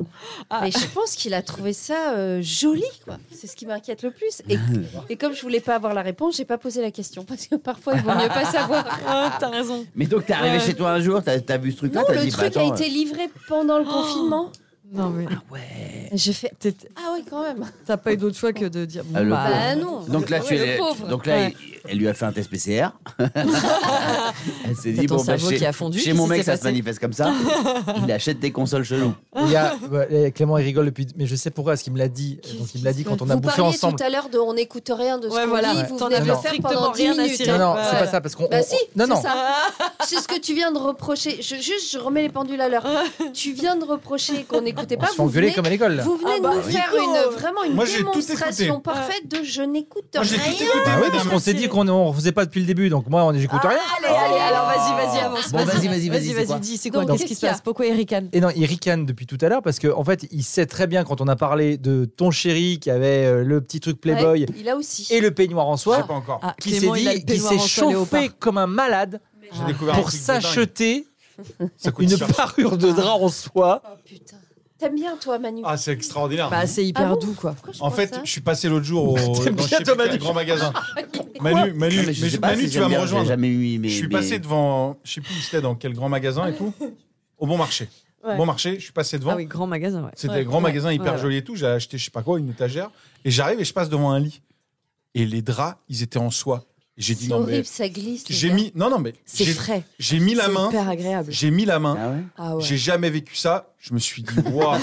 Speaker 3: Mais je pense qu'il a trouvé ça euh, joli, quoi. C'est ce qui m'inquiète le plus. Et,
Speaker 5: Ah,
Speaker 3: et comme je voulais pas avoir la réponse, j'ai pas posé la question parce que parfois il vaut mieux pas savoir.
Speaker 6: Ah, t'as raison.
Speaker 2: Mais donc, t'es arrivé
Speaker 6: Ouais.
Speaker 2: chez toi un jour, t'as t'as vu ce truc-là,
Speaker 3: Euh, Non,
Speaker 2: t'as
Speaker 3: le
Speaker 2: dit bah,
Speaker 3: truc a
Speaker 2: attends,
Speaker 3: été livré pendant le confinement.
Speaker 6: Non, mais
Speaker 2: Ah,
Speaker 3: J'ai fait
Speaker 6: t'es-
Speaker 3: ah ouais quand même.
Speaker 6: t'as pas eu d'autre choix que de dire. bon,
Speaker 2: Ah, le
Speaker 6: bah,
Speaker 2: pauvre.
Speaker 3: Bah non.
Speaker 2: Donc là, tu
Speaker 3: Ouais,
Speaker 2: es-
Speaker 3: le pauvre.
Speaker 2: donc là,
Speaker 6: Ouais.
Speaker 2: il- elle lui a fait un test PCR. elle s'est
Speaker 6: T'as
Speaker 2: dit
Speaker 6: ton
Speaker 2: bon, bah,
Speaker 6: cerveau
Speaker 2: chez,
Speaker 6: qui a fondu,
Speaker 2: chez
Speaker 6: qu'est-ce
Speaker 2: mon
Speaker 6: qui
Speaker 2: mec,
Speaker 6: s'est
Speaker 2: ça se
Speaker 6: passé
Speaker 2: manifeste comme ça. Il achète des consoles chelou.
Speaker 5: Il y a, ouais, Clément, il rigole depuis. Mais je sais pourquoi, parce qu'il me l'a dit. Donc, il me l'a dit quand on a
Speaker 3: Vous
Speaker 5: bouffé
Speaker 3: parliez
Speaker 5: ensemble.
Speaker 3: tout à l'heure de on n'écoute rien de ce
Speaker 6: Ouais,
Speaker 3: qu'on
Speaker 6: voilà.
Speaker 3: dit.
Speaker 6: Ouais.
Speaker 3: Vous
Speaker 6: T'en
Speaker 3: venez de
Speaker 5: avais
Speaker 3: le faire pendant
Speaker 6: strictement
Speaker 3: 10
Speaker 6: rien à
Speaker 3: minutes. hein.
Speaker 6: cirer.
Speaker 5: Non, non, c'est
Speaker 6: Ouais.
Speaker 5: pas ça, parce qu'on.
Speaker 3: Bah
Speaker 5: on-
Speaker 3: si,
Speaker 5: non, non.
Speaker 3: c'est ça. C'est ce que tu viens de reprocher. Je, juste, je remets les pendules à l'heure. tu viens de reprocher qu'on n'écoutait
Speaker 5: On
Speaker 3: pas.
Speaker 5: se fait
Speaker 3: Vous
Speaker 5: engueuler
Speaker 3: venez,
Speaker 5: comme à l'école. là.
Speaker 3: vous venez
Speaker 6: Ah
Speaker 3: de
Speaker 6: bah
Speaker 3: nous
Speaker 6: oui.
Speaker 3: faire une, vraiment une
Speaker 4: Moi, j'ai tout
Speaker 3: démonstration
Speaker 4: écouté.
Speaker 3: parfaite de je n'écoute
Speaker 4: Moi, Ah, j'ai tout
Speaker 3: rien.
Speaker 4: écouté,
Speaker 5: Bah oui, parce
Speaker 4: madame.
Speaker 5: qu'on s'est dit qu'on ne faisait pas depuis le début, donc moi, on
Speaker 3: Bah, Ah.
Speaker 5: j'écoute rien.
Speaker 6: Allez, allez, alors vas-y, vas-y, avance.
Speaker 2: Bon, vas-y, vas-y, vas-y, c'est
Speaker 6: Vas-y,
Speaker 2: quoi
Speaker 6: vas-y, dis, c'est quoi
Speaker 3: Donc,
Speaker 6: Qu'est-ce qui
Speaker 3: qu'est-ce
Speaker 6: se
Speaker 3: qu'il y a
Speaker 6: passe Pourquoi Erican
Speaker 5: Et non, il ricane depuis tout à l'heure parce qu'en en fait, il sait très bien quand on a parlé de ton chéri qui avait euh, le petit truc Playboy
Speaker 3: Ouais, il a aussi.
Speaker 5: et le peignoir en
Speaker 4: Je sais
Speaker 5: soie,
Speaker 4: pas encore.
Speaker 6: Ah,
Speaker 5: qui s'est
Speaker 6: Clément, il a
Speaker 5: dit,
Speaker 6: le
Speaker 5: qui
Speaker 6: peignoir
Speaker 5: s'est
Speaker 6: en soie léopard.
Speaker 5: chauffé comme un malade
Speaker 4: J'ai découvert un
Speaker 5: pour
Speaker 4: truc de dingue.
Speaker 5: s'acheter
Speaker 4: Ça coûte
Speaker 5: une
Speaker 4: cher.
Speaker 5: parure de drap en soie.
Speaker 3: Oh, putain. T'aimes bien toi, Manu
Speaker 4: Ah, c'est extraordinaire.
Speaker 6: Bah, c'est hyper
Speaker 3: Ah bon
Speaker 6: doux, quoi.
Speaker 3: Pourquoi je
Speaker 4: En
Speaker 3: pense
Speaker 4: fait,
Speaker 3: ça
Speaker 4: je suis passé l'autre jour au
Speaker 5: T'aimes
Speaker 4: dans
Speaker 5: bien,
Speaker 4: je sais plus
Speaker 5: toi,
Speaker 4: quel
Speaker 5: Manu
Speaker 4: grand magasin.
Speaker 2: Non,
Speaker 4: Manu, Manu,
Speaker 2: mais je
Speaker 4: mais
Speaker 2: sais
Speaker 4: je-
Speaker 2: pas
Speaker 4: Manu,
Speaker 2: si
Speaker 4: tu
Speaker 2: j'aime
Speaker 4: vas me
Speaker 2: bien, j'ai
Speaker 4: rejoindre.
Speaker 2: Jamais eu, mais,
Speaker 4: Je suis
Speaker 2: mais-
Speaker 4: passé devant, je sais plus où c'était, dans quel grand magasin et tout, au bon marché.
Speaker 6: Ouais.
Speaker 4: bon marché, je suis passé devant.
Speaker 6: Ah oui, grand magasin, ouais.
Speaker 4: C'était
Speaker 6: Ouais.
Speaker 4: un grand
Speaker 6: Ouais.
Speaker 4: magasin hyper
Speaker 6: Ouais.
Speaker 4: joli et tout. J'ai acheté, je sais pas quoi, une étagère. Et j'arrive et je passe devant un lit. Et les draps, ils étaient en soie. Et J'ai dit
Speaker 3: C'est
Speaker 4: non, mais.
Speaker 3: horrible, ça glisse. les
Speaker 4: J'ai
Speaker 3: gars.
Speaker 4: mis. Non, non, mais.
Speaker 3: C'est
Speaker 4: j'ai-
Speaker 3: frais.
Speaker 4: J'ai mis la
Speaker 3: C'est
Speaker 4: main.
Speaker 3: hyper agréable.
Speaker 4: J'ai mis la main.
Speaker 3: Ah ouais.
Speaker 4: J'ai jamais vécu ça. Je me suis dit, waouh.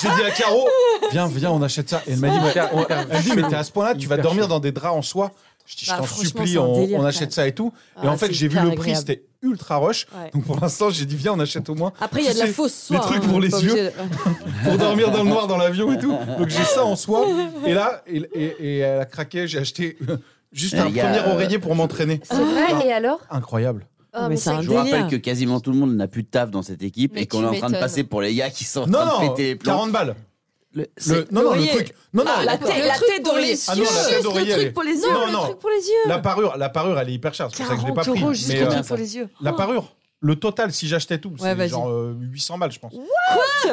Speaker 4: J'ai dit à Caro, viens, viens, on achète ça. Et elle m'a dit, mais,
Speaker 5: Hyper-
Speaker 4: on-
Speaker 5: hyper
Speaker 4: elle me dit, mais
Speaker 5: chaud.
Speaker 4: t'es à ce point-là, tu vas
Speaker 5: Hyper
Speaker 4: dormir
Speaker 5: chaud.
Speaker 4: dans des draps en soie. Je dis, je
Speaker 6: Bah,
Speaker 4: t'en
Speaker 6: franchement,
Speaker 4: supplie,
Speaker 6: c'est un
Speaker 4: on,
Speaker 6: délire,
Speaker 4: on
Speaker 6: quand
Speaker 4: achète
Speaker 6: même.
Speaker 4: ça et tout. et
Speaker 6: Ah,
Speaker 4: en fait,
Speaker 6: c'est
Speaker 4: j'ai vu
Speaker 6: hyper
Speaker 4: le prix,
Speaker 6: agréable.
Speaker 4: c'était ultra rush.
Speaker 6: Ouais.
Speaker 4: Donc pour l'instant, j'ai dit, viens, on achète au moins.
Speaker 6: Après, il
Speaker 4: tu
Speaker 6: y a de la
Speaker 4: sais,
Speaker 6: fausse soie.
Speaker 4: Des trucs
Speaker 6: hein,
Speaker 4: pour
Speaker 6: on est
Speaker 4: les
Speaker 6: pas
Speaker 4: yeux
Speaker 6: obligé de-
Speaker 4: pour dormir dans le noir dans l'avion et tout. Donc j'ai ça en soi. Et là, et, et- et elle a craqué. J'ai acheté euh, juste
Speaker 2: Eh,
Speaker 4: un
Speaker 2: les gars,
Speaker 4: premier
Speaker 2: euh,
Speaker 4: oreiller pour m'entraîner.
Speaker 3: C'est
Speaker 4: Ah.
Speaker 3: vrai, et alors
Speaker 4: Incroyable.
Speaker 3: Ah,
Speaker 6: mais c'est un
Speaker 2: Je vous
Speaker 6: délire.
Speaker 2: rappelle que quasiment tout le monde n'a plus de taf dans cette équipe
Speaker 3: Mais
Speaker 2: et qu'on
Speaker 3: tu
Speaker 2: est en train de
Speaker 3: m'étonnes.
Speaker 2: passer pour les gars qui sont en
Speaker 4: Non,
Speaker 2: train de
Speaker 4: non,
Speaker 2: péter les plombs.
Speaker 4: 40 balles.
Speaker 2: Le- c'est-
Speaker 4: Le- non, non, le
Speaker 6: L'oreiller.
Speaker 4: truc. Non, non,
Speaker 6: Ah, la
Speaker 4: le-
Speaker 6: tête, la
Speaker 3: truc
Speaker 6: tête
Speaker 3: pour les
Speaker 6: d'oreiller.
Speaker 4: Ah non, la tête
Speaker 9: le
Speaker 4: d'oreiller. elle est-
Speaker 9: truc pour les yeux.
Speaker 4: Non,
Speaker 3: Le
Speaker 4: non.
Speaker 3: truc pour les yeux.
Speaker 4: La parure, la parure, elle est hyper chère. C'est pour ça que je l'ai pas
Speaker 9: 40
Speaker 4: pris.
Speaker 9: euros juste
Speaker 4: Mais,
Speaker 9: pour
Speaker 4: euh,
Speaker 9: le truc pour les yeux.
Speaker 4: la parure. Le total, si j'achetais tout, c'est
Speaker 6: vas-y.
Speaker 4: genre euh, 800 balles, je pense.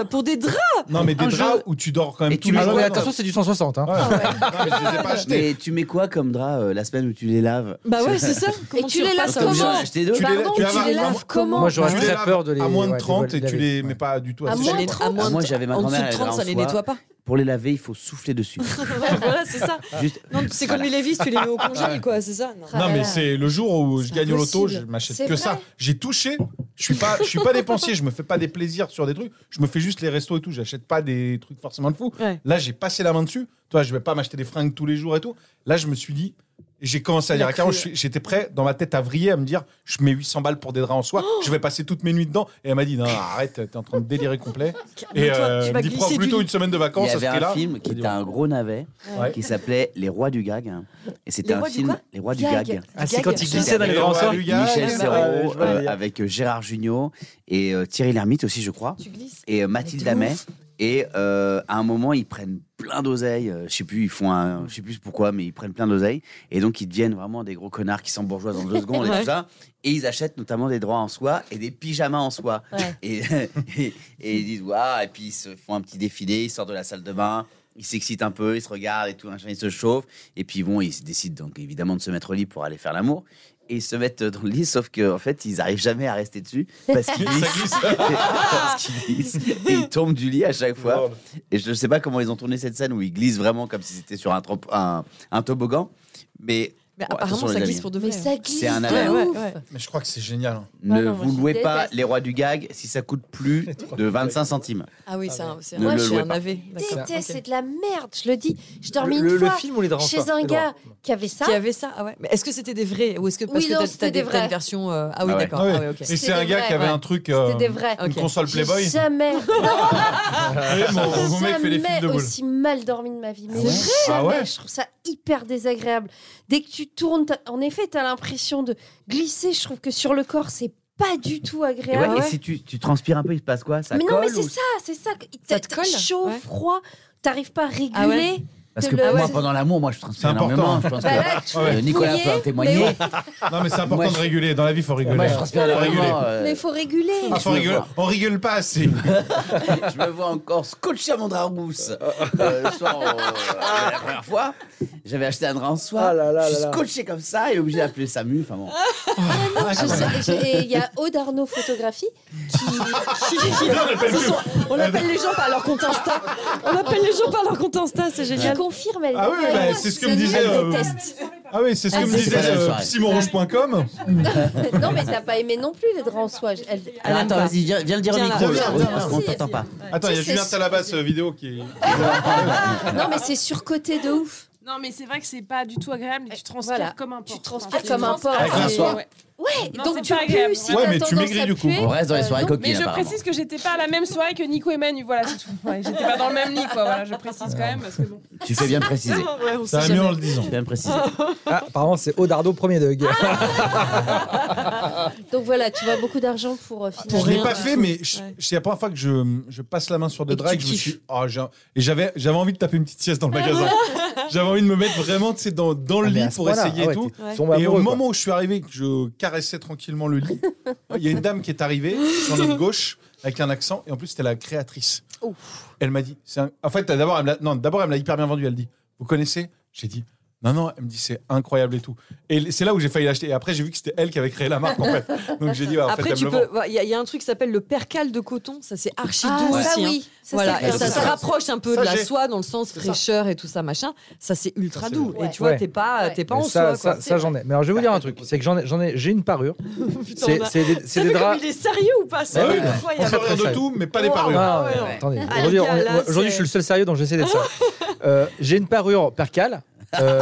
Speaker 6: Pour des draps.
Speaker 4: Non, mais des draps où tu dors quand même
Speaker 2: Et
Speaker 4: tous
Speaker 2: tu
Speaker 4: les
Speaker 2: mets-
Speaker 4: jours.
Speaker 5: Alors, mais
Speaker 2: ouais,
Speaker 5: attention, c'est du 160. Hein.
Speaker 4: Ouais. Non, mais je les ai pas achetés.
Speaker 2: Mais tu mets quoi comme drap euh, la semaine où tu les laves
Speaker 6: Bah ouais, c'est Ah, ça. Comment
Speaker 3: tu les
Speaker 6: repasses
Speaker 3: laves
Speaker 6: au
Speaker 2: Comme j'ai
Speaker 3: comment
Speaker 6: jeu
Speaker 2: acheté deux.
Speaker 4: Tu les-
Speaker 3: Pardon,
Speaker 4: tu
Speaker 3: tu
Speaker 4: les
Speaker 3: les
Speaker 4: laves à
Speaker 3: laves
Speaker 4: moi-
Speaker 3: comment
Speaker 5: Moi, j'aurais
Speaker 4: Tu les
Speaker 5: très
Speaker 4: laves
Speaker 5: peur de les.
Speaker 4: bah, à moins de
Speaker 5: ouais, les
Speaker 4: 30 et
Speaker 5: laver.
Speaker 4: tu les
Speaker 5: Ouais.
Speaker 4: mets pas du tout
Speaker 3: À
Speaker 4: à
Speaker 3: moins
Speaker 4: sécher.
Speaker 3: de trente.
Speaker 6: à moins
Speaker 2: Ah,
Speaker 6: de-
Speaker 2: moi, j'avais ma
Speaker 6: en dessous
Speaker 2: grand-mère,
Speaker 6: de
Speaker 2: elle
Speaker 6: 30,
Speaker 2: avait
Speaker 6: ça
Speaker 2: un
Speaker 6: les
Speaker 2: soir.
Speaker 6: nettoie pas.
Speaker 2: Pour les laver, il faut souffler dessus.
Speaker 6: voilà, c'est ça.
Speaker 2: Juste-
Speaker 6: Non, c'est comme les Levis, tu les mets au congé, quoi, c'est ça. Non.
Speaker 3: Ah
Speaker 4: Non,
Speaker 3: là
Speaker 4: mais
Speaker 3: là.
Speaker 4: c'est le jour où je
Speaker 3: C'est
Speaker 4: gagne au loto, je
Speaker 3: impossible.
Speaker 4: m'achète
Speaker 3: C'est
Speaker 4: que ça.
Speaker 3: vrai.
Speaker 4: J'ai touché. Je suis pas, je suis pas dépensier. Je me fais pas des plaisirs sur des trucs. Je me fais juste les restos et tout. J'achète pas des trucs forcément de fou.
Speaker 6: Ouais.
Speaker 4: Là, j'ai passé la main dessus. Toi, je vais pas m'acheter des fringues tous les jours et tout. Là, je me suis dit, et j'ai commencé à
Speaker 6: Il a
Speaker 4: dire à Caro,
Speaker 6: cru.
Speaker 4: je suis- j'étais prêt dans ma tête à vriller, à me dire, je mets 800 balles pour des draps en soie.
Speaker 3: Oh
Speaker 4: je vais passer toutes mes nuits dedans. Et elle m'a dit, non, arrête, t'es en train de délirer complet. Et
Speaker 6: Calme-toi,
Speaker 4: euh,
Speaker 6: tu vas
Speaker 4: dis,
Speaker 6: glisser
Speaker 4: prends
Speaker 6: du
Speaker 4: plutôt
Speaker 6: lit.
Speaker 4: une semaine de
Speaker 2: Il y
Speaker 4: vacances à ce
Speaker 2: avait
Speaker 4: prix-là.
Speaker 2: un film qui était un gros navet
Speaker 4: Ouais.
Speaker 2: qui s'appelait Les Rois du Gag. hein. Et c'était
Speaker 6: Les
Speaker 2: un
Speaker 6: Rois du
Speaker 2: film
Speaker 6: quoi
Speaker 2: Les Rois du
Speaker 3: Gag.
Speaker 2: Gag.
Speaker 5: Ah, c'est
Speaker 6: Gag, Ah,
Speaker 5: quand ils
Speaker 6: gag.
Speaker 5: glissaient dans les draps en soie.
Speaker 4: du gag.
Speaker 2: Michel
Speaker 4: Ouais,
Speaker 2: Serrault
Speaker 4: ouais, ouais,
Speaker 2: euh,
Speaker 4: ouais.
Speaker 2: avec Gérard Jugnot et euh, Thierry Lhermitte aussi, je crois.
Speaker 6: Tu glisses.
Speaker 2: et euh, Mathilde Amet. Et euh, à un moment, ils prennent plein d'oseilles. euh, je sais plus, ils font un, je sais plus pourquoi, mais ils prennent plein d'oseilles. Et donc, ils deviennent vraiment des gros connards qui s'embourgeoisent en deux secondes et
Speaker 6: Ouais.
Speaker 2: tout ça. Et ils achètent notamment des droits en soie et des pyjamas en soie.
Speaker 3: Ouais.
Speaker 2: Et, et, et ils disent waouh. Et puis ils se font un petit défilé. Ils sortent de la salle de bain. Ils s'excitent un peu. Ils se regardent et tout. machin, Ils se chauffent. Et puis bon, ils décident donc évidemment de se mettre au lit pour aller faire l'amour. Et ils se mettent dans le lit, sauf qu'en fait, ils arrivent jamais à rester dessus parce qu'ils
Speaker 4: Ça glisse.
Speaker 2: parce qu'ils glissent et ils tombent du lit à chaque fois. Et je ne sais pas comment ils ont tourné cette scène où ils glissent vraiment comme si c'était sur un, trop- un, un toboggan. Mais,
Speaker 6: Mais
Speaker 2: bon,
Speaker 6: apparemment,
Speaker 2: attention,
Speaker 6: ça
Speaker 2: les
Speaker 6: glisse
Speaker 2: amis,
Speaker 6: pour de vrai.
Speaker 3: Mais ça glisse
Speaker 2: C'est un
Speaker 6: Ouais,
Speaker 2: navet.
Speaker 3: de
Speaker 6: ouais,
Speaker 3: ouf.
Speaker 6: ouais.
Speaker 4: Mais je crois que c'est génial. hein.
Speaker 2: Ne
Speaker 3: non, moi,
Speaker 2: vous
Speaker 3: je
Speaker 2: louez pas
Speaker 3: déteste.
Speaker 2: les rois du gag si ça coûte plus de 25 centimes.
Speaker 6: Ah oui, c'est un, c'est
Speaker 2: Ne
Speaker 6: un,
Speaker 2: le
Speaker 6: c'est
Speaker 2: louez
Speaker 6: un
Speaker 2: pas.
Speaker 6: AV.
Speaker 3: Déteste,
Speaker 6: D'accord, ok.
Speaker 3: c'est de la merde, je le dis. Je dormis
Speaker 5: Le-
Speaker 3: une
Speaker 5: le
Speaker 3: fois
Speaker 5: film ou les draps en
Speaker 3: chez
Speaker 5: soie
Speaker 3: un
Speaker 5: Les
Speaker 3: gars
Speaker 5: draps.
Speaker 3: qui avait ça.
Speaker 6: Qui avait ça Ah ouais. Mais est-ce que c'était des vrais Ou est-ce que parce
Speaker 3: Oui,
Speaker 6: que
Speaker 3: non,
Speaker 6: t'as-
Speaker 3: c'était
Speaker 6: t'as
Speaker 3: des
Speaker 6: des t'as
Speaker 3: vrais.
Speaker 6: une version euh, Ah oui,
Speaker 2: Ah ouais.
Speaker 6: d'accord.
Speaker 4: Ah ouais.
Speaker 6: Ah ouais, ok.
Speaker 4: Et c'est
Speaker 3: C'était
Speaker 4: un
Speaker 3: des
Speaker 4: gars
Speaker 3: vrais,
Speaker 4: qui avait
Speaker 3: ouais.
Speaker 4: un truc.
Speaker 3: C'était
Speaker 4: euh,
Speaker 3: des vrais.
Speaker 4: Une
Speaker 6: Ok.
Speaker 4: console
Speaker 3: J'ai
Speaker 4: Playboy.
Speaker 3: Jamais,
Speaker 6: Ah,
Speaker 4: Ouais, Eh, mon, mon mec fait les films
Speaker 3: jamais
Speaker 4: de boule.
Speaker 3: aussi mal dormi de ma vie. Mais
Speaker 4: Ah ouais
Speaker 3: jamais,
Speaker 4: Ah ouais
Speaker 3: je trouve ça hyper désagréable. Dès que tu tournes, t'as- en effet, t'as l'impression de glisser. Je trouve que sur le corps, c'est pas du tout
Speaker 2: Et, ouais,
Speaker 3: agréable.
Speaker 2: et si tu, tu transpires un peu, il se passe quoi ça
Speaker 3: mais
Speaker 2: colle
Speaker 3: non, mais
Speaker 2: ou-
Speaker 3: c'est ça, c'est ça.
Speaker 6: Ça
Speaker 3: T'as
Speaker 6: te
Speaker 3: t'as
Speaker 6: colle
Speaker 3: chaud,
Speaker 6: Ouais.
Speaker 3: froid, t'arrives pas à réguler.
Speaker 6: Ah ouais.
Speaker 2: Parce
Speaker 3: de
Speaker 2: que
Speaker 3: le-
Speaker 2: moi,
Speaker 3: c'est-
Speaker 2: pendant l'amour, moi, je transpire
Speaker 4: C'est important.
Speaker 2: énormément. Je pense
Speaker 3: Bah
Speaker 2: que-
Speaker 3: là, tu
Speaker 2: euh,
Speaker 3: vas te
Speaker 2: Nicolas
Speaker 3: mouiller,
Speaker 2: peut en témoigner.
Speaker 3: mais oui.
Speaker 4: Non, mais c'est important
Speaker 2: Moi, je-
Speaker 4: de réguler. Dans la vie, il faut rigoler.
Speaker 2: Moi, je transpire
Speaker 4: Faut
Speaker 2: énormément,
Speaker 4: rigoler.
Speaker 2: euh,
Speaker 3: Mais il faut réguler.
Speaker 4: Ah,
Speaker 2: Je
Speaker 4: faut
Speaker 2: me
Speaker 4: rigoler.
Speaker 2: vois.
Speaker 4: On rigole pas assez.
Speaker 2: je me vois encore scotché à mon drap rousse. Euh, le soir, euh, la première fois, j'avais acheté un drap en soie.
Speaker 5: Ah là là
Speaker 2: je suis
Speaker 5: là là.
Speaker 2: scotché comme ça et obligé d'appeler Samu. Enfin bon.
Speaker 4: Ah,
Speaker 3: Je sais- je- et Il y a Aude Arnaud Photographie qui, qui-
Speaker 6: Ce sont- on appelle les gens par leur compte Insta. On appelle les gens par leur compte Insta, c'est
Speaker 3: qui
Speaker 6: génial.
Speaker 3: confirme. Elle est
Speaker 4: Ah oui,
Speaker 3: d'accord
Speaker 4: bah,
Speaker 3: avec moi.
Speaker 4: c'est ce que
Speaker 3: Elle
Speaker 4: me disait, euh,
Speaker 3: déteste.
Speaker 4: Ah oui, c'est ce que
Speaker 6: Ah,
Speaker 4: me
Speaker 6: c'est
Speaker 2: pas la
Speaker 4: disait
Speaker 2: soirée.
Speaker 4: simonrouge.com.
Speaker 3: non, mais t'as pas aimé non plus les draps en soie. Je- elle-
Speaker 6: Elle aime
Speaker 2: attends,
Speaker 6: pas.
Speaker 2: vas-y, viens, viens le dire
Speaker 6: Tiens,
Speaker 2: au micro.
Speaker 6: là,
Speaker 4: viens,
Speaker 2: on-
Speaker 4: viens,
Speaker 2: parce qu'on
Speaker 3: merci.
Speaker 2: t'entend pas.
Speaker 4: Attends, il y a
Speaker 3: Tu sais,
Speaker 4: Julien
Speaker 3: c'est-
Speaker 4: Talabas, euh, vidéo qui est.
Speaker 3: Non, mais c'est surcoté de ouf.
Speaker 10: Non, mais c'est vrai que c'est pas du tout agréable.
Speaker 6: Euh,
Speaker 10: et Tu transpires
Speaker 3: Voilà.
Speaker 10: comme un porc.
Speaker 3: Tu transpires
Speaker 10: Ah,
Speaker 3: comme un porc.
Speaker 4: Avec la
Speaker 3: Et-
Speaker 2: soie.
Speaker 10: Ouais.
Speaker 3: Ouais,
Speaker 10: Non,
Speaker 3: donc
Speaker 10: c'est
Speaker 3: tu
Speaker 10: pas agréable.
Speaker 3: pues. Si
Speaker 4: Ouais,
Speaker 3: t'as
Speaker 4: mais tu
Speaker 3: tendance
Speaker 4: maigris
Speaker 3: à
Speaker 4: du coup.
Speaker 3: puer,
Speaker 2: On reste dans les
Speaker 3: euh,
Speaker 2: soirées
Speaker 3: non.
Speaker 2: coquines.
Speaker 10: Mais je
Speaker 2: apparemment.
Speaker 10: précise que j'étais pas à la même soirée que Nico et Manu, voilà, c'est tout. Ouais, j'étais pas dans le même lit, quoi. Voilà, je précise quand même parce que bon.
Speaker 2: Tu fais bien de préciser.
Speaker 10: Ah
Speaker 6: Ouais, on
Speaker 4: Ça
Speaker 6: sait
Speaker 4: va mieux
Speaker 6: jamais.
Speaker 4: en le disant.
Speaker 2: Tu fais bien de préciser.
Speaker 5: Ah, apparemment, c'est Odardo, premier de guerre.
Speaker 3: Donc voilà, tu vois beaucoup d'argent pour euh,
Speaker 4: Je
Speaker 3: finalement.
Speaker 4: l'ai
Speaker 6: rien
Speaker 4: pas
Speaker 6: du
Speaker 4: fait,
Speaker 6: tout.
Speaker 4: mais je-
Speaker 6: Ouais.
Speaker 4: c'est la première fois que je, je passe la main sur des
Speaker 6: Et que
Speaker 4: draps et
Speaker 6: tu
Speaker 4: que je me
Speaker 6: kiffes. Ah
Speaker 4: suis. Ah, j'ai un- et j'avais j'avais envie de taper une petite sieste dans le magasin. j'avais envie de me mettre vraiment tu sais, dans, dans le
Speaker 5: Ah, mais
Speaker 4: lit
Speaker 5: à ce
Speaker 4: pour
Speaker 5: point-là,
Speaker 4: essayer
Speaker 5: ah ouais,
Speaker 4: et tout.
Speaker 5: t'es- t'es tombé
Speaker 4: Et au
Speaker 5: amoureux, quoi.
Speaker 4: moment où je suis arrivé, que je caressais tranquillement le lit, il y a une dame qui est arrivée sur notre gauche avec un accent, et en plus c'était la créatrice. Elle m'a dit, c'est un- en fait d'abord elle me l'a- non, d'abord elle me l'a hyper bien vendu. Elle dit, vous connaissez J'ai dit, Non, non, elle me dit c'est incroyable et tout. Et c'est là où j'ai failli l'acheter. Et après, j'ai vu que c'était elle qui avait créé la marque en fait. Donc j'ai dit, ouais, en fait,
Speaker 6: Après,
Speaker 4: elle
Speaker 6: tu
Speaker 4: me
Speaker 6: peux.
Speaker 4: vend.
Speaker 6: Il y, a- il y a un truc qui s'appelle le percal de coton. Ça, c'est archi
Speaker 3: Ah,
Speaker 6: doux
Speaker 3: ça,
Speaker 6: aussi. hein.
Speaker 3: oui. Ça,
Speaker 6: Voilà.
Speaker 3: c'est
Speaker 6: Et
Speaker 3: clair. Ça,
Speaker 6: ça se
Speaker 3: ça,
Speaker 6: rapproche un peu
Speaker 3: ça,
Speaker 6: de la
Speaker 3: j'ai-
Speaker 6: soie dans le sens
Speaker 3: ça.
Speaker 6: fraîcheur et tout ça, machin. Ça, c'est ultra doux. Et tu vois,
Speaker 5: Ouais.
Speaker 6: t'es pas, t'es pas
Speaker 5: Mais
Speaker 6: en
Speaker 5: ça,
Speaker 6: soie.
Speaker 5: Ça,
Speaker 6: quoi.
Speaker 5: ça, j'en ai. Mais alors, je vais vous dire un truc. C'est que j'en ai, j'en ai, j'ai une parure.
Speaker 6: Putain,
Speaker 5: C'est-
Speaker 6: on a-
Speaker 5: c'est des-
Speaker 6: T'as
Speaker 5: c'est
Speaker 6: vu
Speaker 5: des
Speaker 6: comme
Speaker 5: draps-
Speaker 6: Il est sérieux ou pas C'est
Speaker 5: Ouais, ouais.
Speaker 6: incroyable.
Speaker 4: On s'en de tout, mais pas les parures.
Speaker 5: Non,
Speaker 6: ouais,
Speaker 5: non,
Speaker 6: ouais.
Speaker 5: Attendez,
Speaker 6: Ah,
Speaker 5: aujourd'hui,
Speaker 6: les gars,
Speaker 5: on-
Speaker 6: là,
Speaker 5: aujourd'hui, je suis le seul sérieux, donc j'essaie d'être ça. Euh, j'ai une parure percale. Euh,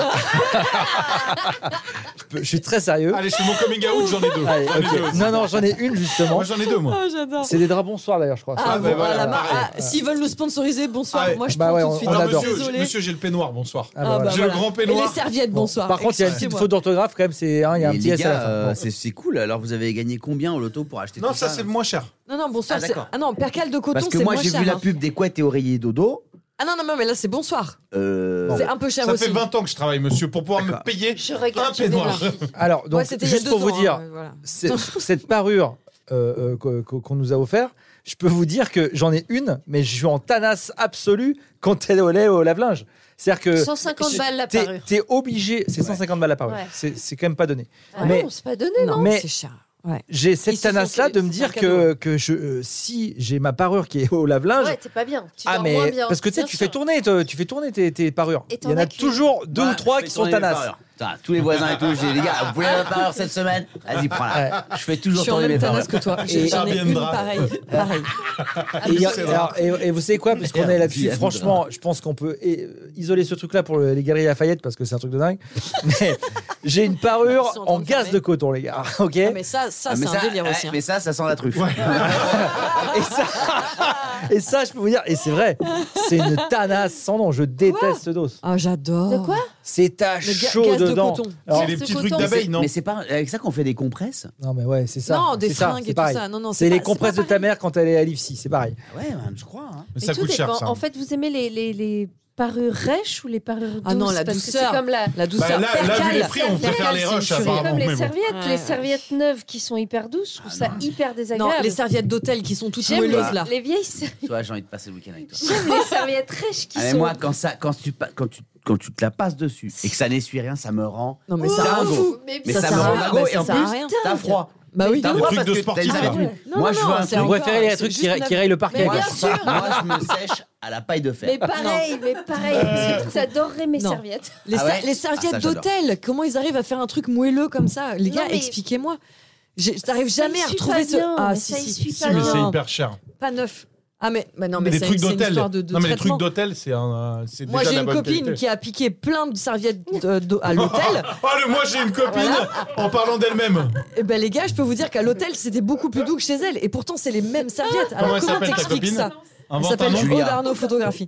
Speaker 5: je, peux- je suis très sérieux.
Speaker 4: Allez, je fais mon coming out, j'en ai deux.
Speaker 5: Allez,
Speaker 4: J'en ai
Speaker 5: ok.
Speaker 4: deux aussi.
Speaker 5: Non, non, j'en ai une justement.
Speaker 4: Moi, j'en ai deux, moi.
Speaker 6: Ah, j'adore.
Speaker 5: C'est des draps bonsoir d'ailleurs, je crois.
Speaker 6: Ah,
Speaker 4: Ah,
Speaker 6: bon,
Speaker 4: bah, voilà,
Speaker 6: ah, la
Speaker 4: pareil.
Speaker 6: marque. Ah, S'ils veulent nous sponsoriser, bonsoir.
Speaker 4: Ah, ouais.
Speaker 6: Moi, je
Speaker 5: Bah
Speaker 6: prends
Speaker 5: ouais,
Speaker 6: tout de
Speaker 5: on-
Speaker 6: suite.
Speaker 5: on
Speaker 6: hein.
Speaker 5: adore.
Speaker 4: Monsieur, j'ai-
Speaker 6: Désolé.
Speaker 4: monsieur, j'ai le peignoir, bonsoir.
Speaker 5: Ah, bah, voilà.
Speaker 4: J'ai le grand
Speaker 6: Et les
Speaker 4: peignoir.
Speaker 6: serviettes,
Speaker 5: Bon,
Speaker 6: bonsoir.
Speaker 5: Par contre, il y a une petite
Speaker 6: Excusez-moi.
Speaker 5: faute d'orthographe quand même. C'est hein, il y a un
Speaker 2: Mais
Speaker 5: petit
Speaker 2: les
Speaker 5: S à la
Speaker 2: gars,
Speaker 5: fin.
Speaker 2: euh,
Speaker 5: Bon.
Speaker 2: c'est c'est cool. Alors, vous avez gagné combien au loto pour acheter
Speaker 4: Non,
Speaker 2: tout
Speaker 4: ça,
Speaker 2: ça
Speaker 4: c'est
Speaker 2: là
Speaker 4: le moins cher.
Speaker 6: Non, non, bonsoir.
Speaker 2: Ah,
Speaker 6: c'est-
Speaker 2: d'accord.
Speaker 6: Ah non, percal de coton,
Speaker 2: Parce que
Speaker 6: c'est
Speaker 2: moi,
Speaker 6: moins
Speaker 2: j'ai
Speaker 6: cher,
Speaker 2: vu la
Speaker 6: hein.
Speaker 2: pub des couettes et oreillers dodo.
Speaker 6: Ah non, non, non, mais là, c'est bonsoir.
Speaker 2: Euh,
Speaker 6: C'est un peu cher
Speaker 4: Ça
Speaker 6: aussi.
Speaker 4: fait 20 ans que je travaille, monsieur, pour pouvoir me
Speaker 2: D'accord.
Speaker 4: payer
Speaker 3: Je
Speaker 4: un
Speaker 3: regarde. je
Speaker 4: peignoir.
Speaker 3: vérifie.
Speaker 5: Alors, donc,
Speaker 6: Ouais, c'était il y a
Speaker 5: juste
Speaker 6: deux
Speaker 5: pour vous
Speaker 6: ans, hein,
Speaker 5: dire,
Speaker 6: voilà.
Speaker 5: c'est- cette parure euh, euh, qu'o- qu'o- qu'on nous a offert, je peux vous dire que j'en ai une, mais je suis en tanasse absolue quand elle est au lait au lave-linge. C'est-à-dire que
Speaker 3: 150 balles la
Speaker 5: t'es-
Speaker 3: parure.
Speaker 5: T'es obligé, c'est 150 balles la parure.
Speaker 3: Ouais.
Speaker 5: C'est c'est quand même pas donné.
Speaker 3: Ah
Speaker 5: mais
Speaker 3: non, c'est pas donné, non
Speaker 6: Non,
Speaker 5: Mais-
Speaker 6: c'est cher. Ouais.
Speaker 5: j'ai
Speaker 6: Ils
Speaker 5: cette
Speaker 6: se sont
Speaker 5: tanasse-là
Speaker 6: fait-
Speaker 5: de me
Speaker 6: c'est un
Speaker 5: dire que
Speaker 6: cadeau.
Speaker 5: que je euh, si j'ai ma parure qui est au lave-linge.
Speaker 3: Ouais, t'es pas bien. Tu
Speaker 5: Ah
Speaker 3: dors moins
Speaker 5: mais
Speaker 3: bien.
Speaker 5: parce que tu sais
Speaker 3: Bien
Speaker 5: tu
Speaker 3: sûr.
Speaker 5: fais tourner te- tu fais tourner tes, tes parures.
Speaker 3: Et
Speaker 5: Il
Speaker 3: t'en
Speaker 5: y en a
Speaker 3: as qui-
Speaker 5: toujours deux
Speaker 2: Ouais,
Speaker 5: ou trois
Speaker 2: Bah, je
Speaker 5: qui
Speaker 2: fais
Speaker 5: sont
Speaker 2: tourner les
Speaker 5: tanasse.
Speaker 2: parures. Putain, Tous les voisins et tout, j'ai dit, les gars, vous voulez la parure cette semaine Vas-y, prends-la. Je fais
Speaker 6: Je
Speaker 2: toujours
Speaker 6: suis en
Speaker 2: tourner mes
Speaker 6: même
Speaker 2: parures.
Speaker 6: tanasse que toi.
Speaker 5: Et-
Speaker 6: J'en ai une
Speaker 4: Airbnb.
Speaker 6: pareille. Pareil. Ah,
Speaker 5: Et, il y a- alors, et- et vous savez quoi Parce qu'on est là-dessus,
Speaker 2: Merde.
Speaker 5: franchement, je pense qu'on peut eh, isoler ce truc-là pour le- les galeries Lafayette parce que c'est un truc de dingue. Mais j'ai une parure
Speaker 6: Ils sont en train
Speaker 5: en
Speaker 6: de
Speaker 5: gaz
Speaker 6: fermer.
Speaker 5: de coton, les gars. Ok
Speaker 6: Ah, mais ça, ça
Speaker 2: Ah, mais
Speaker 6: c'est un
Speaker 2: ça,
Speaker 6: délire
Speaker 2: ouais,
Speaker 6: aussi. hein.
Speaker 2: Mais ça, ça sent la truffe.
Speaker 5: et, ça, et ça, je peux vous dire, et c'est vrai, c'est une tanasse sans nom. Je déteste ce dos.
Speaker 6: Ah, j'adore.
Speaker 3: De quoi
Speaker 5: C'est à
Speaker 6: Le ga-
Speaker 5: chaud
Speaker 6: gaz de
Speaker 5: dedans.
Speaker 6: coton.
Speaker 4: C'est
Speaker 5: Alors,
Speaker 4: les
Speaker 3: ce
Speaker 4: petits trucs
Speaker 3: coton,
Speaker 4: d'abeille, non
Speaker 2: Mais c'est pas avec ça qu'on fait des compresses
Speaker 5: non, mais ouais, c'est ça.
Speaker 6: Non, des
Speaker 5: c'est ça,
Speaker 6: fringues
Speaker 5: c'est
Speaker 6: et tout
Speaker 5: pareil.
Speaker 6: ça. Non, non,
Speaker 5: c'est
Speaker 6: c'est
Speaker 5: les
Speaker 6: pas-
Speaker 5: compresses
Speaker 6: c'est pas
Speaker 5: de ta mère quand elle est à l'IFSI, c'est pareil.
Speaker 2: Ouais, ben, je crois. hein.
Speaker 4: Mais
Speaker 3: Mais
Speaker 4: ça
Speaker 3: tout
Speaker 4: coûte cher,
Speaker 3: dépend.
Speaker 4: ça.
Speaker 3: En fait, vous aimez les, les, les parures rêches ou les parures douces
Speaker 6: Ah non, la
Speaker 3: parce que
Speaker 6: douceur.
Speaker 3: c'est comme la
Speaker 6: La
Speaker 4: Bah,
Speaker 6: douceur.
Speaker 4: là, là, vu les prix, on préfère les
Speaker 3: C'est
Speaker 4: rushs,
Speaker 3: comme
Speaker 4: apparemment. mais
Speaker 3: les
Speaker 4: bon. Ah
Speaker 3: serviettes,
Speaker 6: Ouais.
Speaker 3: les serviettes neuves qui sont hyper douces, je trouve ça hyper
Speaker 6: non,
Speaker 3: désagréable.
Speaker 6: les serviettes d'hôtel qui sont toutes
Speaker 3: J'aime les,
Speaker 6: moelleuses là.
Speaker 3: les vieilles serviettes.
Speaker 2: Toi, j'ai envie de passer le week-end avec toi.
Speaker 3: J'aime les serviettes rêches qui
Speaker 2: Ah, mais
Speaker 3: sont.
Speaker 2: moi, quand, ça, quand, tu, pa- quand, tu, quand tu te la passes dessus et que ça n'essuie rien, ça me rend.
Speaker 6: Non, mais
Speaker 3: Oh,
Speaker 6: ça
Speaker 2: dingo.
Speaker 6: rend fou.
Speaker 3: mais
Speaker 2: Mais
Speaker 3: ça
Speaker 2: ça,
Speaker 6: sert
Speaker 2: me
Speaker 6: à
Speaker 2: rend
Speaker 6: rien.
Speaker 2: dingo
Speaker 6: Bah,
Speaker 2: et en
Speaker 6: ça sert à
Speaker 2: plus,
Speaker 6: rien.
Speaker 2: t'as froid.
Speaker 6: Bah oui.
Speaker 2: T'as
Speaker 4: Des
Speaker 2: froid
Speaker 4: trucs
Speaker 2: parce
Speaker 4: de
Speaker 2: que t'as les
Speaker 4: sportifs,
Speaker 2: habitudes.
Speaker 4: là.
Speaker 6: Non,
Speaker 2: Moi,
Speaker 6: non,
Speaker 2: je veux
Speaker 6: non,
Speaker 2: un
Speaker 6: c'est
Speaker 2: truc-
Speaker 5: On
Speaker 6: encore-
Speaker 5: va faire les
Speaker 6: c'est
Speaker 5: trucs
Speaker 6: juste
Speaker 5: qui, ra-
Speaker 6: la-
Speaker 5: qui rayent le parquet.
Speaker 3: Mais bien
Speaker 5: quoi.
Speaker 3: sûr.
Speaker 2: Moi, je me sèche à la paille de fer.
Speaker 3: Mais pareil, mais pareil. J'adorerais mes
Speaker 6: Non.
Speaker 3: serviettes.
Speaker 6: Les,
Speaker 2: Ah
Speaker 6: ser-
Speaker 2: ouais
Speaker 6: les
Speaker 2: Ah, ça,
Speaker 6: serviettes
Speaker 2: j'adore.
Speaker 6: d'hôtel, comment ils arrivent à faire un truc moelleux comme ça Les
Speaker 3: Non,
Speaker 6: gars,
Speaker 3: mais-
Speaker 6: expliquez-moi. J'ai- Je t'arrive
Speaker 3: Ça
Speaker 6: jamais à
Speaker 3: essuie
Speaker 6: retrouver
Speaker 3: pas
Speaker 6: ce.
Speaker 3: bien,
Speaker 6: ah,
Speaker 3: mais
Speaker 6: si,
Speaker 3: ça
Speaker 6: si,
Speaker 3: essuie
Speaker 6: si,
Speaker 3: pas
Speaker 4: Mais
Speaker 3: bien.
Speaker 4: c'est
Speaker 6: non,
Speaker 4: hyper cher.
Speaker 6: Pas neuf. Ah, mais, bah non, mais
Speaker 4: Mais des
Speaker 6: c'est-
Speaker 4: trucs
Speaker 6: c'est une
Speaker 4: d'hôtel.
Speaker 6: histoire de, de
Speaker 4: Non, mais les trucs
Speaker 6: traitement.
Speaker 4: d'hôtel, c'est un. euh, c'est
Speaker 6: Moi,
Speaker 4: déjà
Speaker 6: j'ai
Speaker 4: de la
Speaker 6: une
Speaker 4: bonne
Speaker 6: copine
Speaker 4: qualité.
Speaker 6: qui a piqué plein de serviettes euh, d'eau- à l'hôtel.
Speaker 4: Oh, le moi, j'ai une copine en parlant d'elle-même.
Speaker 6: Eh ben les gars, je peux vous dire qu'à l'hôtel, c'était beaucoup plus doux que chez elle. Et pourtant, c'est les mêmes serviettes.
Speaker 4: Comment
Speaker 6: Alors
Speaker 4: elle
Speaker 6: comment
Speaker 4: s'appelle, ta
Speaker 6: t'expliques
Speaker 4: copine
Speaker 6: ça Elle
Speaker 4: Invente un
Speaker 6: s'appelle
Speaker 4: nom.
Speaker 6: Aude Arnaud Photographie.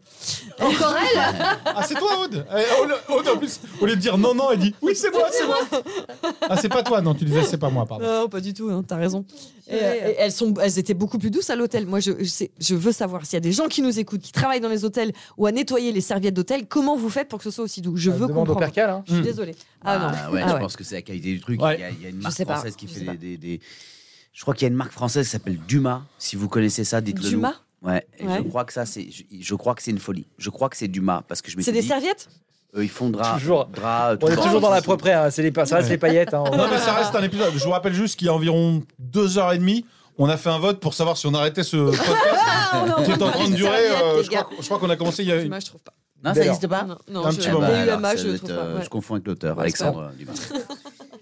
Speaker 3: Encore elle
Speaker 4: Ah, c'est toi, Aude. Eh, Aude- Aude, en plus, au lieu de dire non, non, elle dit oui, c'est moi, c'est moi. Ah, c'est pas toi, non, tu disais c'est pas moi, pardon.
Speaker 6: Non, pas du tout, hein, t'as raison. Et, euh, et elles, sont, elles étaient beaucoup plus douces à l'hôtel. Moi, je, je, sais- je veux savoir s'il y a des gens qui nous écoutent, qui travaillent dans les hôtels ou à nettoyer les serviettes d'hôtel, comment vous faites pour que ce soit aussi doux Je
Speaker 4: Ah,
Speaker 5: Euh,
Speaker 6: veux
Speaker 5: demande au
Speaker 6: comprendre.
Speaker 5: percal, hein.
Speaker 6: Je suis désolée. Ah, non.
Speaker 2: ouais,
Speaker 6: Ah
Speaker 2: je
Speaker 6: ouais.
Speaker 2: pense que c'est la qualité du truc.
Speaker 4: Ouais.
Speaker 2: Il, y a, il y a une
Speaker 6: Je
Speaker 2: marque
Speaker 6: sais pas,
Speaker 2: française qui
Speaker 6: je
Speaker 2: fait
Speaker 6: sais pas.
Speaker 2: des, des- des- Je crois qu'il y a une marque française qui s'appelle Dumas. Si vous connaissez ça, dites-le.
Speaker 6: Dumas
Speaker 2: nous. Ouais. Et
Speaker 6: Ouais.
Speaker 2: Je crois que ça, c'est. Je, je crois que c'est une folie. Je crois que c'est Dumas parce que je me
Speaker 6: C'est
Speaker 2: suis
Speaker 6: des
Speaker 2: dit,
Speaker 6: serviettes
Speaker 2: eux, ils font drap.
Speaker 5: Toujours.
Speaker 2: drap, euh,
Speaker 5: On est
Speaker 2: tout
Speaker 5: toujours dans la
Speaker 2: drap.
Speaker 5: propre hein, c'est les pa- ça reste les paillettes. hein.
Speaker 4: Non, mais ça reste un épisode. Je vous rappelle juste qu'il y a environ deux heures et demie, on a fait un vote pour savoir si on arrêtait ce podcast
Speaker 6: Ah, on
Speaker 4: qui est en
Speaker 6: parle
Speaker 4: train de
Speaker 6: des
Speaker 4: durer.
Speaker 6: serviettes,
Speaker 4: euh,
Speaker 6: les
Speaker 4: je crois
Speaker 6: gars.
Speaker 4: qu'on- je crois qu'on a commencé il y a une.
Speaker 6: Dumas, je trouve pas.
Speaker 2: Non, ça
Speaker 5: D'ailleurs.
Speaker 2: n'existe pas.
Speaker 6: Non, non,
Speaker 4: Un
Speaker 6: je-
Speaker 4: petit
Speaker 2: Eh ben,
Speaker 4: moment.
Speaker 2: alors,
Speaker 6: DUMA,
Speaker 2: ça
Speaker 6: je
Speaker 2: doit
Speaker 6: le
Speaker 2: être,
Speaker 6: trouve pas.
Speaker 2: euh,
Speaker 6: ouais.
Speaker 2: Je confonds avec l'auteur,
Speaker 6: Ouais, c'est
Speaker 2: Alexandre Dumas.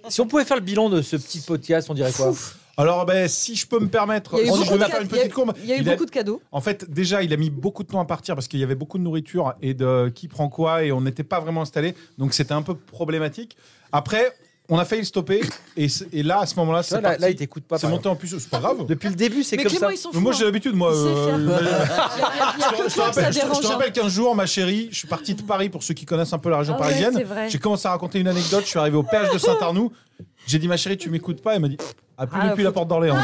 Speaker 5: Si on pouvait faire le bilan de ce petit podcast, on dirait quoi
Speaker 4: Alors, ben, si je peux me permettre,
Speaker 6: Il y a eu
Speaker 4: si je
Speaker 6: beaucoup
Speaker 4: devais
Speaker 6: de
Speaker 4: faire une
Speaker 6: cadeaux. Il y a
Speaker 4: petite courbe.
Speaker 6: eu- il y a eu
Speaker 4: il a-
Speaker 6: beaucoup de cadeaux.
Speaker 4: En fait, déjà, il a mis beaucoup de temps à partir parce qu'il y avait beaucoup de nourriture et de qui prend quoi et on n'était pas vraiment installé, donc c'était un peu problématique. Après, on a failli le stopper et, c- et là, à ce moment-là,
Speaker 5: Tu vois,
Speaker 4: c'est
Speaker 5: là,
Speaker 4: parti.
Speaker 5: là, il t'écoute pas.
Speaker 4: C'est
Speaker 5: par
Speaker 4: monté en puissance, c'est pas grave.
Speaker 5: exemple. Depuis le début, c'est
Speaker 6: Mais
Speaker 5: comme
Speaker 6: Clément,
Speaker 5: ça.
Speaker 6: ils sont
Speaker 4: Mais moi,
Speaker 6: forts.
Speaker 4: j'ai l'habitude, moi. euh,
Speaker 6: Il sait faire. Il y a
Speaker 4: je, te-
Speaker 6: que
Speaker 4: je te
Speaker 6: toi que ça
Speaker 4: rappelle, je te- je te
Speaker 6: dérange. hein.
Speaker 4: rappelle qu'un jour, ma chérie, je suis parti de Paris pour ceux qui connaissent un peu la région
Speaker 3: Ah ouais, c'est
Speaker 4: parisienne.
Speaker 3: vrai.
Speaker 4: J'ai commencé à raconter une anecdote. Je suis arrivé au péage de Saint-Arnoux. J'ai dit, ma chérie, tu m'écoutes pas Elle m'a dit, ah, plus
Speaker 6: Ah,
Speaker 4: depuis
Speaker 6: faut- Ah.
Speaker 4: la porte d'Orléans. et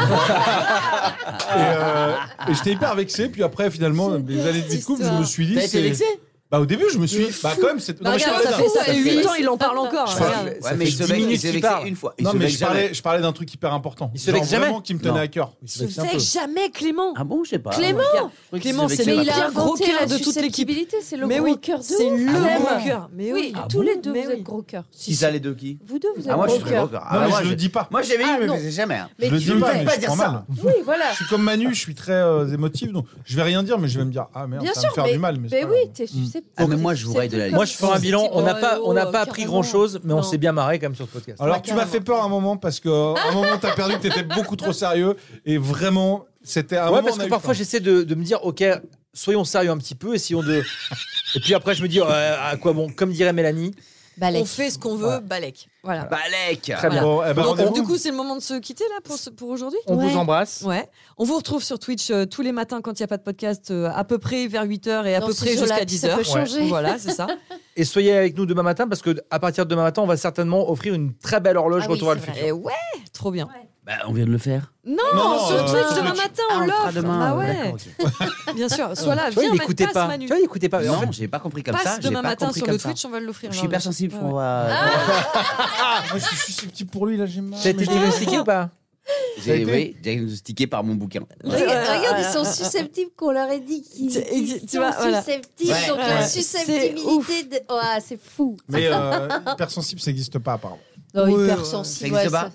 Speaker 4: euh, et j'étais hyper vexé. Puis après, finalement, les années de vie de couple, je me suis dit.
Speaker 2: T'as été
Speaker 4: c'est-
Speaker 2: vexé
Speaker 4: Bah, au début, je me suis dit, bah, quand même, c'est.
Speaker 6: Bah,
Speaker 4: mais je
Speaker 6: regarde,
Speaker 4: parlais
Speaker 6: ça
Speaker 4: d'un-
Speaker 6: fait- ça fait huit ans, il en parle encore,
Speaker 4: Je
Speaker 6: ouais,
Speaker 4: parlais-
Speaker 6: regarde.
Speaker 4: ça
Speaker 2: Ouais, mais
Speaker 4: fait
Speaker 2: il se
Speaker 4: 10
Speaker 2: vexe-
Speaker 4: minutes
Speaker 2: il se
Speaker 4: qu'il
Speaker 2: vexait
Speaker 4: parle.
Speaker 2: une fois. Il
Speaker 4: Non,
Speaker 2: se
Speaker 4: mais
Speaker 2: vexe
Speaker 4: je parlais,
Speaker 2: jamais.
Speaker 4: je parlais d'un truc hyper important.
Speaker 5: Il se
Speaker 4: Genre
Speaker 5: vexe jamais.
Speaker 4: Vraiment qui me tenait
Speaker 2: Non.
Speaker 4: à cœur.
Speaker 2: Il se
Speaker 6: Je fais jamais Clément.
Speaker 2: Ah bon, je sais pas.
Speaker 3: Clément
Speaker 2: Oui,
Speaker 6: Clément,
Speaker 2: c'est
Speaker 6: c'est
Speaker 2: avec
Speaker 6: le
Speaker 3: Mais il
Speaker 2: Clément.
Speaker 3: a
Speaker 6: pire gros
Speaker 3: inventé
Speaker 6: cœur
Speaker 3: la
Speaker 6: de toute l'équipe.
Speaker 3: susceptibilité, c'est le
Speaker 6: Mais
Speaker 3: gros
Speaker 6: oui,
Speaker 3: cœur de
Speaker 6: C'est
Speaker 3: ouf.
Speaker 6: le
Speaker 3: Ah
Speaker 6: gros
Speaker 3: ouais.
Speaker 6: cœur. Mais
Speaker 3: Oui,
Speaker 6: oui.
Speaker 2: Ah
Speaker 3: tous
Speaker 2: bon
Speaker 3: les deux,
Speaker 6: Mais
Speaker 3: vous
Speaker 6: oui.
Speaker 3: êtes gros cœur.
Speaker 2: Qui ça, les deux qui
Speaker 3: Vous deux, vous êtes
Speaker 2: Ah, moi, je
Speaker 3: gros
Speaker 2: suis très gros cœur.
Speaker 3: cœur.
Speaker 4: Non,
Speaker 2: Ah,
Speaker 4: mais
Speaker 2: moi,
Speaker 4: je le dis pas.
Speaker 2: Moi, j'avais
Speaker 3: Ah,
Speaker 2: eu, mais
Speaker 3: non.
Speaker 2: je faisais jamais. hein.
Speaker 3: Mais
Speaker 4: je le
Speaker 3: tu
Speaker 4: dis pas,
Speaker 3: fais-
Speaker 4: mais
Speaker 2: pas
Speaker 4: je
Speaker 2: dire
Speaker 4: prends
Speaker 2: ça.
Speaker 4: mal.
Speaker 3: Oui, voilà.
Speaker 4: Je suis comme Manu, je suis très euh, émotif, donc je vais rien dire, mais je vais me dire, ah merde,
Speaker 3: Bien
Speaker 4: ça va
Speaker 3: sûr,
Speaker 4: me faire du mal. Mais, c'est
Speaker 3: Mais
Speaker 4: pas
Speaker 3: oui,
Speaker 4: grave. Mm.
Speaker 3: t'es susceptible.
Speaker 2: Ah, mais moi, je vous raille de la
Speaker 5: Moi, je fais un bilan. On n'a pas, on n'a pas appris
Speaker 3: pris
Speaker 5: grand chose, mais on
Speaker 3: euh, Non.
Speaker 5: s'est bien marré quand même sur ce podcast.
Speaker 4: Alors, tu m'as fait peur à un moment parce que euh, à un moment, t'as perdu que t'étais beaucoup trop sérieux et vraiment, c'était à un
Speaker 5: ouais,
Speaker 4: moment.
Speaker 5: parce
Speaker 4: on a
Speaker 5: que
Speaker 4: eu
Speaker 5: parfois
Speaker 4: peur.
Speaker 5: j'essaie de, de me dire, ok, soyons sérieux un petit peu, essayons de. Et puis après, je me dis, ouais, à quoi bon Comme dirait Mélanie,
Speaker 3: Bah,
Speaker 6: On fait ce qu'on veut, Balek. Voilà.
Speaker 2: Balek
Speaker 5: Très bien.
Speaker 4: Bon, eh ben,
Speaker 6: Donc,
Speaker 4: rendez-vous.
Speaker 6: du coup, c'est le moment de se quitter là pour, ce- pour aujourd'hui.
Speaker 5: on
Speaker 3: Ouais.
Speaker 5: vous embrasse.
Speaker 6: Ouais. On vous retrouve sur Twitch euh, tous les matins quand il n'y a pas de podcast, euh, à peu près vers 8h et à
Speaker 3: Non,
Speaker 6: peu
Speaker 3: c'est
Speaker 6: près
Speaker 3: sur la-
Speaker 6: jusqu'à
Speaker 3: Ça
Speaker 6: 10h.
Speaker 3: peut changer.
Speaker 6: Voilà, c'est ça.
Speaker 5: Et soyez avec nous demain matin parce que à partir de demain matin, on va certainement offrir une très belle horloge
Speaker 3: Ah oui,
Speaker 5: retour à le
Speaker 3: c'est vrai.
Speaker 5: futur.
Speaker 6: Et Eh ouais, trop bien.
Speaker 2: Bah, on vient de le faire.
Speaker 6: Non,
Speaker 4: Non, non,
Speaker 6: sur
Speaker 4: euh,
Speaker 6: Twitch
Speaker 4: sur
Speaker 6: demain
Speaker 4: Twitch.
Speaker 6: matin,
Speaker 2: Ah,
Speaker 6: on
Speaker 2: on le fera
Speaker 6: l'offre.
Speaker 2: demain.
Speaker 6: Ah
Speaker 2: euh,
Speaker 6: ouais,
Speaker 2: d'accord, ok.
Speaker 6: bien sûr. Sois là,
Speaker 5: Tu vois, il
Speaker 6: viens, mettre
Speaker 5: écoutait
Speaker 6: passe,
Speaker 5: pas.
Speaker 6: Manu.
Speaker 5: Tu vois, il écoutait pas. En fait,
Speaker 2: Non, j'ai pas compris comme
Speaker 6: passe
Speaker 2: ça. j'ai
Speaker 6: demain
Speaker 2: pas
Speaker 6: matin
Speaker 2: compris
Speaker 6: sur
Speaker 2: comme
Speaker 6: le
Speaker 2: ça.
Speaker 6: Twitch, on va l'offrir.
Speaker 2: Je suis
Speaker 6: l'horloge.
Speaker 2: hyper sensible.
Speaker 6: Ouais.
Speaker 2: On va.
Speaker 4: Moi, je suis susceptible pour lui, là, j'ai mal.
Speaker 5: T'as été diagnostiqué ou pas
Speaker 4: Ça a
Speaker 2: J'ai
Speaker 4: été-
Speaker 2: oui, diagnostiqué par mon bouquin.
Speaker 3: Regarde, regarde, ils sont
Speaker 6: Ouais.
Speaker 3: susceptibles qu'on leur ait dit qu'ils
Speaker 6: Tu-
Speaker 3: qu'ils
Speaker 6: tu
Speaker 3: sont
Speaker 6: vois, voilà.
Speaker 3: susceptibles.
Speaker 2: Ouais.
Speaker 3: Donc la
Speaker 6: Ouais. C'est ouf.
Speaker 3: susceptibilité de... Oh, ah, c'est fou.
Speaker 4: Mais euh, hypersensible, ça n'existe pas, apparemment.
Speaker 3: Non,
Speaker 6: Ouais,
Speaker 2: Ça
Speaker 3: Oh, hypersensible.
Speaker 2: existe
Speaker 3: ouais,
Speaker 2: pas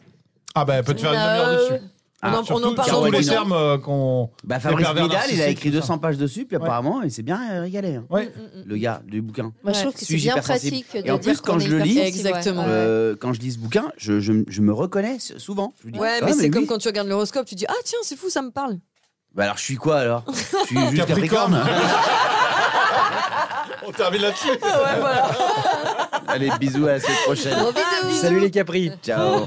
Speaker 4: Ah, bah, elle peut te faire une
Speaker 3: Bah,
Speaker 4: demi-heure
Speaker 3: euh,
Speaker 4: dessus.
Speaker 6: On en- on
Speaker 4: Surtout-
Speaker 6: en parle
Speaker 4: Sur tous les
Speaker 2: Caroline.
Speaker 4: termes euh, qu'on.
Speaker 2: Bah, Fabrice
Speaker 4: pervers
Speaker 2: Vidal, il a
Speaker 4: narcissiques,
Speaker 2: écrit
Speaker 4: tout ça.
Speaker 2: 200 pages dessus, puis
Speaker 4: Ouais.
Speaker 2: apparemment, il s'est bien euh, régalé. hein.
Speaker 6: Mm,
Speaker 4: Ouais.
Speaker 2: Le gars du bouquin.
Speaker 3: Moi, je trouve que c'est
Speaker 2: Suis-je
Speaker 3: bien
Speaker 2: hypersensible
Speaker 3: pratique de
Speaker 2: Et en
Speaker 3: dire
Speaker 2: plus, quand
Speaker 3: qu'on
Speaker 2: je
Speaker 3: est
Speaker 2: le lis,
Speaker 3: hypersensible, ouais.
Speaker 6: Exactement.
Speaker 3: Ouais.
Speaker 2: euh, quand je lis ce bouquin, je, je- je me reconnais s- souvent. Je me dis,
Speaker 6: Ouais,
Speaker 2: ah,
Speaker 6: mais c'est comme
Speaker 2: oui.
Speaker 6: quand tu regardes l'horoscope, tu dis Ah, tiens, c'est fou, ça me parle.
Speaker 2: Bah alors, je suis quoi alors Je suis juste
Speaker 4: Capricorne.
Speaker 2: Capricorne.
Speaker 4: On termine là-dessus.
Speaker 2: Allez, bisous, à la semaine prochaine.
Speaker 3: Gros bisous.
Speaker 5: Salut les Capris.
Speaker 2: Ciao.